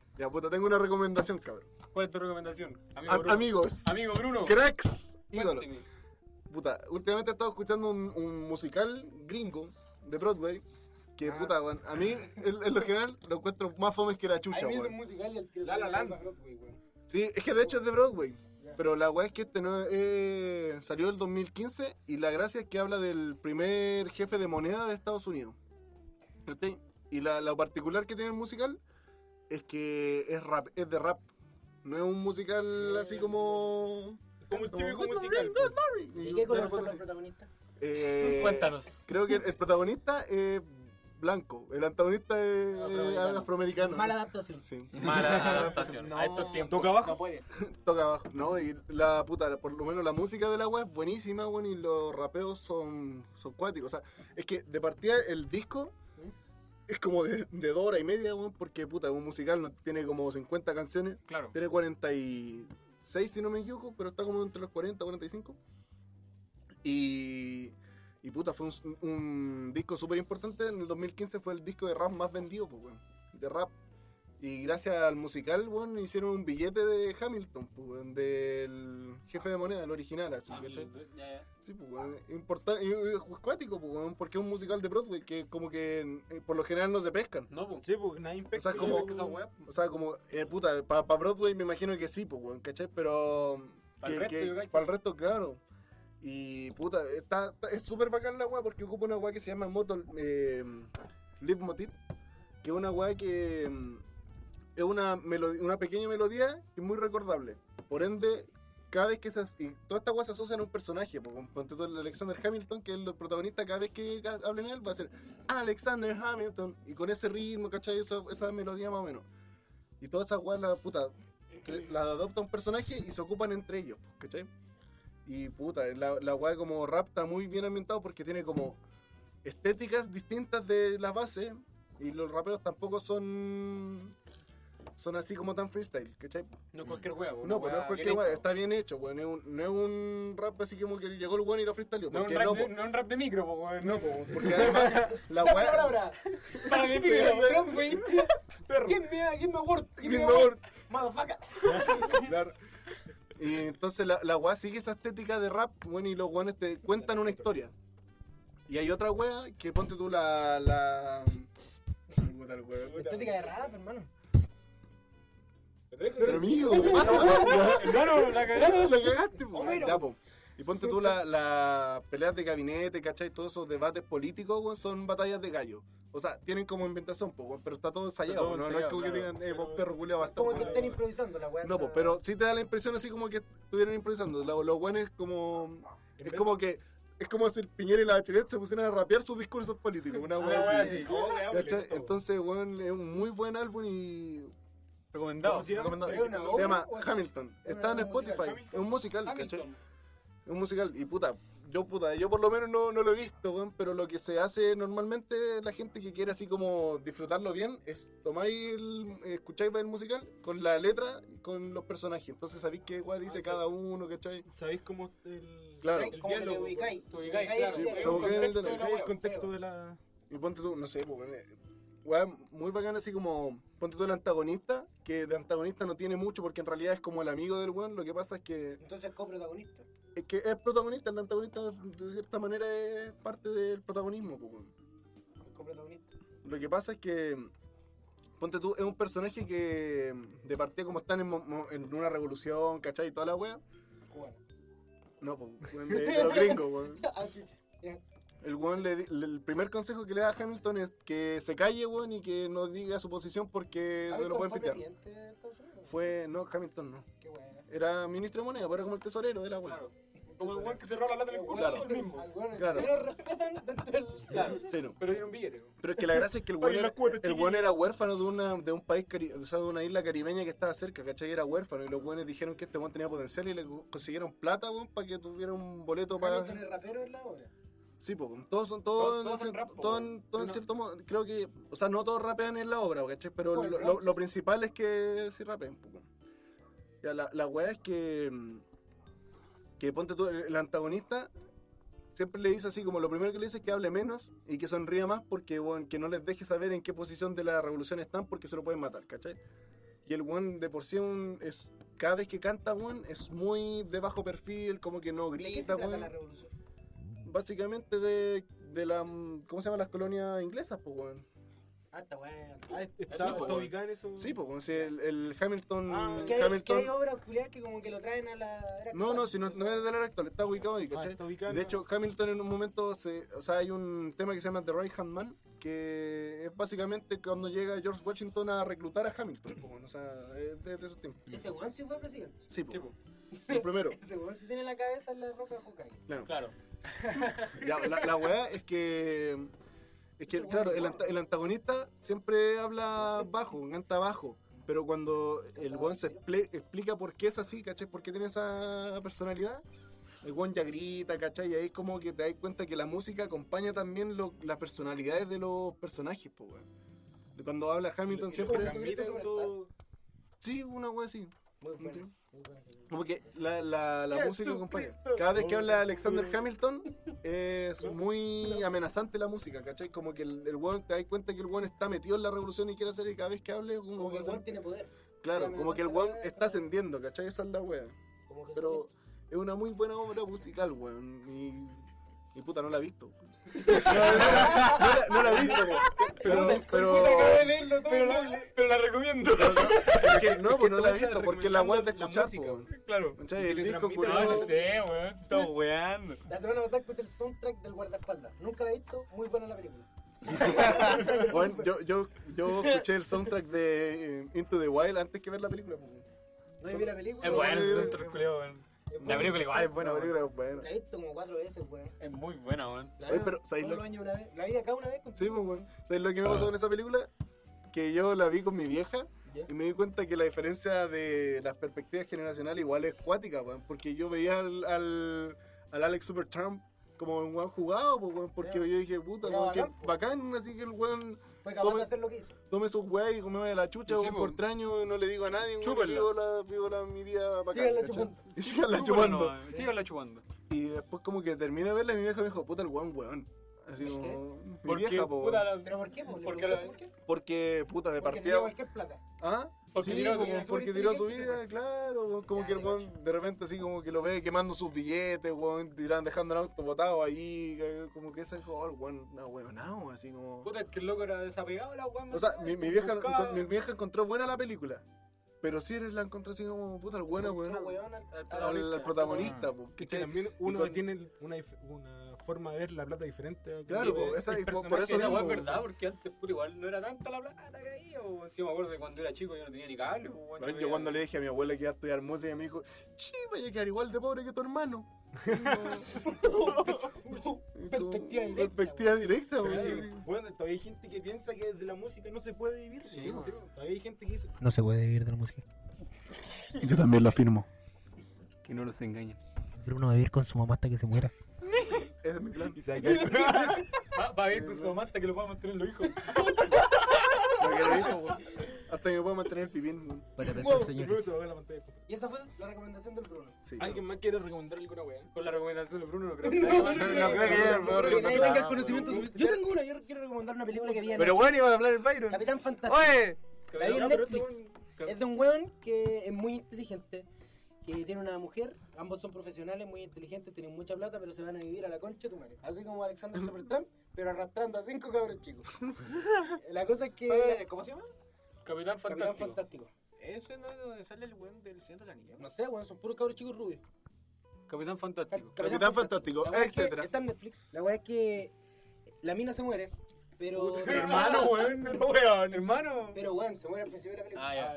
Speaker 1: Ya, puta, tengo una recomendación, cabrón.
Speaker 3: ¿Cuál es tu recomendación? Amigo
Speaker 1: Am-
Speaker 3: Bruno.
Speaker 1: amigos,
Speaker 3: Amigo Bruno.
Speaker 1: cracks, ídolos.
Speaker 3: cuénteme.
Speaker 1: Puta, últimamente he estado escuchando un, un musical gringo de Broadway. Que
Speaker 5: Ah.
Speaker 1: puta, weón. A mí, en, en lo general, lo encuentro más fomes que la chucha, weón.
Speaker 5: musical y el tío
Speaker 8: La La Land.
Speaker 1: Sí, es que de hecho es de Broadway. Pero la weá es que este no eh, salió el 2015 y la gracia es que habla del primer jefe de moneda de Estados Unidos. ¿Cachai? Y la, lo particular que tiene el musical es que es rap, es de rap. No es un musical así como.
Speaker 8: Como el típico
Speaker 1: como-
Speaker 8: musical.
Speaker 5: ¿Y qué color
Speaker 1: De
Speaker 5: son
Speaker 1: repente
Speaker 5: los
Speaker 1: así.
Speaker 5: protagonistas?
Speaker 1: Eh,
Speaker 9: Cuéntanos.
Speaker 1: Creo que el, el protagonista es blanco, el antagonista es eh,
Speaker 3: Afroamericano.
Speaker 1: afroamericano.
Speaker 5: Mala adaptación.
Speaker 1: Sí,
Speaker 3: Mala adaptación. a estos tiempos.
Speaker 8: Toca abajo.
Speaker 1: toca abajo. No, y la puta, por lo menos la música de la web es buenísima, bueno, y los rapeos son, son cuáticos. O sea, es que de partida el disco es como de, de dos horas y media, weón, porque puta, es un musical no tiene como 50 canciones,
Speaker 3: Claro.
Speaker 1: tiene 46 si no me equivoco, pero está como entre los 40 y 45. Y, y puta, fue un, un disco súper importante. En el 2015 fue el disco de rap más vendido, pues, weón, de rap. Y gracias al musical, weón, hicieron un billete de Hamilton, pues, weón, del jefe de moneda, el original, así, ¿cachai? Sí, pues, weón, es importante, es es cuático, pues, weón, porque es un musical de Broadway que como que eh, por lo general no se pescan.
Speaker 3: No, po.
Speaker 8: Sí, porque nadie pesca.
Speaker 1: O sea, como-
Speaker 3: esa weá?
Speaker 1: O sea, como, eh, puta, para Broadway me imagino que sí, pues, weón, ¿cachai? Pero...
Speaker 3: Pa'l resto, yo cacho.
Speaker 1: Para el resto, claro. Y, puta, está, está- es súper bacán la weá porque ocupa una weá que se llama Moto eh, Leitmotiv, que es una weá que mm, es una, melo- una pequeña melodía y muy recordable. Por ende, cada vez que se... as- Y toda esta weá se asocia a un personaje, pues, con- ponte tú el Alexander Hamilton, que es el protagonista, cada vez que ha- hablen él va a ser Alexander Hamilton, y con ese ritmo, ¿cachai? Esa, esa melodía más o menos. Y todas esas weas, la puta, se- la adopta un personaje y se ocupan entre ellos, po, ¿cachai? Y puta, la, la wea como rap está muy bien ambientado porque tiene como estéticas distintas de las bases y los rapeos tampoco son. Son así como tan freestyle, ¿cachai?
Speaker 3: No es cualquier huevo.
Speaker 1: No, pues no es cualquier weá, está bien hecho, weón. es un- No es un rap así como que llegó el weón y lo freestyleó.
Speaker 3: No es
Speaker 1: Porque no,
Speaker 3: un rap
Speaker 1: po.
Speaker 3: de- no es un rap de micro, po, weón.
Speaker 1: No, po, porque además la weá.
Speaker 3: Para de micro.
Speaker 1: Perro.
Speaker 5: Give me, a- give me a word, give me a word,
Speaker 1: Ignor-
Speaker 5: motherfucker.
Speaker 1: Claro. Y entonces la, la weá sigue esa estética de rap, bueno, y los weones te cuentan una historia. Y hay otra weá que ponte tú la. la... Puta el weón.
Speaker 5: Estética de rap, hermano.
Speaker 1: Pero mío, weón.
Speaker 3: Hermano, la cagaron.
Speaker 1: La cagaste, po. Ya, po. Y ponte tú la- las peleas de gabinete, ¿cachai? Todos esos debates políticos, weón, son batallas de gallo. O sea, tienen como inventación, po, weón, pero está todo ensayado.
Speaker 9: todo
Speaker 1: no, no es
Speaker 9: ensayado,
Speaker 1: como que
Speaker 9: claro.
Speaker 1: digan, eh, vos perro culiao, bastante.
Speaker 5: Como que están improvisando la weá.
Speaker 1: No, pues,
Speaker 5: está-
Speaker 1: pero sí te da la impresión así como que estuvieran improvisando. Lo, lo bueno es como. Es como que. Es como si el Piñera y la Bachelet se pusieran a rapear sus discursos políticos.
Speaker 5: Ah,
Speaker 1: Una
Speaker 3: Una
Speaker 1: wea
Speaker 3: weá
Speaker 1: así.
Speaker 3: así. Oh, qué hambre,
Speaker 1: ¿Cachai?
Speaker 3: todo.
Speaker 1: Entonces, weón, es un muy buen álbum y.
Speaker 8: Recomendado.
Speaker 1: recomendado.
Speaker 5: Es una
Speaker 1: Se
Speaker 5: obra,
Speaker 1: llama
Speaker 5: weón.
Speaker 1: Hamilton. Está en
Speaker 5: un musical.
Speaker 1: Spotify. Es un musical, ¿cachai?
Speaker 3: Hamilton.
Speaker 1: Es un musical. Y puta, yo puta, yo por lo menos no, no lo he visto, weón, pero lo que se hace normalmente la gente que quiere así como disfrutarlo bien es tomáis el, escucháis el musical con la letra y con los personajes. Entonces sabéis qué weá dice cada uno, ¿cachai?
Speaker 8: ¿Sabéis cómo el,
Speaker 1: Claro.
Speaker 8: el
Speaker 5: Como que te
Speaker 8: diálogo?
Speaker 5: ubicáis.
Speaker 3: Te ubicáis,
Speaker 5: Ubicáis
Speaker 3: claro.
Speaker 5: el
Speaker 3: Es
Speaker 1: como
Speaker 3: un
Speaker 1: que en el
Speaker 3: contexto de la
Speaker 8: ubicáis
Speaker 3: weá.
Speaker 8: el contexto de la...
Speaker 1: Y ponte tú, no sé, pues, weón, eh, weá, muy bacán así como, ponte tú el antagonista, que de antagonista no tiene mucho porque en realidad es como el amigo del weón, lo que pasa es que
Speaker 5: Entonces, coprotagonista.
Speaker 1: es que es protagonista, el antagonista de, de cierta manera es parte del protagonismo, pues, weón.
Speaker 5: Coprotagonista.
Speaker 1: Lo que pasa es que, ponte tú, es un personaje que de partida como están en, mo- mo- en una revolución, ¿cachai? Y toda la wea.
Speaker 5: Cubana.
Speaker 1: No, pues, weón, de, de los gringos, weón.
Speaker 5: Ah, sí.
Speaker 1: El weón le di- le- el primer consejo que le da a Hamilton es que se calle, weón, y que no diga su posición porque se lo
Speaker 5: Hamilton
Speaker 1: pueden
Speaker 5: fue
Speaker 1: pitear.
Speaker 5: presidente de Estados Unidos.
Speaker 1: Fue, no, Hamilton no.
Speaker 5: Qué buena.
Speaker 1: Era ministro de moneda, pero era como el tesorero de la weá.
Speaker 3: Claro. Como el weón que cerró la lata del
Speaker 5: Claro.
Speaker 3: curso, el mismo.
Speaker 5: Algunos
Speaker 1: Claro.
Speaker 5: que lo respetan dentro del.
Speaker 1: Sí, no.
Speaker 3: Pero tiene un billete, weón.
Speaker 1: Pero es que la gracia es que el weón,
Speaker 8: Ay, la
Speaker 1: era,
Speaker 8: cuota,
Speaker 1: el
Speaker 8: chiquillo.
Speaker 1: weón era huérfano de una de un país cari- o sea, de una isla caribeña que estaba cerca, ¿cachai? Era huérfano y los weones dijeron que este weón tenía potencial y le co- consiguieron plata, weón, para que tuviera un boleto para.
Speaker 5: Hamilton es rapero en la obra.
Speaker 1: Sí, pues, todos son todos,
Speaker 3: Todos- todos
Speaker 1: todos,
Speaker 3: son rap, po,
Speaker 1: todos en-
Speaker 3: weón.
Speaker 1: todos en
Speaker 3: Uno-
Speaker 1: cierto modo, creo que, o sea, no todos rapean en la obra, ¿cachai? Pero
Speaker 5: Como el
Speaker 1: lo,
Speaker 5: Bronx.
Speaker 1: lo- lo principal es que sí rapean, po, weón. Ya, la, la weá es que, mm, que ponte tú, el, el antagonista siempre le dice así, como lo primero que le dice es que hable menos y que sonría más porque, weón, que no les deje saber en qué posición de la revolución están porque se lo pueden matar, ¿cachai? Y el weón de por sí un- es, cada vez que canta, weón, es muy de bajo perfil, como que no
Speaker 5: ¿De qué
Speaker 1: grita,
Speaker 5: se trata
Speaker 1: weón
Speaker 5: la revolución?
Speaker 1: básicamente de, de la mm, ¿cómo se llaman las colonias inglesas, pues weón?
Speaker 5: Ah, está bueno.
Speaker 8: Ah, está,
Speaker 1: po,
Speaker 8: está
Speaker 1: weón.
Speaker 8: ubicada en eso.
Speaker 1: Sí, pues weón, si el, el Hamilton,
Speaker 8: Ah,
Speaker 5: Que hay, que
Speaker 1: Hamilton
Speaker 5: hay obras culiadas que como que lo traen a la... era
Speaker 1: No, no,
Speaker 5: actual.
Speaker 1: si no, no es del era actual, está ubicado ahí,
Speaker 8: Ah,
Speaker 1: ¿cachai?
Speaker 8: está ubicada. en-
Speaker 1: De hecho, Hamilton en un momento, se, o sea, hay un tema que se llama The Right Hand Man, que es básicamente cuando llega George Washington a reclutar a Hamilton, pues, weón, o sea, es de, de esos tiempos.
Speaker 5: Ese weón sí fue presidente.
Speaker 1: Sí, pues.
Speaker 3: Sí, po.
Speaker 1: El primero.
Speaker 5: Ese weón sí tiene la cabeza en la roca de Hokage.
Speaker 1: Claro.
Speaker 3: Claro.
Speaker 1: Ya, la, la weá es que. Es que, claro, el, anta- el antagonista siempre habla bajo, canta bajo. Pero cuando el weón se exple- explica por qué es así, ¿cachai? ¿Por qué tiene esa personalidad? El weón ya grita, ¿cachai? Y ahí como que te das cuenta que la música acompaña también lo- las personalidades de los personajes, pues, weón. Cuando habla Hamilton siempre...
Speaker 5: Pero
Speaker 8: Camila,
Speaker 5: eso-
Speaker 8: cuando-
Speaker 1: Sí, una weá así.
Speaker 5: Muy bueno. Muy bueno.
Speaker 1: Como que la, la, la música acompaña.
Speaker 8: Jesucristo.
Speaker 1: Cada vez que habla
Speaker 8: Oh,
Speaker 1: Alexander
Speaker 8: no.
Speaker 1: Hamilton es muy amenazante la música, ¿cachai? Como que el, el weón, te das cuenta que el weón está metido en la revolución y quiere hacer y cada vez que hable, como,
Speaker 5: Como que
Speaker 1: que
Speaker 5: el
Speaker 1: hace-
Speaker 5: weón tiene poder.
Speaker 1: Claro,
Speaker 5: tiene
Speaker 1: como que el
Speaker 5: amenazante
Speaker 1: weón
Speaker 5: la-
Speaker 1: está ascendiendo, ¿cachai? Esa es la wea.
Speaker 5: Como que
Speaker 1: Pero es una muy buena obra musical, weón. Y, y puta, no la he visto. weón. No, no, no, no la, no la he visto, weón. Pero, pero,
Speaker 3: Pero la, pero la recomiendo.
Speaker 1: pero que no, pues no la he
Speaker 8: estás
Speaker 1: visto, porque la weá es de
Speaker 8: recomendando
Speaker 1: escuchar,
Speaker 8: la música,
Speaker 1: po,
Speaker 8: weón.
Speaker 1: weón.
Speaker 3: Claro.
Speaker 1: ¿Cachai? El disco
Speaker 3: No,
Speaker 1: culiao-
Speaker 3: sí sé, weón. Se está weando.
Speaker 5: La semana pasada escuché el soundtrack del guardaespaldas. Nunca la he visto. Muy buena la película.
Speaker 1: Bueno, yo, yo, yo escuché el soundtrack de eh, Into the Wild antes que ver la película. pues, po.
Speaker 5: No he visto la película.
Speaker 3: Es bueno
Speaker 1: bueno,
Speaker 3: ese
Speaker 1: es-
Speaker 3: centro culiao, weón.
Speaker 5: Es
Speaker 3: La
Speaker 5: buena.
Speaker 3: película igual es buena,
Speaker 1: La
Speaker 3: weón.
Speaker 1: película es buena.
Speaker 5: La he visto como cuatro veces, weón.
Speaker 3: Es muy buena, weón.
Speaker 5: La
Speaker 1: Oye,
Speaker 5: veo
Speaker 1: pero, ¿sabes
Speaker 5: todos
Speaker 1: lo-
Speaker 5: los años
Speaker 1: pues,
Speaker 5: una vez. La vi acá una vez con
Speaker 1: Sí, pues, bueno. ¿Sabes lo que me pasó con esa película? Que yo la vi con mi vieja Y me di cuenta que la diferencia de las perspectivas generacionales igual es cuática, weón. Porque yo veía al, al, al Alex Super Trump como un weón jugado, pues, weón, porque yo dije, puta,
Speaker 2: Era
Speaker 1: weón, que
Speaker 2: bacán, po.
Speaker 1: bacán, así que el weón
Speaker 2: Fue capaz
Speaker 1: Tome-
Speaker 2: de hacer lo que hizo.
Speaker 1: tome sus weas y come de la chucha,
Speaker 3: Sí,
Speaker 1: weón,
Speaker 3: po.
Speaker 1: por traño, no le digo a nadie, weón,
Speaker 3: Chúpenla.
Speaker 1: vivo, la, vivo la, mi vida bacán.
Speaker 2: Síganla
Speaker 1: ¿cachai?
Speaker 2: chupando.
Speaker 1: Y síganla chupando.
Speaker 3: Chúpenla, Síganla chupando.
Speaker 1: Y después como que terminé de verla y mi vieja me dijo, puta, el weón, weón. Así como, mi vieja, po,
Speaker 3: puta,
Speaker 1: weón.
Speaker 3: la-
Speaker 2: ¿Pero por qué? po? ¿Le
Speaker 3: Porque
Speaker 2: preguntaste
Speaker 3: la-
Speaker 2: por qué?
Speaker 1: Porque, puta, de
Speaker 2: Porque
Speaker 1: partida...
Speaker 2: tenía cualquier plata.
Speaker 1: ¿Ah?
Speaker 3: Porque
Speaker 1: sí,
Speaker 3: tiró-
Speaker 1: como
Speaker 3: era
Speaker 1: porque tiró su vida, claro. weón, Como
Speaker 2: Ya,
Speaker 1: que el
Speaker 2: te
Speaker 1: weón de repente así como que lo ve quemando sus billetes, weón, tiran, dejando el auto botado ahí. eh, Como que ese es oh, el weón, no, weón, no, así como.
Speaker 3: Puta, es que el loco era desapegado, la weón.
Speaker 1: O sea, mi, mi vieja,
Speaker 3: buscaba-
Speaker 1: mi vieja encontró buena la película. Pero sí eres la encontró así como puta, el bueno, weón.
Speaker 2: Otro weón al-
Speaker 3: Al
Speaker 1: Al,
Speaker 3: protagonista.
Speaker 1: al protagonista, po,
Speaker 8: Que, que
Speaker 1: ¿cachai?
Speaker 8: también uno
Speaker 1: con-
Speaker 8: tiene una, dif- una forma de ver la plata diferente. a-
Speaker 1: Claro,
Speaker 8: Sí,
Speaker 1: po,
Speaker 8: el
Speaker 1: esa- y por- por
Speaker 8: personaje
Speaker 1: eso
Speaker 8: es
Speaker 3: esa
Speaker 1: mismo,
Speaker 3: weón es
Speaker 1: weón.
Speaker 3: verdad, porque antes, puta, igual no era tanta la plata que había, weón. Sí, me acuerdo que cuando era chico yo no tenía ni cable, weón.
Speaker 1: Weón, yo cuando le dije a mi abuela que iba a estudiar música, me dijo, sí, vaya a quedar igual de pobre que tu hermano. Y como-
Speaker 2: Perspectiva directa,
Speaker 1: Perspectiva directa,
Speaker 8: Pero sí,
Speaker 1: weón.
Speaker 8: bueno, todavía hay gente que piensa que de la música no se puede vivir.
Speaker 3: Sí,
Speaker 8: weón.
Speaker 3: sí.
Speaker 8: Todavía hay gente que dice
Speaker 6: No se puede vivir de la música.
Speaker 1: Yo también lo afirmo.
Speaker 3: Que no los engañen.
Speaker 6: Bruno va a vivir con su mamá hasta que se muera.
Speaker 1: Ese es mi plan.
Speaker 8: Y se va a caer.
Speaker 3: Va, va a ir con su mamá hasta que lo pueda mantener los hijos.
Speaker 1: Lo que le dijo, weón. Hasta que me pueda mantener el pipín. weón.
Speaker 6: Para pensar,
Speaker 8: Wow, y luego
Speaker 6: señores.
Speaker 8: se va a ver la pantalla.
Speaker 2: Y esa fue la recomendación del Bruno.
Speaker 1: Sí.
Speaker 8: ¿Alguien más quiere recomendar alguna weá?
Speaker 3: Con la recomendación de Bruno, no creo que nadie
Speaker 1: No,
Speaker 3: más-
Speaker 1: no creo que haya
Speaker 2: Pero que
Speaker 1: recomendado
Speaker 2: nadie
Speaker 1: nada,
Speaker 2: tenga el
Speaker 1: weón.
Speaker 2: conocimiento suficiente. Yo tengo una, yo quiero recomendar una película que vi
Speaker 10: Pero
Speaker 2: anoche.
Speaker 10: bueno, iba a hablar el Byron.
Speaker 2: Capitán Fantástico.
Speaker 10: ¡Oye!
Speaker 2: La vi en
Speaker 8: Ya, pero este
Speaker 2: Netflix.
Speaker 3: weón-
Speaker 2: Es de un weón que es muy inteligente, que tiene una mujer, ambos son profesionales, muy inteligentes, tienen mucha plata, pero se van a vivir a la concha de tu madre. Así como Alexander Supertramp, pero arrastrando a cinco cabros chicos. La cosa es que...
Speaker 6: ¿Cómo se llama?
Speaker 2: Capitán
Speaker 3: Capitán Fantástico.
Speaker 2: Fantástico.
Speaker 6: Ese no es donde sale el weón del Señor de la Anillo.
Speaker 2: No sé, weón, son puros cabros chicos rubios.
Speaker 3: Capitán
Speaker 2: Cap-
Speaker 3: Fantástico.
Speaker 1: Capitán Fantástico,
Speaker 2: La weá es que
Speaker 1: etcétera.
Speaker 2: Está en Netflix. La weá es que la mina se muere, pero...
Speaker 3: Hermano, weón, no, weón, hermano.
Speaker 2: Pero weón, se muere al principio de la película.
Speaker 3: Ah, ya.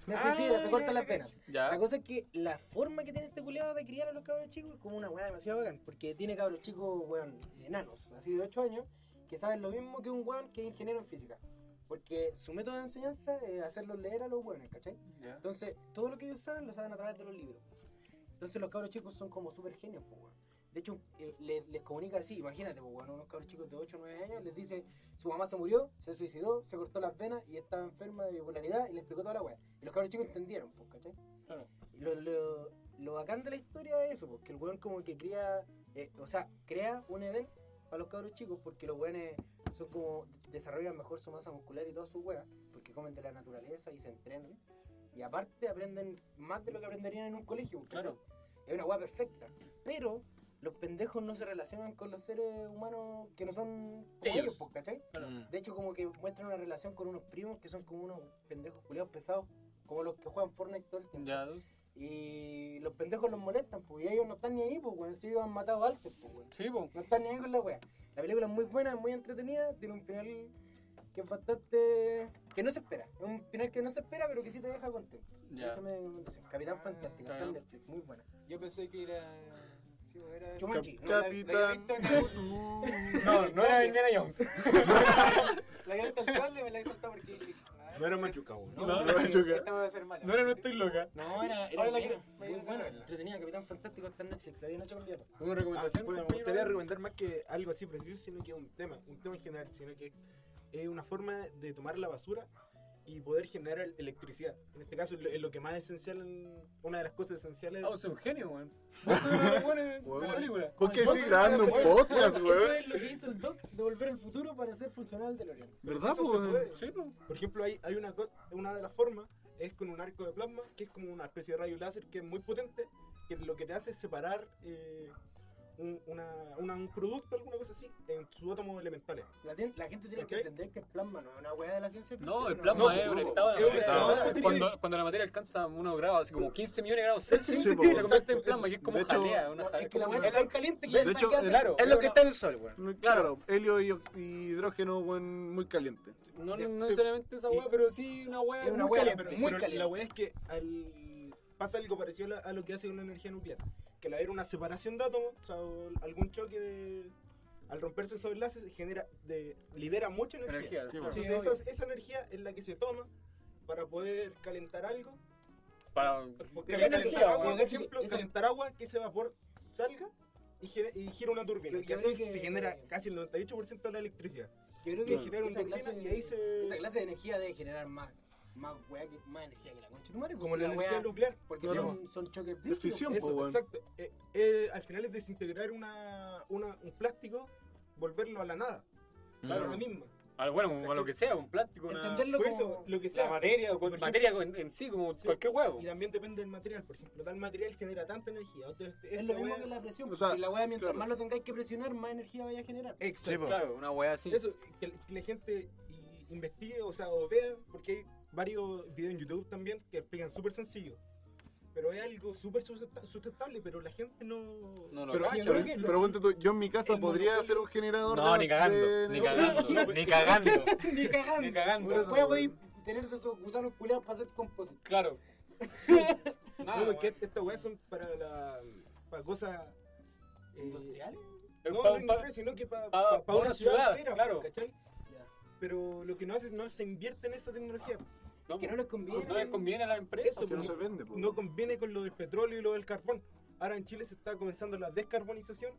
Speaker 2: Se suicida,
Speaker 6: Ah,
Speaker 2: se cortan las venas. La
Speaker 3: Ya.
Speaker 2: cosa es que la forma que tiene este culiado de criar a los cabros chicos es como una weá demasiado bacán, porque tiene cabros chicos, weón, enanos, así de 8 años, que saben lo mismo que un weón que es ingeniero en física. Porque su método de enseñanza es hacerlos leer a los weones, ¿cachai?
Speaker 3: Ya.
Speaker 2: Entonces, todo lo que ellos saben lo saben a través de los libros. Entonces, los cabros chicos son como súper genios, pues, weón. De hecho, eh, les, les comunica así, imagínate, pues, weón, unos cabros chicos de 8 o 9 años les dice, su mamá se murió, se suicidó, se cortó las venas y estaba enferma de bipolaridad y le explicó toda la weá. Y los cabros chicos entendieron, pues, ¿cachai?
Speaker 3: Claro.
Speaker 2: Y Lo, lo, lo bacán de la historia es eso, porque el weón como que cría, eh, o sea, crea un Edén para los cabros chicos, porque los weones son como, desarrollan mejor su masa muscular y todas sus weas, porque comen de la naturaleza y se entrenan. Y aparte aprenden más de lo que aprenderían en un colegio, ¿cachai?
Speaker 3: Claro.
Speaker 2: Es una weá perfecta. Pero los pendejos no se relacionan con los seres humanos que no son como
Speaker 3: Ellos.
Speaker 2: ellos, pues, ¿cachai? De hecho, como que muestran una relación con unos primos que son como unos pendejos culiados pesados, como los que juegan Fortnite todo el tiempo.
Speaker 3: Mm. Ya.
Speaker 2: Y los pendejos los molestan, pues, y ellos no están ni ahí, pues, weón. Si ellos han matado a Alces, pues, weón.
Speaker 3: Sí, po.
Speaker 2: No están ni ahí con la wea. La película es muy buena, es muy entretenida, tiene un final que es bastante. que no se espera. Es un final que no se espera, pero que sí te deja contento.
Speaker 3: Ya.
Speaker 2: Esa es mi recomendación. Capitán Fantástico,
Speaker 3: Está
Speaker 2: está en
Speaker 3: bien.
Speaker 2: Netflix, muy buena.
Speaker 6: Yo pensé que era. Sí, era.
Speaker 2: Jumanji, no, la-
Speaker 1: Capitán.
Speaker 3: No, no era Indiana Jones.
Speaker 6: La que tal cual me la he saltado porque dije. ah,
Speaker 8: No era
Speaker 6: es-
Speaker 8: machucado, weón.
Speaker 6: no,
Speaker 3: No, no, Ah,
Speaker 6: no,
Speaker 1: era Machuca.
Speaker 6: Esta va a ser mala.
Speaker 3: No era No
Speaker 6: Sí.
Speaker 3: estoy loca.
Speaker 2: No, era, era
Speaker 6: Ahora la
Speaker 2: buena,
Speaker 6: quiero-
Speaker 2: muy
Speaker 6: voy a
Speaker 2: buena,
Speaker 6: verla.
Speaker 2: entretenida, Capitán Fantástico está en Netflix, la había hecho con diablo.
Speaker 3: ¿Una
Speaker 8: Ah,
Speaker 3: recomendación?
Speaker 8: bueno, me gustaría recomendar más que algo así preciso, sino que un tema, un tema en general, sino que es una forma de tomar la basura y poder generar electricidad. En este caso es lo, es lo que más es esencial, en- una de las cosas esenciales.
Speaker 3: Ah, o sea, un genio, weón. Vos sos uno de los weones de la
Speaker 1: Weón.
Speaker 3: película.
Speaker 1: ¿Por qué
Speaker 3: Vos
Speaker 1: sí
Speaker 3: sos
Speaker 1: grabando un
Speaker 3: uno de
Speaker 1: podcast,
Speaker 2: Eso
Speaker 1: weón?
Speaker 2: es lo que hizo el Doc de volver al futuro para ser funcional del Orión.
Speaker 1: ¿Verdad, po,
Speaker 8: Eso se
Speaker 1: weón?
Speaker 8: puede.
Speaker 3: los- Sí, po.
Speaker 8: Por ejemplo, hay, hay una, co- una de las formas, es con un arco de plasma, que es como una especie de rayo láser que es muy potente, que lo que te hace es separar eh, un, una- una- un producto, alguna cosa así, en sus átomos elementales.
Speaker 2: La, tien- la gente tiene que
Speaker 8: ¿Cachai?
Speaker 2: entender que el plasma no es una weá de la ciencia ficción.
Speaker 3: No, el
Speaker 2: una
Speaker 3: plasma
Speaker 2: weá-
Speaker 3: es
Speaker 8: po.
Speaker 3: un estado de
Speaker 8: Es
Speaker 3: la
Speaker 8: un
Speaker 3: materia.
Speaker 8: estado.
Speaker 3: Cuando, cuando la materia alcanza unos grados, así como 15 millones de grados Celsius,
Speaker 1: Sí, po.
Speaker 3: se convierte en plasma, que es como
Speaker 1: De hecho,
Speaker 3: jalea, una
Speaker 2: No,
Speaker 3: jalea.
Speaker 2: es que la
Speaker 3: como
Speaker 2: weá es
Speaker 3: una-
Speaker 2: tan caliente que
Speaker 1: De
Speaker 2: ya está
Speaker 1: hecho,
Speaker 2: que hace-
Speaker 1: claro,
Speaker 10: Es lo que está en el sol, weón.
Speaker 1: Claro, helio y ox- y hidrógeno, weón, muy caliente.
Speaker 3: No, no necesariamente esa weá, pero sí una weá
Speaker 2: Es una
Speaker 3: muy
Speaker 2: weá,
Speaker 3: caliente.
Speaker 2: pero- Muy caliente.
Speaker 8: La weá es que al- pasa algo parecido a la- a lo que hace una energía nuclear. Que al haber una separación de átomos, o sea, o algún choque de. Al romperse esos enlaces, genera, de, libera mucha energía.
Speaker 3: Energía, sí, po.
Speaker 8: Entonces, esa, esa energía es la que se toma para poder calentar algo.
Speaker 9: Para...
Speaker 8: Porque
Speaker 6: Pero
Speaker 8: va a
Speaker 6: energía,
Speaker 8: calentar agua,
Speaker 6: weón,
Speaker 8: por
Speaker 6: cacha que
Speaker 8: ejemplo,
Speaker 6: esa-
Speaker 8: calentar agua que ese vapor salga y, gene- y gira una turbina.
Speaker 6: Yo-
Speaker 8: que
Speaker 6: yo
Speaker 8: así
Speaker 6: creo que-
Speaker 8: se genera casi el 98% de la electricidad.
Speaker 6: Yo creo
Speaker 8: Que
Speaker 6: que
Speaker 8: genera una
Speaker 6: esa
Speaker 8: turbina
Speaker 6: clase,
Speaker 8: y ahí se.
Speaker 6: esa clase de energía debe generar más, más, wea que- más energía que la concha de tu madre.
Speaker 8: como la energía
Speaker 6: wea,
Speaker 8: nuclear.
Speaker 6: porque
Speaker 1: Claro.
Speaker 6: son, son choques
Speaker 1: Es
Speaker 6: brígidos.
Speaker 1: fisión,
Speaker 8: Eso,
Speaker 1: po, weón.
Speaker 8: exacto. Eh, eh, al final es desintegrar una, una- un plástico, volverlo a la nada. A la misma.
Speaker 3: Ah, bueno, a lo que sea, un plástico, pues, una...
Speaker 6: Entenderlo
Speaker 8: Por
Speaker 6: como...
Speaker 8: eso, lo que
Speaker 3: la
Speaker 8: sea.
Speaker 3: materia, cual-
Speaker 8: Por ejemplo,
Speaker 3: materia en, en sí, como cualquier huevo.
Speaker 8: Y también depende del material, por ejemplo. Tal material genera tanta energía. Otro- este-
Speaker 6: Es lo
Speaker 8: esta
Speaker 6: mismo
Speaker 8: wea-
Speaker 6: que la presión.
Speaker 1: O sea,
Speaker 6: porque la weá, mientras
Speaker 1: claro.
Speaker 6: más lo tengáis que presionar, más energía vaya a generar.
Speaker 8: Exacto.
Speaker 9: Sí, po.
Speaker 3: Claro, una hueá así.
Speaker 8: Eso, que, la- que la gente i- investigue, o sea, o vea, porque hay varios videos en YouTube también que explican súper sencillo. Pero es algo súper sustenta- sustentable, pero la gente no...
Speaker 3: No lo
Speaker 8: pero,
Speaker 3: cacha,
Speaker 8: pero
Speaker 3: ¿eh?
Speaker 8: que-
Speaker 1: Pero ponte tú, yo en mi casa
Speaker 8: el
Speaker 1: podría
Speaker 8: monopolio-
Speaker 1: hacer un generador
Speaker 3: No,
Speaker 1: de-
Speaker 3: ni cagando,
Speaker 1: de-
Speaker 3: ni
Speaker 1: no,
Speaker 3: cagando, ni cagando,
Speaker 6: Ni cagando.
Speaker 3: ni cagando.
Speaker 6: Una wea podéis tener de esos gusanos culeados para hacer composite.
Speaker 3: Claro.
Speaker 8: no,
Speaker 3: Nada,
Speaker 8: porque estas weas son para la... para cosas... eh,
Speaker 6: ¿Industriales?
Speaker 3: Es
Speaker 8: no,
Speaker 3: pa-
Speaker 8: no
Speaker 3: pa-
Speaker 8: industrial, sino que para
Speaker 3: pa- pa
Speaker 8: una ciudad entera, pues,
Speaker 3: claro.
Speaker 8: ¿cachai?
Speaker 6: Ya.
Speaker 8: Pero lo que no hace es no se invierte en esa tecnología.
Speaker 3: no,
Speaker 6: Que no les conviene.
Speaker 3: no les Pues conviene a la empresa.
Speaker 8: Eso,
Speaker 1: Que no
Speaker 8: po.
Speaker 1: se vende, po.
Speaker 8: no conviene con lo del petróleo y lo del carbón. Ahora en Chile se está comenzando la descarbonización,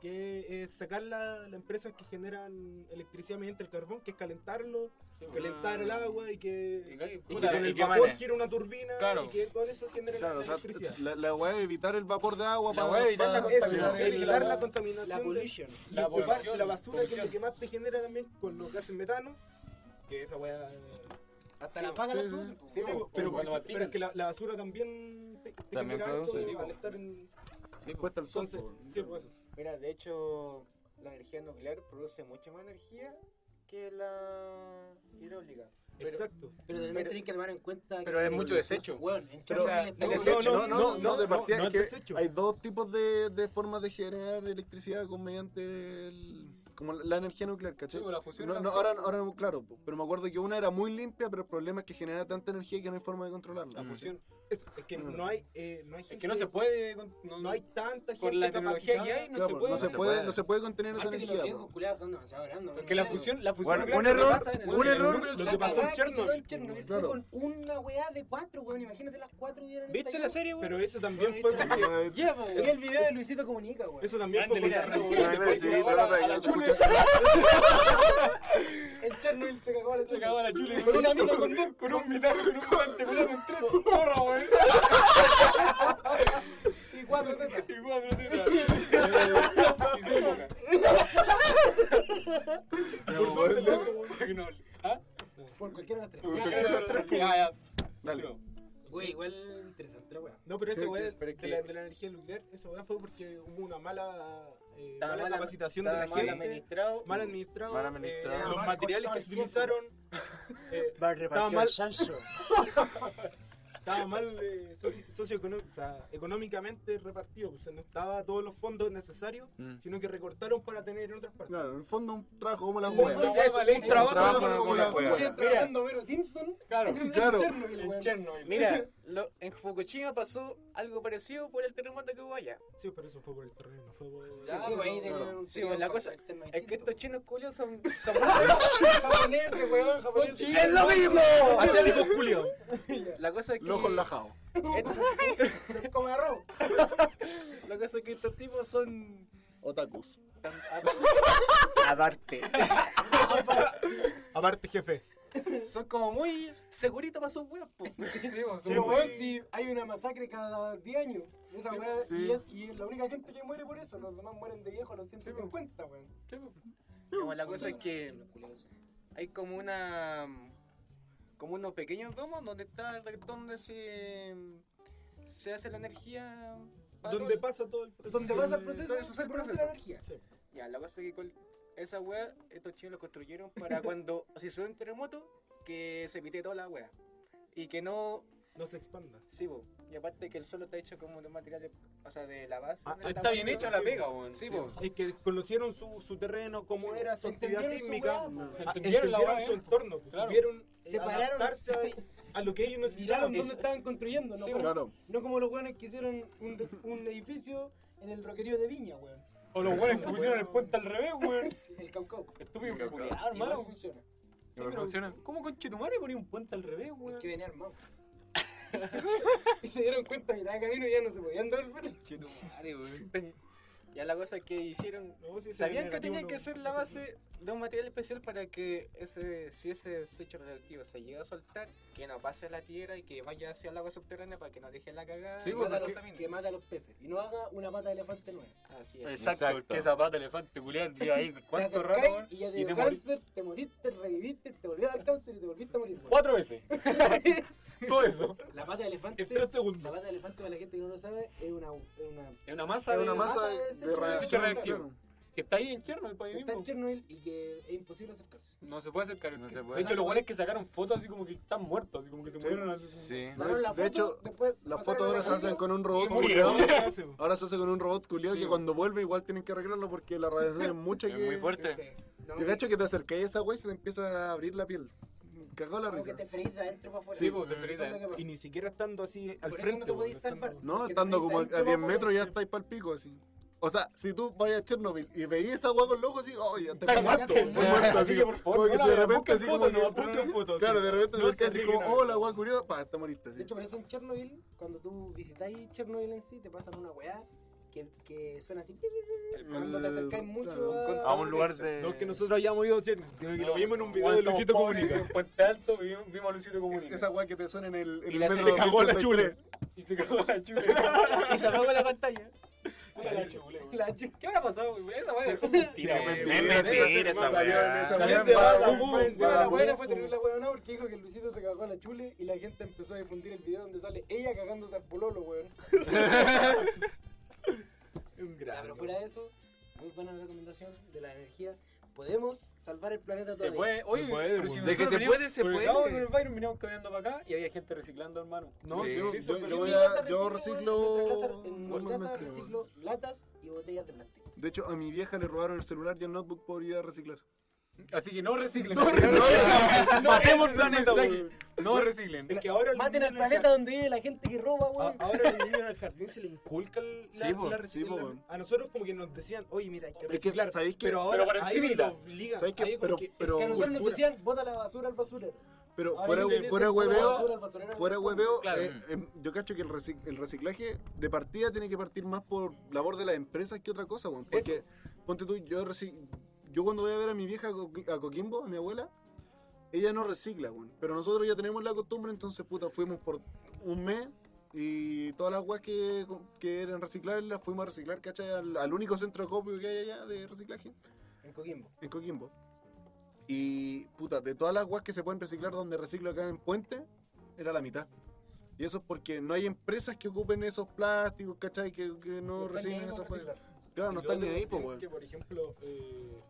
Speaker 8: que es sacar la- las empresas que generan electricidad mediante el carbón, que es calentarlo,
Speaker 3: Sí, po.
Speaker 8: calentar el agua y
Speaker 3: Ah. Y
Speaker 8: que,
Speaker 3: que-
Speaker 8: y que
Speaker 3: puta,
Speaker 8: con
Speaker 9: y
Speaker 8: el
Speaker 9: que
Speaker 8: vapor
Speaker 9: emane.
Speaker 8: gira una turbina
Speaker 3: Claro.
Speaker 8: y que con eso genera
Speaker 1: Claro, o sea,
Speaker 8: electricidad.
Speaker 1: la, la weá de evitar el vapor de agua
Speaker 3: La
Speaker 1: pa-
Speaker 3: weá de evitar
Speaker 1: pa-
Speaker 3: la
Speaker 8: Eso,
Speaker 3: contaminación y
Speaker 8: evitar
Speaker 3: la-
Speaker 8: la contaminación
Speaker 6: La
Speaker 8: de-
Speaker 6: pollution.
Speaker 8: y
Speaker 3: La
Speaker 8: ocupar
Speaker 3: polución,
Speaker 8: la basura que es
Speaker 3: polución.
Speaker 8: lo que más te genera también con los gases metano, que esa weá...
Speaker 6: Hasta la paga la
Speaker 1: sí,
Speaker 6: producen.
Speaker 3: Sí, pues,
Speaker 8: Sí,
Speaker 3: po,
Speaker 8: pero,
Speaker 3: cuando
Speaker 8: pero es
Speaker 3: mastican.
Speaker 8: que la, la basura también te, te
Speaker 9: También
Speaker 8: genera harto
Speaker 9: produce,
Speaker 3: sí, pues. po.
Speaker 8: al estar en...
Speaker 3: Sí, po.
Speaker 1: Puesta al sol,
Speaker 8: Entonces,
Speaker 1: po.
Speaker 8: sí, pues eso.
Speaker 2: Mira, de hecho, la energía nuclear produce mucha más energía que la hidráulica. Pero-
Speaker 8: Exacto.
Speaker 6: Pero también
Speaker 2: Pero-
Speaker 6: tenéis que tomar en cuenta
Speaker 3: Pero es mucho desecho.
Speaker 6: Bueno, en
Speaker 2: Pero, o sea,
Speaker 6: Chernobyl
Speaker 2: el
Speaker 6: explotó-
Speaker 2: desecho-
Speaker 1: No, no, no, de
Speaker 8: no,
Speaker 1: partida
Speaker 8: no,
Speaker 1: es
Speaker 8: no
Speaker 1: que
Speaker 8: es desecho.
Speaker 1: hay dos tipos de, de formas de generar electricidad con mediante el- como la, la energía nuclear, ¿cachai?
Speaker 3: Sí, po, la fusión
Speaker 1: No,
Speaker 3: es la
Speaker 1: no,
Speaker 3: fusión.
Speaker 1: ahora, ahora no, claro, po, pero me acuerdo que una era muy limpia, pero el problema es que generaba tanta energía que no hay forma de controlarla.
Speaker 3: La fusión.
Speaker 8: Es, es que no hay, eh, no hay
Speaker 3: Es
Speaker 8: gente-
Speaker 3: que no se puede. con- No,
Speaker 8: no hay tanta gente
Speaker 3: con la tecnología que
Speaker 8: capacitada.
Speaker 3: hay, no
Speaker 1: Claro,
Speaker 3: se
Speaker 1: po,
Speaker 3: puede.
Speaker 1: no se puede, no se puede contener esa
Speaker 6: Aparte que los
Speaker 1: energía. po.
Speaker 6: riesgos culiados son demasiado grandes.
Speaker 3: Porque la
Speaker 6: ¿no?
Speaker 3: fusión, la fusión
Speaker 9: Bueno,
Speaker 3: nuclear
Speaker 9: un
Speaker 3: lo que
Speaker 9: error,
Speaker 3: pasa en el-
Speaker 9: un
Speaker 3: en el
Speaker 9: error,
Speaker 3: núcleo
Speaker 8: lo
Speaker 3: del
Speaker 8: que pasó
Speaker 6: cagada
Speaker 8: en
Speaker 6: que quedó
Speaker 8: Chernobyl.
Speaker 6: el Chernobyl fue
Speaker 1: Claro.
Speaker 6: con una weá de cuatro, weón. Imagínate las cuatro hubieran
Speaker 2: ¿Viste la
Speaker 6: estallado.
Speaker 2: serie, weón?
Speaker 8: Pero eso también fue porque... pues,
Speaker 1: Ay,
Speaker 6: Vi el video de Luisito Comunica, weón.
Speaker 8: Eso también fue
Speaker 3: Grande
Speaker 8: porque...
Speaker 3: idea.
Speaker 1: bueno, sí, te van a pegar, escucha.
Speaker 6: En Chernobyl se cagó la
Speaker 3: Se
Speaker 6: chucha.
Speaker 3: cagó la chula con una mina con dos, con un mitad, con un cuadrangular, con tres zorras, weón.
Speaker 6: Y cuatro tetas.
Speaker 3: Y cuatro tetas. Y seis bocas.
Speaker 1: No, bueno.
Speaker 3: No, ¿ah?
Speaker 6: Por cualquiera de las tres.
Speaker 3: Ya, ya.
Speaker 1: Dale.
Speaker 3: Pero,
Speaker 6: Güey, igual interesante la weá.
Speaker 8: No, pero esa
Speaker 1: Pero
Speaker 8: weá
Speaker 2: que- pero
Speaker 8: de,
Speaker 2: que-
Speaker 8: la, de la energía nuclear, esa weá fue porque hubo una mala, eh,
Speaker 2: Estaba
Speaker 8: mala
Speaker 2: mal-
Speaker 8: capacitación de
Speaker 2: estaba
Speaker 8: la
Speaker 2: mal
Speaker 8: gente,
Speaker 2: administrado.
Speaker 8: mal administrado,
Speaker 9: Mal
Speaker 8: eh,
Speaker 9: administrado.
Speaker 8: los
Speaker 6: Mal
Speaker 8: materiales que
Speaker 6: cortado
Speaker 8: se
Speaker 6: el
Speaker 8: utilizaron, eh, estaba mal, estaba mal eh, soci- socioeconó- o sea, económicamente repartido, pues, o sea, no estaba todos los fondos necesarios,
Speaker 9: Mm.
Speaker 8: sino que recortaron para tener en otras partes.
Speaker 1: Claro, en el fondo un trabajo como la
Speaker 8: Un
Speaker 1: hueá.
Speaker 8: trabajo
Speaker 3: hueá mal
Speaker 8: es un
Speaker 3: hecha.
Speaker 8: trabajo
Speaker 9: Un trabajo
Speaker 8: como
Speaker 9: como
Speaker 8: la
Speaker 9: la
Speaker 8: hueá.
Speaker 9: hueá.
Speaker 6: Trabajando Vero Simpson.
Speaker 3: claro,
Speaker 1: Claro.
Speaker 6: Chernobyl,
Speaker 3: en
Speaker 6: weón.
Speaker 3: Chernobyl.
Speaker 2: Mira, lo- en Fukushima pasó algo parecido por el terremoto que hubo allá.
Speaker 8: Sí, pero eso fue por el terreno, no fue por...
Speaker 6: Sí, güey, de-
Speaker 1: claro.
Speaker 6: un
Speaker 2: Sí, bueno, la cosa-
Speaker 6: externo
Speaker 2: Es que
Speaker 6: distinto.
Speaker 2: estos chinos culios son, son
Speaker 6: japoneses, weón,
Speaker 3: Son
Speaker 6: japoneses.
Speaker 3: chinos.
Speaker 9: lo mismo!
Speaker 8: Asiáticos culiados.
Speaker 2: La cosa es
Speaker 1: Los
Speaker 2: que...
Speaker 1: ojos lajados.
Speaker 6: Como arroz.
Speaker 2: La cosa es que estos tipos son...
Speaker 1: Otakus.
Speaker 2: Aparte.
Speaker 8: Aparte, jefe.
Speaker 2: Son como muy seguritos para sus weas, po.
Speaker 6: Pero weón, si hay una masacre cada 10 años. Esa weá,
Speaker 1: sí.
Speaker 6: y, es, y es la única gente que muere por eso, los demás mueren de viejo a los 150, weón.
Speaker 2: Como la cosa es que hay como una como unos pequeños domos donde está donde se se hace la energía para
Speaker 8: Donde
Speaker 2: todo.
Speaker 8: pasa todo el
Speaker 6: Donde
Speaker 8: Sí.
Speaker 6: pasa el proceso,
Speaker 2: Entonces, es el
Speaker 6: se produce la
Speaker 2: proceso.
Speaker 6: energía.
Speaker 8: Sí.
Speaker 2: ya la cosa es que col- esa wea estos chinos lo construyeron para cuando si se da un terremoto que se pite toda la wea y que no
Speaker 8: No se expanda.
Speaker 2: sí po. y aparte que el suelo está hecho como de materiales o sea de la base
Speaker 8: Ah,
Speaker 2: de la
Speaker 3: Está
Speaker 2: base,
Speaker 3: bien
Speaker 2: ¿no?
Speaker 3: hecha la pega, weón.
Speaker 2: sí po.
Speaker 8: Es que conocieron su, su terreno, cómo
Speaker 6: Sí,
Speaker 8: era su actividad
Speaker 6: entendieron su
Speaker 8: sísmica,
Speaker 6: weá, po.
Speaker 8: ah,
Speaker 3: Entendieron
Speaker 8: entendieron,
Speaker 3: la weá,
Speaker 8: su
Speaker 3: eh.
Speaker 8: entorno, pues,
Speaker 3: Claro.
Speaker 8: supieron eh,
Speaker 6: Se pararon.
Speaker 8: adaptarse a, a lo que ellos necesitaban.
Speaker 6: Miraron dónde estaban construyendo, ¿no?
Speaker 2: Sí,
Speaker 6: como,
Speaker 1: Claro.
Speaker 6: no como los weones que hicieron un, de- un edificio en el roquerío de Viña, weón.
Speaker 3: O los buenos que pusieron el puente al revés, weón.
Speaker 6: El Caucao.
Speaker 3: Estúpido,
Speaker 6: Igual
Speaker 3: culiado, hermano.
Speaker 6: funciona.
Speaker 9: pero funciona.
Speaker 3: ¿Cómo conchetumare ponía un puente al revés,
Speaker 2: Es
Speaker 3: weón?
Speaker 2: que venía armado. y se dieron cuenta a mitad de camino y ya no se podían devolver.
Speaker 6: Chetumare, weón. Ya la cosa que hicieron.
Speaker 8: No, si ese
Speaker 6: Sabían que
Speaker 8: negativo
Speaker 6: tenía
Speaker 8: no-
Speaker 6: que ser la
Speaker 8: no se-
Speaker 6: base de un material especial para que ese, si ese switch radioactivo se llega a soltar, que no pase a la tierra y que vaya hacia el agua subterránea para que no deje la cagada.
Speaker 2: Sí,
Speaker 6: y no
Speaker 2: mata
Speaker 6: se
Speaker 2: a los-
Speaker 6: contamine.
Speaker 2: que mata a los peces. Y no haga una pata de elefante nueva.
Speaker 6: Así es.
Speaker 3: Exacto,
Speaker 11: Exacto.
Speaker 3: que esa pata de elefante culiar de ahí, cuánto rato,
Speaker 2: acercáis
Speaker 3: weón.
Speaker 2: Y ya te
Speaker 3: y
Speaker 2: dio
Speaker 3: te morí.
Speaker 2: cáncer, te moriste, reviviste, te volvió a dar cáncer y te volviste a morir. weón.
Speaker 3: Cuatro veces. Todo eso.
Speaker 2: La pata de elefante.
Speaker 3: En tres
Speaker 2: La
Speaker 3: segundos.
Speaker 2: pata de elefante, para la gente que no lo sabe, es una. Es una
Speaker 3: Es una masa de
Speaker 1: una
Speaker 2: una
Speaker 1: masa de-
Speaker 2: desecho
Speaker 1: de
Speaker 3: desecho
Speaker 1: radiación.
Speaker 3: radioactivo. Que está ahí en Chernobyl para
Speaker 2: Que
Speaker 3: mí
Speaker 2: está en
Speaker 3: mismo.
Speaker 2: Chernobyl y que es imposible acercarse.
Speaker 3: No se puede acercar.
Speaker 9: No se
Speaker 3: De
Speaker 9: puede.
Speaker 3: hecho, los guanes que sacaron fotos así como que están muertos, así como que se
Speaker 1: Sí.
Speaker 3: murieron así.
Speaker 9: Sí.
Speaker 1: No,
Speaker 2: Sacaron
Speaker 1: de
Speaker 2: la foto,
Speaker 1: hecho,
Speaker 2: después
Speaker 1: Las
Speaker 2: pasaron
Speaker 1: fotos ahora
Speaker 2: la
Speaker 1: se hacen
Speaker 2: foto.
Speaker 1: con un robot
Speaker 3: Y murió.
Speaker 1: culiado. Ahora se hace con un robot culiado
Speaker 9: Sí,
Speaker 1: que
Speaker 9: bo.
Speaker 1: cuando vuelve igual tienen que arreglarlo porque la radiación es mucha
Speaker 9: Es
Speaker 1: que...
Speaker 9: muy
Speaker 3: este.
Speaker 9: fuerte.
Speaker 2: Sí, sí. No,
Speaker 1: Yo
Speaker 2: sí,
Speaker 1: cacho que te acercáis a esa wey y se te empieza a abrir la piel. Cagó la
Speaker 2: como que
Speaker 1: risa.
Speaker 2: te freís de adentro para afuera.
Speaker 3: Sí, pues, te
Speaker 2: Eso
Speaker 3: freís
Speaker 2: es
Speaker 3: de
Speaker 2: lo que pasa.
Speaker 8: Y ni siquiera estando así al
Speaker 2: Por eso
Speaker 8: frente.
Speaker 2: no te podéis
Speaker 8: weón,
Speaker 2: salvar.
Speaker 8: estando-
Speaker 1: No,
Speaker 2: Porque
Speaker 1: estando
Speaker 2: te
Speaker 1: como a
Speaker 2: freís de adentro
Speaker 1: 10
Speaker 2: para
Speaker 1: metros ya
Speaker 2: afuera.
Speaker 1: estáis pa'l pico así. O sea, si tú vas a Chernobyl y veías esa agua con loco así, oh, ya te
Speaker 3: Está
Speaker 2: muerto,
Speaker 3: muerto.
Speaker 2: weón.
Speaker 1: Está muerto,
Speaker 3: Así que por favor,
Speaker 1: como que
Speaker 3: no
Speaker 1: si de
Speaker 3: la vean,
Speaker 1: repente
Speaker 3: busquen
Speaker 1: así como
Speaker 3: fotos,
Speaker 1: que-
Speaker 3: no, busquen fotos.
Speaker 1: Claro, de repente
Speaker 3: No
Speaker 1: te
Speaker 3: se
Speaker 1: quedas así como,
Speaker 3: acerquen a-
Speaker 1: oh, la agua curiosa, pa, te moriste.
Speaker 2: De
Speaker 1: Así.
Speaker 2: hecho, por eso en Chernobyl, cuando tú visitáis Chernobyl en sí, te pasan una weá que, que suena así. Cuando te acercáis mucho
Speaker 9: A
Speaker 2: a...
Speaker 9: un lugar de.
Speaker 8: No es que nosotros hayamos ido a Chernobyl, sino que
Speaker 3: No,
Speaker 8: lo vimos en un
Speaker 3: no,
Speaker 8: video de
Speaker 3: weón, somos
Speaker 8: Lucito
Speaker 3: pobres,
Speaker 8: Comunica.
Speaker 3: En Puente Alto vimos, vimos a Lucito Comunica.
Speaker 1: Esa agua que te suena en el, en
Speaker 3: Y la
Speaker 1: el
Speaker 3: se cagó la
Speaker 1: 283.
Speaker 3: chule. Y se cagó la chule.
Speaker 6: Y se apagó la pantalla.
Speaker 3: Puta la chule, weón.
Speaker 2: La chica.
Speaker 3: ¿Qué habrá pasado, güey? Esa weá es
Speaker 1: Sí,
Speaker 3: mentira,
Speaker 1: es
Speaker 3: güey.
Speaker 1: mentira,
Speaker 9: Es
Speaker 1: sí,
Speaker 9: mentira
Speaker 1: sí,
Speaker 9: esa
Speaker 1: salió en
Speaker 9: weá.
Speaker 1: esa
Speaker 3: También
Speaker 1: weá.
Speaker 3: va la
Speaker 1: Vagabundo,
Speaker 3: Pum,
Speaker 2: Más encima la
Speaker 1: vagabundo.
Speaker 2: buena fue tener la weá no porque dijo que el Luisito se cagó a la chule y la gente empezó a difundir el video donde sale ella cagándose al pololo, weón.
Speaker 8: Un
Speaker 2: Ya,
Speaker 8: gran-
Speaker 2: Ah, pero fuera de eso, muy buena recomendación de la energía. Podemos salvar el planeta
Speaker 3: Se
Speaker 2: todavía.
Speaker 3: puede, oye,
Speaker 8: Se puede,
Speaker 3: pero si
Speaker 8: weón.
Speaker 9: De que
Speaker 3: nosotros
Speaker 9: se
Speaker 3: veníamos
Speaker 9: puede, se
Speaker 3: por el
Speaker 9: puede.
Speaker 3: lado del Byron, veníamos caminando para acá y había gente reciclando, hermano.
Speaker 8: No,
Speaker 9: Sí.
Speaker 8: sí,
Speaker 1: Yo,
Speaker 8: sí,
Speaker 1: yo-
Speaker 8: súper
Speaker 1: yo voy
Speaker 8: bien.
Speaker 1: a-
Speaker 2: Mi
Speaker 1: yo
Speaker 2: casa
Speaker 1: reciclo.
Speaker 2: reciclo- En mi
Speaker 1: Bueno,
Speaker 2: casa
Speaker 1: me-
Speaker 2: reciclo latas y botellas de plástico.
Speaker 1: De hecho, a mi vieja le robaron el celular y el notebook por ir a reciclar.
Speaker 3: Así que no reciclen.
Speaker 9: reciclen.
Speaker 3: No,
Speaker 9: Matemos
Speaker 3: ese es
Speaker 9: planeta,
Speaker 3: mensaje. No reciclen.
Speaker 8: Es que ahora el
Speaker 2: Maten
Speaker 8: niño
Speaker 2: al
Speaker 8: en el
Speaker 2: planeta donde vive la gente que roba,
Speaker 8: A-
Speaker 2: weón.
Speaker 8: Ahora el niño en el jardín se le inculca el- la,
Speaker 9: Sí,
Speaker 8: la
Speaker 9: po,
Speaker 1: sí, po,
Speaker 8: recicla-
Speaker 1: weón.
Speaker 8: A nosotros como que nos decían, oye, mira, hay
Speaker 1: que,
Speaker 8: que reciclar.
Speaker 1: ¿sabéis qué?
Speaker 8: Pero
Speaker 3: Pero
Speaker 8: ahora
Speaker 3: por
Speaker 8: a ellos
Speaker 3: encimita.
Speaker 8: lo obligan.
Speaker 1: ¿Sabéis qué?
Speaker 8: a ellos
Speaker 1: Pero-
Speaker 8: como que-
Speaker 1: pero-
Speaker 2: que a nosotros nos
Speaker 8: cultura.
Speaker 2: decían, bota la basura al basurero.
Speaker 1: Pero
Speaker 2: Ahora
Speaker 1: fuera,
Speaker 8: dicen,
Speaker 1: fuera
Speaker 2: bota la
Speaker 1: hueveo,
Speaker 2: basura al basurero,
Speaker 1: fuera
Speaker 2: weón.
Speaker 1: hueveo,
Speaker 3: Claro.
Speaker 1: eh, em, yo cacho que el, recic- el reciclaje de partida tiene que partir más por labor de las empresas que otra cosa, weón. Porque, ponte tú, yo, reci- yo cuando voy a ver a mi vieja a Coqui- a Coquimbo, a mi abuela, ella no recicla, weón. Pero nosotros ya tenemos la costumbre, entonces, puta, fuimos por un mes y todas las weas que, que eran reciclables las fuimos a reciclar, ¿cachai? Al, al único centro copio que hay allá de reciclaje
Speaker 2: En Coquimbo.
Speaker 1: en Coquimbo. Y puta, de todas las guas que se pueden reciclar donde reciclo acá en Puente, era la mitad. Y eso es porque no hay empresas que ocupen esos plásticos, ¿cachai? Que, que no
Speaker 2: Están ahí
Speaker 1: reciclen
Speaker 2: para
Speaker 1: esos plásticos.
Speaker 2: reciclar.
Speaker 1: Claro, no
Speaker 8: Y lo
Speaker 1: están ni
Speaker 8: otro
Speaker 1: ahí, pues,
Speaker 8: es
Speaker 1: weón.
Speaker 8: Que, por ejemplo, eh,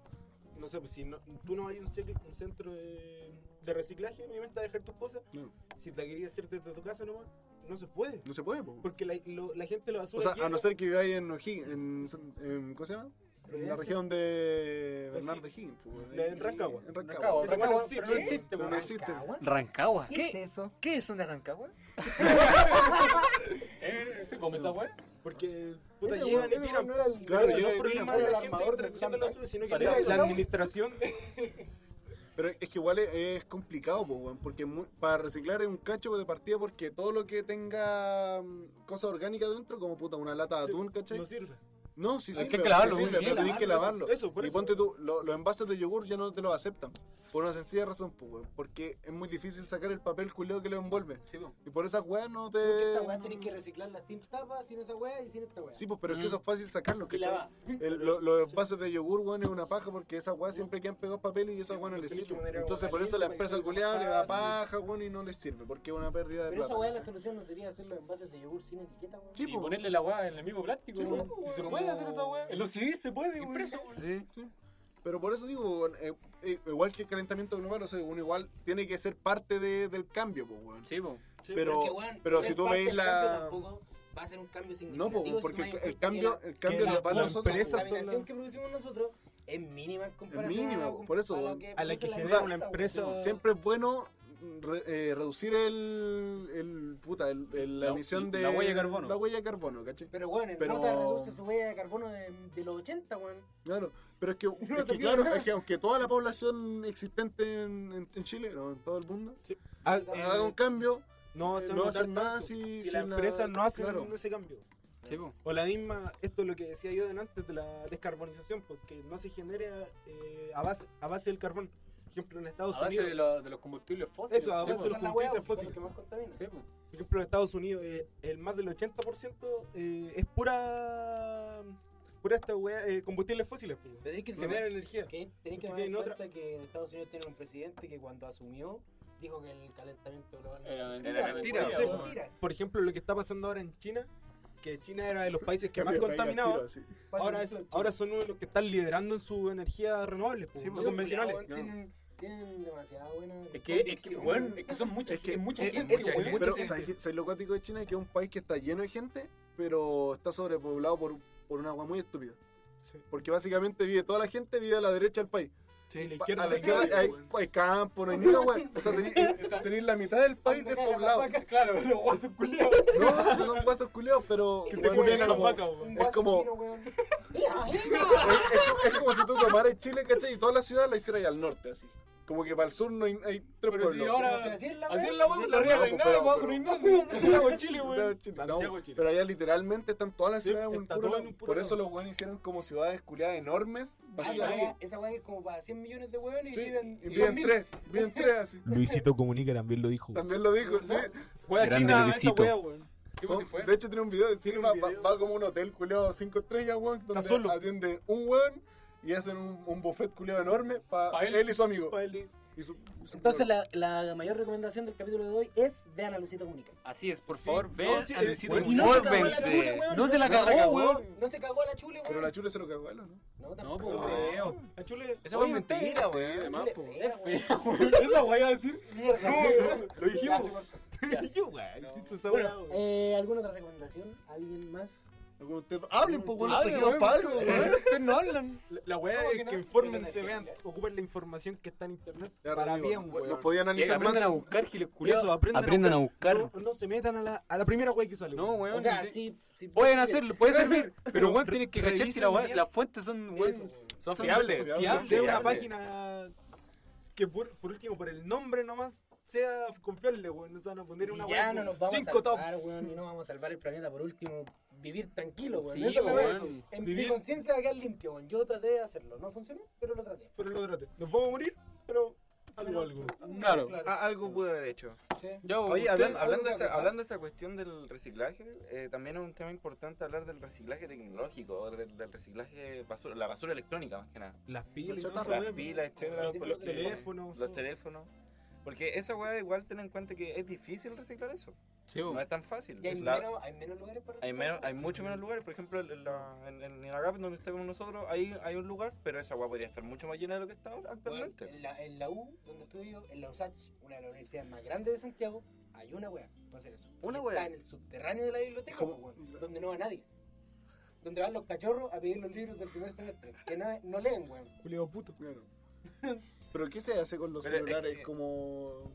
Speaker 8: no sé, pues si no, tú no hay un, cel- un centro de, de reciclaje, obviamente, a dejar tus cosas.
Speaker 1: No.
Speaker 8: Si la querías hacer desde tu casa nomás, no se puede.
Speaker 1: No se puede, pues.
Speaker 8: Porque la, lo- la gente lo
Speaker 1: O
Speaker 8: basura.
Speaker 1: sea, a
Speaker 8: llega-
Speaker 1: no ser que viváis en O'Higgins, en, en- ¿cómo se llama? En la
Speaker 2: Providencia.
Speaker 1: región de Bernardo Higgins, pues, weón.
Speaker 8: La- en Rancagua.
Speaker 1: En Rancagua.
Speaker 3: Rancagua,
Speaker 8: Esa
Speaker 3: Rancagua,
Speaker 8: weá no existe,
Speaker 3: pero no
Speaker 8: ¿eh?
Speaker 3: existe,
Speaker 1: Pero
Speaker 3: weón.
Speaker 1: no existe.
Speaker 2: ¿Rancagua?
Speaker 6: ¿Rancagua?
Speaker 2: ¿Qué es eso?
Speaker 6: ¿Qué es una Rancagua?
Speaker 3: Eh, ¿Se come esa weá?
Speaker 8: Porque puta,
Speaker 2: Ese
Speaker 8: llegan
Speaker 2: weón
Speaker 8: y tiran.
Speaker 2: no era el-
Speaker 1: Claro,
Speaker 8: pero no
Speaker 1: llegan
Speaker 8: es
Speaker 1: y tiran,
Speaker 8: problema
Speaker 2: pero
Speaker 8: de la
Speaker 2: el
Speaker 8: gente
Speaker 2: armador
Speaker 8: ir reciclando
Speaker 2: del
Speaker 8: la basura, sino que
Speaker 3: Parece
Speaker 8: la,
Speaker 3: que-
Speaker 8: administración.
Speaker 1: Pero es que igual es, es complicado, pues, weón, porque mu- para reciclar es un cacho de partida porque todo lo que tenga mm, cosa orgánica dentro, como puta una lata de
Speaker 8: Sí,
Speaker 1: atún, ¿cachai?
Speaker 8: No sirve.
Speaker 1: No, sí,
Speaker 3: Hay
Speaker 1: sí,
Speaker 3: que clavarlo, muy
Speaker 1: pero
Speaker 3: bien,
Speaker 1: tenés que
Speaker 8: lavarlo,
Speaker 1: lavarlo.
Speaker 8: eso, eso, por
Speaker 1: y
Speaker 8: eso.
Speaker 1: ponte tú, lo- los envases de yogur ya no te los aceptan. Por una sencilla razón, pues, weón, porque es muy difícil sacar el papel culeo que lo envuelve.
Speaker 3: Sí, weón.
Speaker 1: Y por esas weas no te.
Speaker 2: Esta weá tenés que reciclarla sin tapa, sin esa weá y sin esta weá.
Speaker 1: Sí, pues, pero es que
Speaker 3: Mm.
Speaker 1: eso es fácil sacarlo,
Speaker 2: y la
Speaker 1: ¿cachai?
Speaker 2: va.
Speaker 1: El- lo- los envases de yogur, weón, es una paja porque esas weas siempre quedan pegados papel y esas weas no les
Speaker 8: porque de
Speaker 1: sirven.
Speaker 8: manera
Speaker 1: Entonces, por eso la
Speaker 8: caliente,
Speaker 1: empresa
Speaker 8: para
Speaker 1: culeada le da
Speaker 8: que salga
Speaker 1: paja, weón, y no les sirve porque es una pérdida de
Speaker 2: Pero esa
Speaker 1: plata.
Speaker 2: weá la solución no sería hacer los envases de yogur sin etiqueta, weón.
Speaker 1: Sí,
Speaker 3: Y
Speaker 1: pues.
Speaker 3: ponerle la weá en el mismo plástico,
Speaker 1: Sí,
Speaker 3: weón.
Speaker 1: pues,
Speaker 3: Se
Speaker 1: como-
Speaker 3: puede hacer esa weá. En los CDs se puede, weón.
Speaker 9: Sí.
Speaker 1: Pero por eso digo, weón, eh, eh, igual que el calentamiento global, o sea, uno igual tiene que ser parte de- del cambio, pues, weón.
Speaker 3: Sí, po.
Speaker 1: pero,
Speaker 2: que, weón,
Speaker 1: pero
Speaker 2: ser
Speaker 1: si tú
Speaker 2: parte
Speaker 1: veis
Speaker 2: del
Speaker 1: la...
Speaker 2: cambio tampoco va a ser un cambio
Speaker 1: No,
Speaker 2: significativo.
Speaker 1: po,
Speaker 2: si
Speaker 1: porque
Speaker 2: no hay
Speaker 1: el,
Speaker 2: un-
Speaker 1: el cambio, el cambio
Speaker 8: que
Speaker 1: lo
Speaker 8: la-
Speaker 1: van
Speaker 8: la
Speaker 1: nosotros.
Speaker 8: empresa-
Speaker 1: po.
Speaker 8: son
Speaker 2: contaminación
Speaker 8: las-
Speaker 2: que producimos nosotros es mínima en comparación
Speaker 1: mínima,
Speaker 2: a,
Speaker 1: po, por eso,
Speaker 2: a la
Speaker 1: weón.
Speaker 2: que,
Speaker 8: A la que
Speaker 2: produce
Speaker 8: genera
Speaker 2: la
Speaker 8: una
Speaker 2: empresa,
Speaker 8: empresa.
Speaker 2: weón.
Speaker 1: Siempre es bueno re- eh, reducir el, el puta, el, el- la,
Speaker 6: La-
Speaker 1: emisión de
Speaker 6: la huella de carbono.
Speaker 1: La huella de carbono, ¿cachai?
Speaker 2: Pero bueno, el
Speaker 1: Pero-
Speaker 2: puta reduce su huella de carbono de, de los 80, weón.
Speaker 1: Claro, pero es que, es que,
Speaker 2: también,
Speaker 1: claro,
Speaker 2: ¿verdad?
Speaker 1: es que aunque toda la población existente en, en- en Chile, no, en todo el mundo,
Speaker 8: Ah, eh,
Speaker 1: haga un cambio,
Speaker 8: no
Speaker 1: no va a
Speaker 8: notar
Speaker 1: hacer nada
Speaker 8: tanto.
Speaker 1: si,
Speaker 8: si las empresas no hacen ese cambio.
Speaker 12: Sí, po.
Speaker 8: O la misma, esto es lo que decía yo antes de la descarbonización, porque no se genera eh, a, base, a base del carbón. Por ejemplo, en Estados
Speaker 3: A base
Speaker 8: Unidos.
Speaker 3: de, lo- de los combustibles fósiles.
Speaker 8: Eso, a
Speaker 3: sí,
Speaker 8: base de
Speaker 3: po.
Speaker 8: los
Speaker 2: Son la hueá,
Speaker 8: combustibles
Speaker 2: pues, son los
Speaker 8: fósiles.
Speaker 2: que más contaminan.
Speaker 3: Sí, po.
Speaker 8: Por ejemplo, en Estados Unidos, eh, el más del 80% eh, es pura. pura esta weá, eh, combustibles fósiles, pues,
Speaker 2: Pero es que
Speaker 8: generar energía.
Speaker 2: que tenéis
Speaker 8: Porque
Speaker 2: que tomar en
Speaker 8: tienen otra-
Speaker 2: cuenta que en Estados Unidos tienen un presidente que cuando asumió dijo que el calentamiento global no
Speaker 3: Era
Speaker 6: mentira,
Speaker 2: existía, weón.
Speaker 6: mentira,
Speaker 2: Es
Speaker 8: weón.
Speaker 2: mentira.
Speaker 8: Por ejemplo, lo que está pasando ahora en China, que China era de los países que más
Speaker 1: Cambio, caiga al
Speaker 8: contaminaba.
Speaker 1: tiro, así.
Speaker 8: Ahora, es- ahora son uno de los que están liderando en su energía renovable, pues,
Speaker 3: Sí,
Speaker 8: no
Speaker 3: pues,
Speaker 8: convencionales.
Speaker 2: Weón, Tienen, tienen demasiada buena.
Speaker 3: Es que, es que, bueno, es que son muchas,
Speaker 1: Es que-
Speaker 3: es mucha
Speaker 8: es-
Speaker 3: gente,
Speaker 8: es mucha
Speaker 3: weón,
Speaker 8: gente,
Speaker 3: mucha
Speaker 1: Pero,
Speaker 3: gente.
Speaker 1: ¿sabes, qué- sabes lo cuático de China? Que es un país que está lleno de gente, pero está sobrepoblado por, por una agua muy estúpida.
Speaker 8: Sí.
Speaker 1: Porque básicamente vive toda la gente, vive a la derecha del país.
Speaker 8: Sí, la
Speaker 1: Pa-
Speaker 8: izquierda
Speaker 1: a la
Speaker 8: también,
Speaker 1: izquierda hay,
Speaker 8: weón.
Speaker 1: hay campo, no hay ni una weá. O sea, tenéis tenéis la mitad del país
Speaker 2: Donde cagan
Speaker 1: despoblado.
Speaker 2: las vacas.
Speaker 3: Claro, los guasos culiados.
Speaker 1: No, no son guasos culeados, pero.
Speaker 8: Que se
Speaker 1: weón,
Speaker 8: culean
Speaker 1: es
Speaker 8: a las
Speaker 1: como-
Speaker 8: vacas,
Speaker 2: Un
Speaker 8: weón.
Speaker 1: es
Speaker 2: vaso
Speaker 1: como-
Speaker 2: chino, weón. ¡Hija, hija!
Speaker 1: es, es- es como si tú tomaras Chile, ¿cachai? Y toda la ciudad la hicieras al norte, así. Como que para el sur no hay, hay tres
Speaker 3: Pero si
Speaker 1: pueblos.
Speaker 2: Como si
Speaker 3: ahora,
Speaker 2: así es la
Speaker 3: así
Speaker 2: weá.
Speaker 3: es la weón, la
Speaker 1: No,
Speaker 3: ría de
Speaker 1: pero-
Speaker 3: nada, guapo,
Speaker 1: pero-
Speaker 3: no hay nada. Santiago de Chile,
Speaker 1: Santiago,
Speaker 3: weón.
Speaker 1: Chile.
Speaker 8: Santiago,
Speaker 1: No,
Speaker 8: Chile.
Speaker 1: Pero allá literalmente están todas las
Speaker 8: Sí,
Speaker 1: ciudades en un
Speaker 8: está
Speaker 1: puro
Speaker 8: todo
Speaker 1: lado.
Speaker 8: en un puro
Speaker 1: Por
Speaker 8: lado.
Speaker 1: eso los buenos hicieron como ciudades culiadas enormes.
Speaker 2: Ah,
Speaker 1: así.
Speaker 2: esa weá- Esa weá que es como para 100 millones de weones
Speaker 1: Sí,
Speaker 2: y viven.
Speaker 1: y
Speaker 2: y
Speaker 1: bien
Speaker 2: viven
Speaker 1: tres, bien tres así.
Speaker 8: Luisito Comunica también lo dijo.
Speaker 1: También lo dijo, sí.
Speaker 8: Wea
Speaker 13: Grande
Speaker 8: china, esa
Speaker 13: Luisito.
Speaker 8: wea, weón.
Speaker 3: Sí, pues, sí fue.
Speaker 1: De hecho tiene un video de
Speaker 8: Tiene
Speaker 1: Silva,
Speaker 8: un
Speaker 1: va,
Speaker 8: video.
Speaker 1: va como a un hotel culiado 5 estrellas, weón, donde
Speaker 8: solo.
Speaker 1: atiende un weón y hacen un, un buffet culiado enorme para
Speaker 3: Pa' él.
Speaker 1: él. y su amigo.
Speaker 8: Pa' él.
Speaker 1: Y su- y su-
Speaker 2: Entonces la, la mayor recomendación del capítulo de hoy es vean a Luisito Comunica.
Speaker 3: Así es, por favor, ve
Speaker 8: No, sí,
Speaker 3: a
Speaker 8: eh,
Speaker 3: Luisito
Speaker 8: bueno,
Speaker 2: Y no se cagó a la chule, weón.
Speaker 3: No se la
Speaker 2: cagó,
Speaker 3: cagó,
Speaker 2: weón.
Speaker 3: weón.
Speaker 2: No se cagó a la chule, weón.
Speaker 1: Pero la chula se lo cagó a él, ¿o ¿no?
Speaker 2: No, pues, tampoco.
Speaker 3: po,
Speaker 2: weón.
Speaker 8: La chule.
Speaker 3: Esa weón es mentira, weón.
Speaker 1: Sí, además,
Speaker 2: Chule
Speaker 1: po.
Speaker 2: pues, fea, weón.
Speaker 3: Esa weón iba a decir.
Speaker 2: Mierda.
Speaker 3: Lo
Speaker 2: Ya,
Speaker 3: dijimos.
Speaker 2: se cortó.
Speaker 8: Yo, weón. Esa wea,
Speaker 2: Bueno,
Speaker 8: weón.
Speaker 2: eh, ¿alguna otra recomendación? ¿Alguien más?
Speaker 1: Algunos de ustedes- Hablen, pues, weón,
Speaker 3: Hablen,
Speaker 1: porque va
Speaker 3: weón,
Speaker 1: pa' algo,
Speaker 3: porque-
Speaker 1: weón.
Speaker 3: Ustedes no hablan.
Speaker 8: La- La wea
Speaker 3: ¿Cómo
Speaker 8: es
Speaker 3: que no?
Speaker 8: que infórmense,
Speaker 2: Tienen
Speaker 8: vean,
Speaker 2: energía,
Speaker 8: ocupen la información que está en internet
Speaker 1: Ya,
Speaker 8: para
Speaker 1: Rodrigo,
Speaker 8: bien,
Speaker 1: Nos
Speaker 8: weón.
Speaker 1: podían
Speaker 3: Que
Speaker 1: analizar más.
Speaker 3: aprendan a buscar, giles
Speaker 8: Eso,
Speaker 3: culiados.
Speaker 13: Aprendan a buscar.
Speaker 8: No, no se metan a la, a la primera wea que sale.
Speaker 3: No,
Speaker 8: weón.
Speaker 3: weón.
Speaker 2: O sea,
Speaker 3: ente-
Speaker 2: sí, sí.
Speaker 3: Pueden hacerlo, puede servir, pero
Speaker 8: Pero
Speaker 3: weón tienes que cachar si la weá-
Speaker 8: revisen
Speaker 3: las fuentes son weón,
Speaker 8: Eso.
Speaker 3: son
Speaker 6: Fiables.
Speaker 3: fiables.
Speaker 1: Fiables.
Speaker 8: de una
Speaker 1: Fiables.
Speaker 8: página que por, por último, por el nombre nomás, sea confiable, weón. No se van a poner una
Speaker 2: Si
Speaker 8: wea
Speaker 2: ya
Speaker 8: con
Speaker 2: no nos vamos
Speaker 8: cinco
Speaker 2: a salvar,
Speaker 8: tops.
Speaker 2: weón, y no vamos a salvar el planeta por último. Vivir tranquilo, weón.
Speaker 3: Sí,
Speaker 2: Esa es la weá.
Speaker 3: weón.
Speaker 2: En mi
Speaker 8: Vivir-
Speaker 2: conciencia acá es limpio, weón. Yo traté de hacerlo. No funcionó, pero lo traté.
Speaker 8: Pero lo trate. Nos vamos a morir, pero algo, algo.
Speaker 3: Claro.
Speaker 6: A- Ah, algo pude haber hecho.
Speaker 2: Sí.
Speaker 3: Ya, weón,
Speaker 6: Oye,
Speaker 3: usted-
Speaker 6: hablando, hablando, de
Speaker 2: algo que
Speaker 6: esa,
Speaker 2: hablar.
Speaker 6: hablando de esa cuestión del reciclaje, eh, también es un tema importante hablar del reciclaje tecnológico, o del, del reciclaje basura, la basura electrónica más que nada.
Speaker 8: Las pilas y
Speaker 1: Las
Speaker 8: todo eso,
Speaker 6: Las
Speaker 8: weón.
Speaker 6: pilas, etcétera,
Speaker 2: los
Speaker 6: por los
Speaker 8: teléfonos.
Speaker 6: Los teléfonos. Porque esa weá igual ten en cuenta que es difícil reciclar eso.
Speaker 3: Sí, weón.
Speaker 6: No es tan fácil.
Speaker 2: Y hay,
Speaker 6: Es la-
Speaker 2: menos, hay menos lugares para
Speaker 6: hay, menos, hay
Speaker 2: reciclar.
Speaker 6: mucho menos lugares. Por ejemplo, en, la, en, en el Agap, donde estamos nosotros, hay, hay un lugar, pero esa weá podría estar mucho más llena de lo que está ahora
Speaker 2: Weón,
Speaker 6: actualmente.
Speaker 2: en, la, en la U, donde estudio, en la USACH, una de las universidades más grandes de Santiago, hay una wea para hacer eso.
Speaker 6: Una
Speaker 2: Que
Speaker 6: wea.
Speaker 2: Está en el subterráneo de la biblioteca,
Speaker 1: ¿Cómo?
Speaker 2: po, weón, donde no va nadie. Donde van los cachorros a pedir los libros del primer semestre, que na- no leen, weón.
Speaker 8: Culeado puto.
Speaker 1: Claro. Pero ¿qué se hace con los
Speaker 8: eh,
Speaker 6: Pero es
Speaker 1: celulares?
Speaker 6: que-
Speaker 1: Como...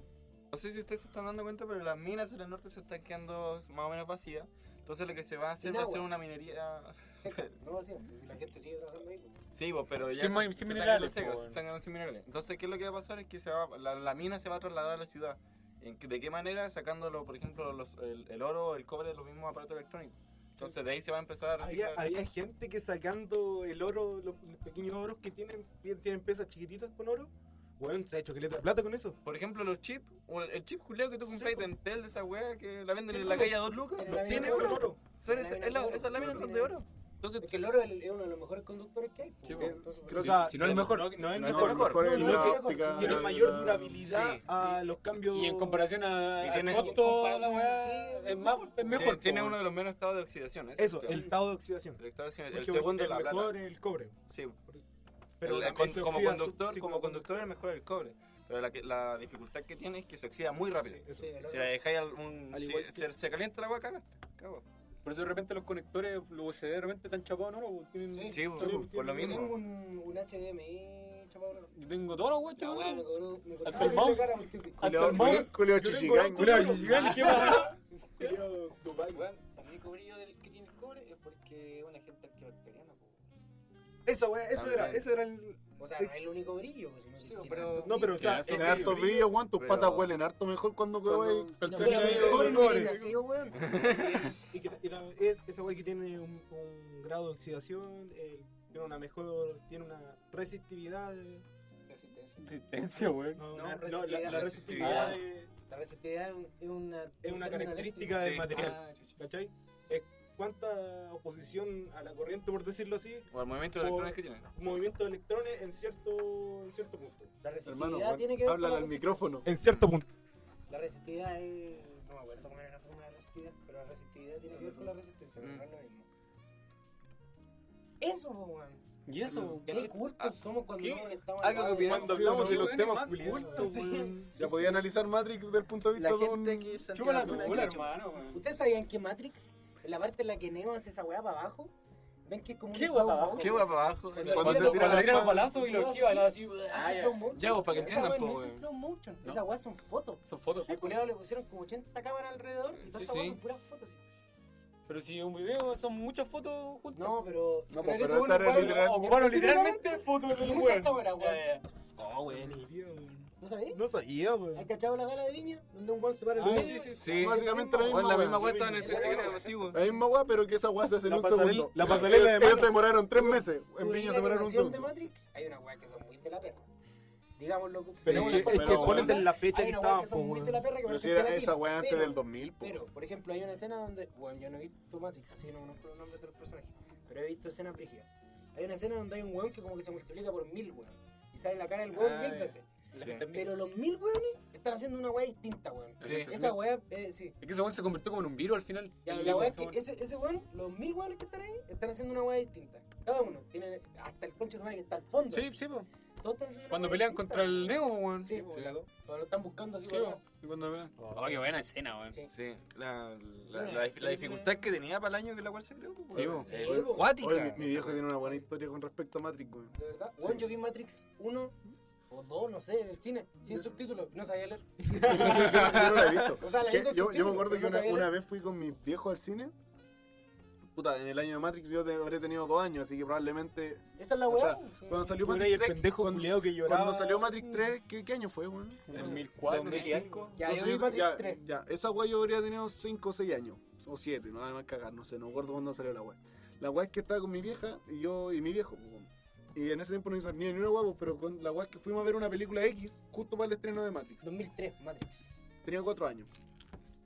Speaker 6: No sé si ustedes se están dando cuenta, pero las minas en el norte se están quedando más o menos vacías. Entonces lo que se va a hacer
Speaker 2: Sin
Speaker 6: va a
Speaker 2: agua.
Speaker 6: ser una minería...
Speaker 2: Seca, no vacía, si la gente sigue trabajando ahí, weón.
Speaker 6: Sí, bo, pero ya se-
Speaker 3: Sin ma-
Speaker 6: se
Speaker 3: sin
Speaker 6: están
Speaker 3: minerales,
Speaker 6: quedando secas,
Speaker 3: po,
Speaker 6: se
Speaker 3: weón.
Speaker 6: están quedando sin minerales. Entonces, ¿qué es lo que va a pasar? Es que se va, la, la mina se va a trasladar a la ciudad. ¿En qué- ¿De qué manera? Sacándolo, por ejemplo, los- el, el oro, el cobre de los mismos aparatos electrónicos. Entonces, de ahí se va a empezar a
Speaker 8: Había,
Speaker 6: reciclar.
Speaker 8: había gente que sacando el oro, los, los pequeños oros que tienen, bien- tienen piezas chiquititas con oro. Weón, se ha hecho que de plata con eso.
Speaker 6: Por ejemplo, los chips, o el- el chip culiao que tú compras
Speaker 8: Sí, po.
Speaker 6: en Tel de esa wea que la venden en la calle a dos lucas.
Speaker 2: Pero la mina
Speaker 6: Tiene
Speaker 2: de
Speaker 8: con
Speaker 6: oro.
Speaker 2: oro.
Speaker 6: Son
Speaker 2: La
Speaker 6: esa-
Speaker 2: mina
Speaker 6: es la-
Speaker 2: de oro.
Speaker 6: Esas láminas son de oro. Entonces,
Speaker 2: Es que el oro es el- es uno de los mejores conductores que hay, po,
Speaker 3: Sí,
Speaker 2: weón.
Speaker 1: weón.
Speaker 2: Entonces,
Speaker 1: Creo-
Speaker 2: pues,
Speaker 8: sea,
Speaker 3: si no el mejor.
Speaker 8: No, no es
Speaker 6: No
Speaker 8: mejor,
Speaker 6: es el mejor,
Speaker 1: es
Speaker 8: sino
Speaker 1: la
Speaker 8: que
Speaker 1: óptica,
Speaker 8: tiene
Speaker 1: la-
Speaker 8: mayor
Speaker 1: la-
Speaker 8: durabilidad
Speaker 6: Sí.
Speaker 8: a los cambios.
Speaker 3: Y en comparación a,
Speaker 6: Y
Speaker 3: al
Speaker 6: tiene-
Speaker 3: costo,
Speaker 2: en
Speaker 3: la weá
Speaker 2: comparación, sí,
Speaker 3: es, más, es mejor.
Speaker 6: tiene-
Speaker 3: po,
Speaker 6: tiene
Speaker 3: weón.
Speaker 6: uno de los menos estados de oxidación. ese
Speaker 8: Eso,
Speaker 6: es
Speaker 8: el
Speaker 6: claro.
Speaker 8: estado de oxidación.
Speaker 6: El estado de oxidación,
Speaker 8: Porque
Speaker 6: el segundo,
Speaker 8: pues, el
Speaker 6: la plata.
Speaker 8: mejor es el cobre.
Speaker 6: Sí,
Speaker 8: Pero
Speaker 6: El-
Speaker 8: también
Speaker 6: con-
Speaker 8: se
Speaker 6: como
Speaker 8: oxida
Speaker 6: conductor,
Speaker 8: su-
Speaker 6: como conductor es mejor el cobre. Pero la, que- la dificultad que tiene es que se oxida muy rápido.
Speaker 8: Sí, eso.
Speaker 2: sí, el
Speaker 6: Si
Speaker 2: oro.
Speaker 6: la dejáis al- un-
Speaker 3: Al
Speaker 6: si-
Speaker 3: igual que-
Speaker 6: se, se calienta la agua, cagaste. cago.
Speaker 3: Por eso de repente los conectores, los USB de repente están chapados, ¿no? Tienen-
Speaker 2: Sí.
Speaker 6: Sí, po,
Speaker 8: sí,
Speaker 6: por lo
Speaker 2: Yo tengo
Speaker 6: mismo.
Speaker 2: un, un HDMI concha, Paula.
Speaker 3: Yo tengo todos los guachos,
Speaker 2: La weá me
Speaker 3: weón.
Speaker 2: cobró. Me cobró.
Speaker 3: Hasta el
Speaker 2: horrible
Speaker 3: mouse.
Speaker 2: cara porque sí.
Speaker 3: Hasta el mouse.
Speaker 1: Julio
Speaker 8: Yo tengo
Speaker 1: Chichigán.
Speaker 8: harto
Speaker 3: Julio
Speaker 8: culo.
Speaker 3: Chichigán, ¿qué pasa?
Speaker 8: Culiao, Dubai.
Speaker 14: Bueno, el único brillo del que tiene el cobre es porque es un agente antibacteriano. po.
Speaker 8: Esa weá,
Speaker 6: Ah,
Speaker 8: eso era, eso era el.
Speaker 2: O sea, no es el único brillo. pues, si no
Speaker 14: Sí,
Speaker 2: tiene
Speaker 14: pero-
Speaker 2: tanto
Speaker 8: No, pero o
Speaker 2: brillo.
Speaker 8: sea,
Speaker 6: Tiene
Speaker 8: ese
Speaker 1: Tiene harto
Speaker 8: brillo-
Speaker 1: brillo, weón. Tus
Speaker 6: pero-
Speaker 1: patas huelen harto mejor cuando
Speaker 6: Cuando-
Speaker 1: weón.
Speaker 2: No,
Speaker 1: calzas
Speaker 2: pero
Speaker 1: que-
Speaker 2: ese cobre no
Speaker 8: cobre.
Speaker 2: hubiera nacido, weón.
Speaker 8: Y que era- es esa weá que tiene un, un grado de oxidación, eh, tiene una mejor. tiene una resistividad. eh,
Speaker 2: Resistencia.
Speaker 3: Resistencia, weón.
Speaker 8: no,
Speaker 2: No,
Speaker 8: una- no, la,
Speaker 2: resistividad.
Speaker 8: la resistividad
Speaker 3: Ah.
Speaker 8: eh,
Speaker 2: La resistividad es un- es una.
Speaker 8: es una
Speaker 2: un término
Speaker 8: característica
Speaker 6: Sí.
Speaker 8: del material.
Speaker 2: Ah, chucha.
Speaker 8: ¿Cachai? Es cuánta oposición a la corriente, por decirlo así,
Speaker 6: O al movimiento de
Speaker 8: O-
Speaker 6: electrones que tienen.
Speaker 8: movimiento de electrones en cierto, en cierto punto.
Speaker 2: La
Speaker 1: Hermano,
Speaker 2: resistividad tiene que
Speaker 1: weón,
Speaker 2: ver con
Speaker 1: háblale
Speaker 2: la
Speaker 1: al
Speaker 2: resi-
Speaker 1: micrófono.
Speaker 8: En cierto punto.
Speaker 2: La resistividad es. No me acuerdo cómo era la fórmula de la resistividad, pero la resistividad tiene que ver con la resistencia, pero
Speaker 6: Mm.
Speaker 2: no es lo mismo. Eso, po, weón.
Speaker 3: ¿Y eso? Ah,
Speaker 2: Qué cultos somos cuando
Speaker 3: ¿Qué?
Speaker 2: no molestamos
Speaker 3: Algo que opinamos.
Speaker 2: opinando.
Speaker 3: Cuando hablamos de los
Speaker 8: Weón,
Speaker 3: temas
Speaker 8: más
Speaker 3: cultos, weón.
Speaker 1: Ya podía analizar Matrix desde el punto de
Speaker 14: La
Speaker 1: vista de
Speaker 14: gente
Speaker 1: un.
Speaker 14: que es
Speaker 3: Chupa la
Speaker 14: Antibacteriana,
Speaker 3: tula,
Speaker 14: chupa.
Speaker 3: hermano, weón.
Speaker 2: ¿Ustedes sabían que Matrix, en la parte en la que Neo hace esa weá para abajo, ven que es como
Speaker 3: ¿Qué
Speaker 2: un
Speaker 3: weá
Speaker 2: slow
Speaker 3: para abajo?
Speaker 2: motion?
Speaker 3: Qué
Speaker 14: Qué guapa abajo.
Speaker 2: Cuando
Speaker 3: Cuando
Speaker 1: se tira
Speaker 3: se
Speaker 1: la
Speaker 3: tiran los
Speaker 1: espada.
Speaker 3: balazos y lo esquivan así, weón.
Speaker 2: Hace
Speaker 3: Ah,
Speaker 2: slow
Speaker 3: ya.
Speaker 2: motion.
Speaker 3: Ya, pues, para que
Speaker 2: Esa
Speaker 3: entiendan,
Speaker 2: weá
Speaker 3: po,
Speaker 2: no es
Speaker 3: weón.
Speaker 2: slow motion,
Speaker 3: ¿No?
Speaker 2: esas weas son fotos.
Speaker 3: Son fotos.
Speaker 2: Al culiado le pusieron como 80 cámaras alrededor y todas
Speaker 6: Sí,
Speaker 2: esas weas
Speaker 6: sí.
Speaker 2: son puras fotos.
Speaker 3: Pero si es un video son muchas fotos juntas.
Speaker 2: No, pero.
Speaker 1: No,
Speaker 2: pero
Speaker 1: pues, pero
Speaker 2: en ese
Speaker 1: esta
Speaker 2: momento,
Speaker 1: era
Speaker 2: weón,
Speaker 1: literal.
Speaker 3: Ocuparon literalmente fotos de los
Speaker 2: Muchas
Speaker 3: weón. Eh.
Speaker 2: cámaras, weón.
Speaker 3: Ya, ya.
Speaker 8: Oh, weón, y tío, weón.
Speaker 2: ¿No sabéis?
Speaker 8: No sabía,
Speaker 2: ¿Has
Speaker 8: weón.
Speaker 2: cachado la gala de viña? Donde un weón se para el
Speaker 1: Sí,
Speaker 2: medio.
Speaker 1: sí,
Speaker 2: y-
Speaker 6: Sí.
Speaker 1: Básicamente la
Speaker 6: O
Speaker 1: misma
Speaker 6: la misma
Speaker 1: weá.
Speaker 6: weá estaba en el
Speaker 2: La
Speaker 6: festival
Speaker 2: weá.
Speaker 6: así, weón.
Speaker 1: La misma weá, pero que esa weá se hace en
Speaker 8: La
Speaker 1: un
Speaker 8: pasarela-
Speaker 1: segundo.
Speaker 8: la pasarela de
Speaker 1: Ellos- ellos
Speaker 8: mano.
Speaker 1: se demoraron tres meses. En
Speaker 2: Tú veis
Speaker 1: Viña
Speaker 2: la
Speaker 1: se demoraron un
Speaker 2: animación de
Speaker 1: segundo.
Speaker 2: Matrix, hay unas weas que son muy de la perra. Digámoslo. con-
Speaker 8: Pero
Speaker 1: Sí,
Speaker 8: es que, es que
Speaker 1: pero-
Speaker 8: ponen en la fecha
Speaker 2: Hay
Speaker 8: que
Speaker 2: una weá
Speaker 8: estaban,
Speaker 2: que
Speaker 8: po,
Speaker 2: son muy de la
Speaker 8: weón.
Speaker 2: perra que
Speaker 1: Pero
Speaker 2: parece
Speaker 1: si era
Speaker 2: gelatina,
Speaker 1: esa weá antes
Speaker 2: pero-
Speaker 1: del 2000, po.
Speaker 2: Pero, por ejemplo, hay una escena donde. Bueno, yo no he visto Matrix, así que no conozco los nombres de los personajes. Pero he visto escenas frígidas. Hay una escena donde hay un weón que como que se multiplica por mil weón. Y sale la cara del weón
Speaker 3: Ah,
Speaker 2: mil
Speaker 3: ya.
Speaker 2: veces.
Speaker 6: Sí.
Speaker 2: Pero los mil weones están haciendo una weá distinta, weón.
Speaker 3: Sí.
Speaker 2: Esa weá, eh, sí.
Speaker 3: Es que ese weón se convirtió como en un virus al final.
Speaker 2: Ya,
Speaker 3: Sí,
Speaker 2: la weá es
Speaker 3: weón.
Speaker 2: que ese, ese weón, los mil weones que están ahí, están haciendo una weá distinta. Cada uno. Tiene hasta el concho de su madre que está al fondo.
Speaker 3: Sí,
Speaker 2: así.
Speaker 3: sí, po.
Speaker 2: Todos están haciendo una
Speaker 3: Cuando
Speaker 2: weá
Speaker 3: pelean
Speaker 2: distinta,
Speaker 3: contra
Speaker 2: weón.
Speaker 3: el Neo, weón.
Speaker 2: Sí, po, la- cuando lo están buscando así,
Speaker 3: Sí,
Speaker 2: weón.
Speaker 3: po. Y cuando pelean. Oh, qué buena escena, weón.
Speaker 2: Sí.
Speaker 6: Sí, la, la,
Speaker 2: Bueno,
Speaker 6: la, dif- la
Speaker 2: eh,
Speaker 6: dificultad que tenía para el año que la cual se creó. pues,
Speaker 3: Sí,
Speaker 6: weón.
Speaker 3: po.
Speaker 2: Sí,
Speaker 6: Eh,
Speaker 2: po.
Speaker 6: Cuática.
Speaker 1: Oye, mi, mi viejo tiene una buena historia con respecto a Matrix, weón.
Speaker 2: De verdad. Bueno, yo vi Matrix 1 o 2, no sé, en el cine, sin subtítulos. No sabía leer.
Speaker 1: yo no la he visto.
Speaker 2: O sea, la
Speaker 1: Que
Speaker 2: vi con
Speaker 1: yo, yo me
Speaker 2: subtítulos,
Speaker 1: acuerdo
Speaker 2: pero
Speaker 1: que
Speaker 2: no
Speaker 1: una,
Speaker 2: sabía
Speaker 1: una
Speaker 2: leer.
Speaker 1: vez fui con mis viejos al cine. Puta, en el año de Matrix yo te- habré tenido dos años, así que probablemente.
Speaker 2: Esa es la
Speaker 1: Puta,
Speaker 2: weá.
Speaker 1: Cuando salió
Speaker 8: Tú eras el
Speaker 1: Matrix 3.
Speaker 8: pendejo
Speaker 1: cuando,
Speaker 8: culiao que lloraba.
Speaker 1: cuando salió Matrix 3, ¿qué, qué año fue, weón?
Speaker 3: 2004,
Speaker 14: 2005.
Speaker 2: Ya, yo
Speaker 1: Entonces
Speaker 2: vi
Speaker 1: yo-
Speaker 2: Matrix
Speaker 1: ya,
Speaker 2: 3.
Speaker 1: ya, esa weá yo habría tenido 5 o 6 años. O 7, no nada más cagar, no sé, no recuerdo cuándo salió la weá. La weá es que estaba con mi vieja y yo y mi viejo. pues, weón. Y en ese tiempo no hizo ni una weá, pues, pero con la weá es que fuimos a ver una película X justo para el estreno de Matrix.
Speaker 2: 2003, Matrix.
Speaker 1: Tenía 4 años.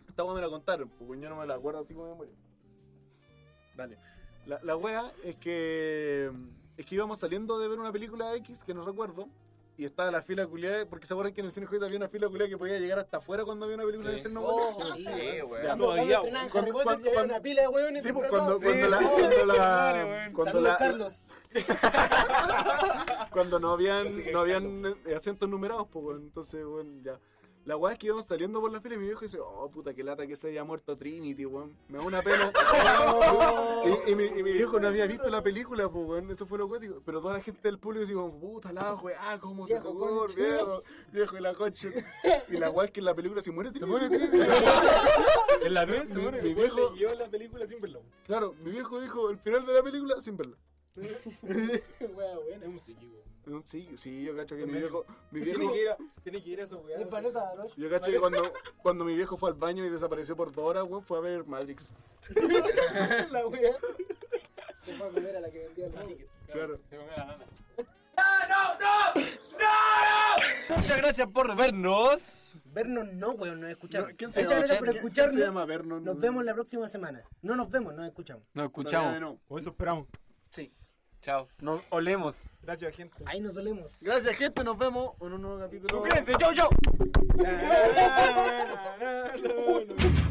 Speaker 1: Esta weá me la contaron, pues weón, yo no me la acuerdo así como memoria. Dale. La, la weá es que. Es que íbamos saliendo de ver una película X que no recuerdo. Y estaba la fila culiada, porque se acuerdan que en el cine Juguete había una fila culiada que podía llegar hasta afuera cuando había una película de estreno. weón?
Speaker 6: Sí, weón.
Speaker 1: Ya.
Speaker 2: Cuando
Speaker 8: Todavía,
Speaker 2: estrenaban
Speaker 1: weón. Cuando-
Speaker 2: Harry Potter, ya había
Speaker 1: cuando-
Speaker 2: una pila de weones.
Speaker 1: Sí, pues cuando,
Speaker 2: disfrazados.
Speaker 1: cuando la. Cuando la. Cuando,
Speaker 2: Saludos,
Speaker 1: la
Speaker 2: Carlos.
Speaker 1: cuando no habían, no habían eh, asientos numerados, pues, weón. Entonces, bueno, ya. La weá es que íbamos saliendo por la fila y mi viejo dice, oh puta, qué lata que se haya muerto Trinity, weón. Me da una pena. y, y mi, y mi viejo no había visto la película, pues, weón. Eso fue lo cuático. Pero toda la gente del público dijo, puta la weá, cómo se
Speaker 2: Viejo
Speaker 1: jugó,
Speaker 2: concha.
Speaker 1: viejo. Viejo y la concha. Y la weá es que en la película se muere Trinity.
Speaker 3: En la red,
Speaker 1: Mi-
Speaker 3: seguro.
Speaker 1: mi viejo,
Speaker 8: Yo la película sin verlo.
Speaker 1: claro, mi viejo dijo el final de la película sin verla.
Speaker 2: Weá, buena.
Speaker 8: Es un psiquico.
Speaker 1: Mm, Sí, sí, yo cacho que mi
Speaker 8: Me-
Speaker 1: viejo, mi
Speaker 8: Tiene
Speaker 1: viejo,
Speaker 8: que ir a, tiene que ir a esa weá.
Speaker 2: Es Vanessa Daroche.
Speaker 1: yo cacho que cuando, cuando mi viejo fue al baño y desapareció por dos horas, weón, fue a ver Matrix.
Speaker 2: La weá. Se fue a comer a la que vendía los tickets.
Speaker 1: Claro.
Speaker 3: Se comió la nana.
Speaker 6: Muchas gracias por vernos.
Speaker 2: Vernos no, weón, nos escuchamos.
Speaker 1: No, ¿quién se
Speaker 2: Muchas
Speaker 1: llama?
Speaker 2: gracias por
Speaker 1: ¿Quién- quién se
Speaker 2: escucharnos.
Speaker 1: llama? Vernos,
Speaker 2: Nos
Speaker 1: no.
Speaker 2: vemos la próxima semana. No nos vemos, nos escuchamos.
Speaker 3: Nos
Speaker 1: No,
Speaker 3: escuchamos.
Speaker 1: no, no.
Speaker 8: Por eso esperamos.
Speaker 14: Sí.
Speaker 6: Chao.
Speaker 3: Nos olemos.
Speaker 8: Gracias, gente.
Speaker 2: Ahí nos solemos.
Speaker 1: Gracias, gente, nos vemos en un nuevo capítulo.
Speaker 3: Suscríbanse, chau, chau.
Speaker 8: No, no, no, no.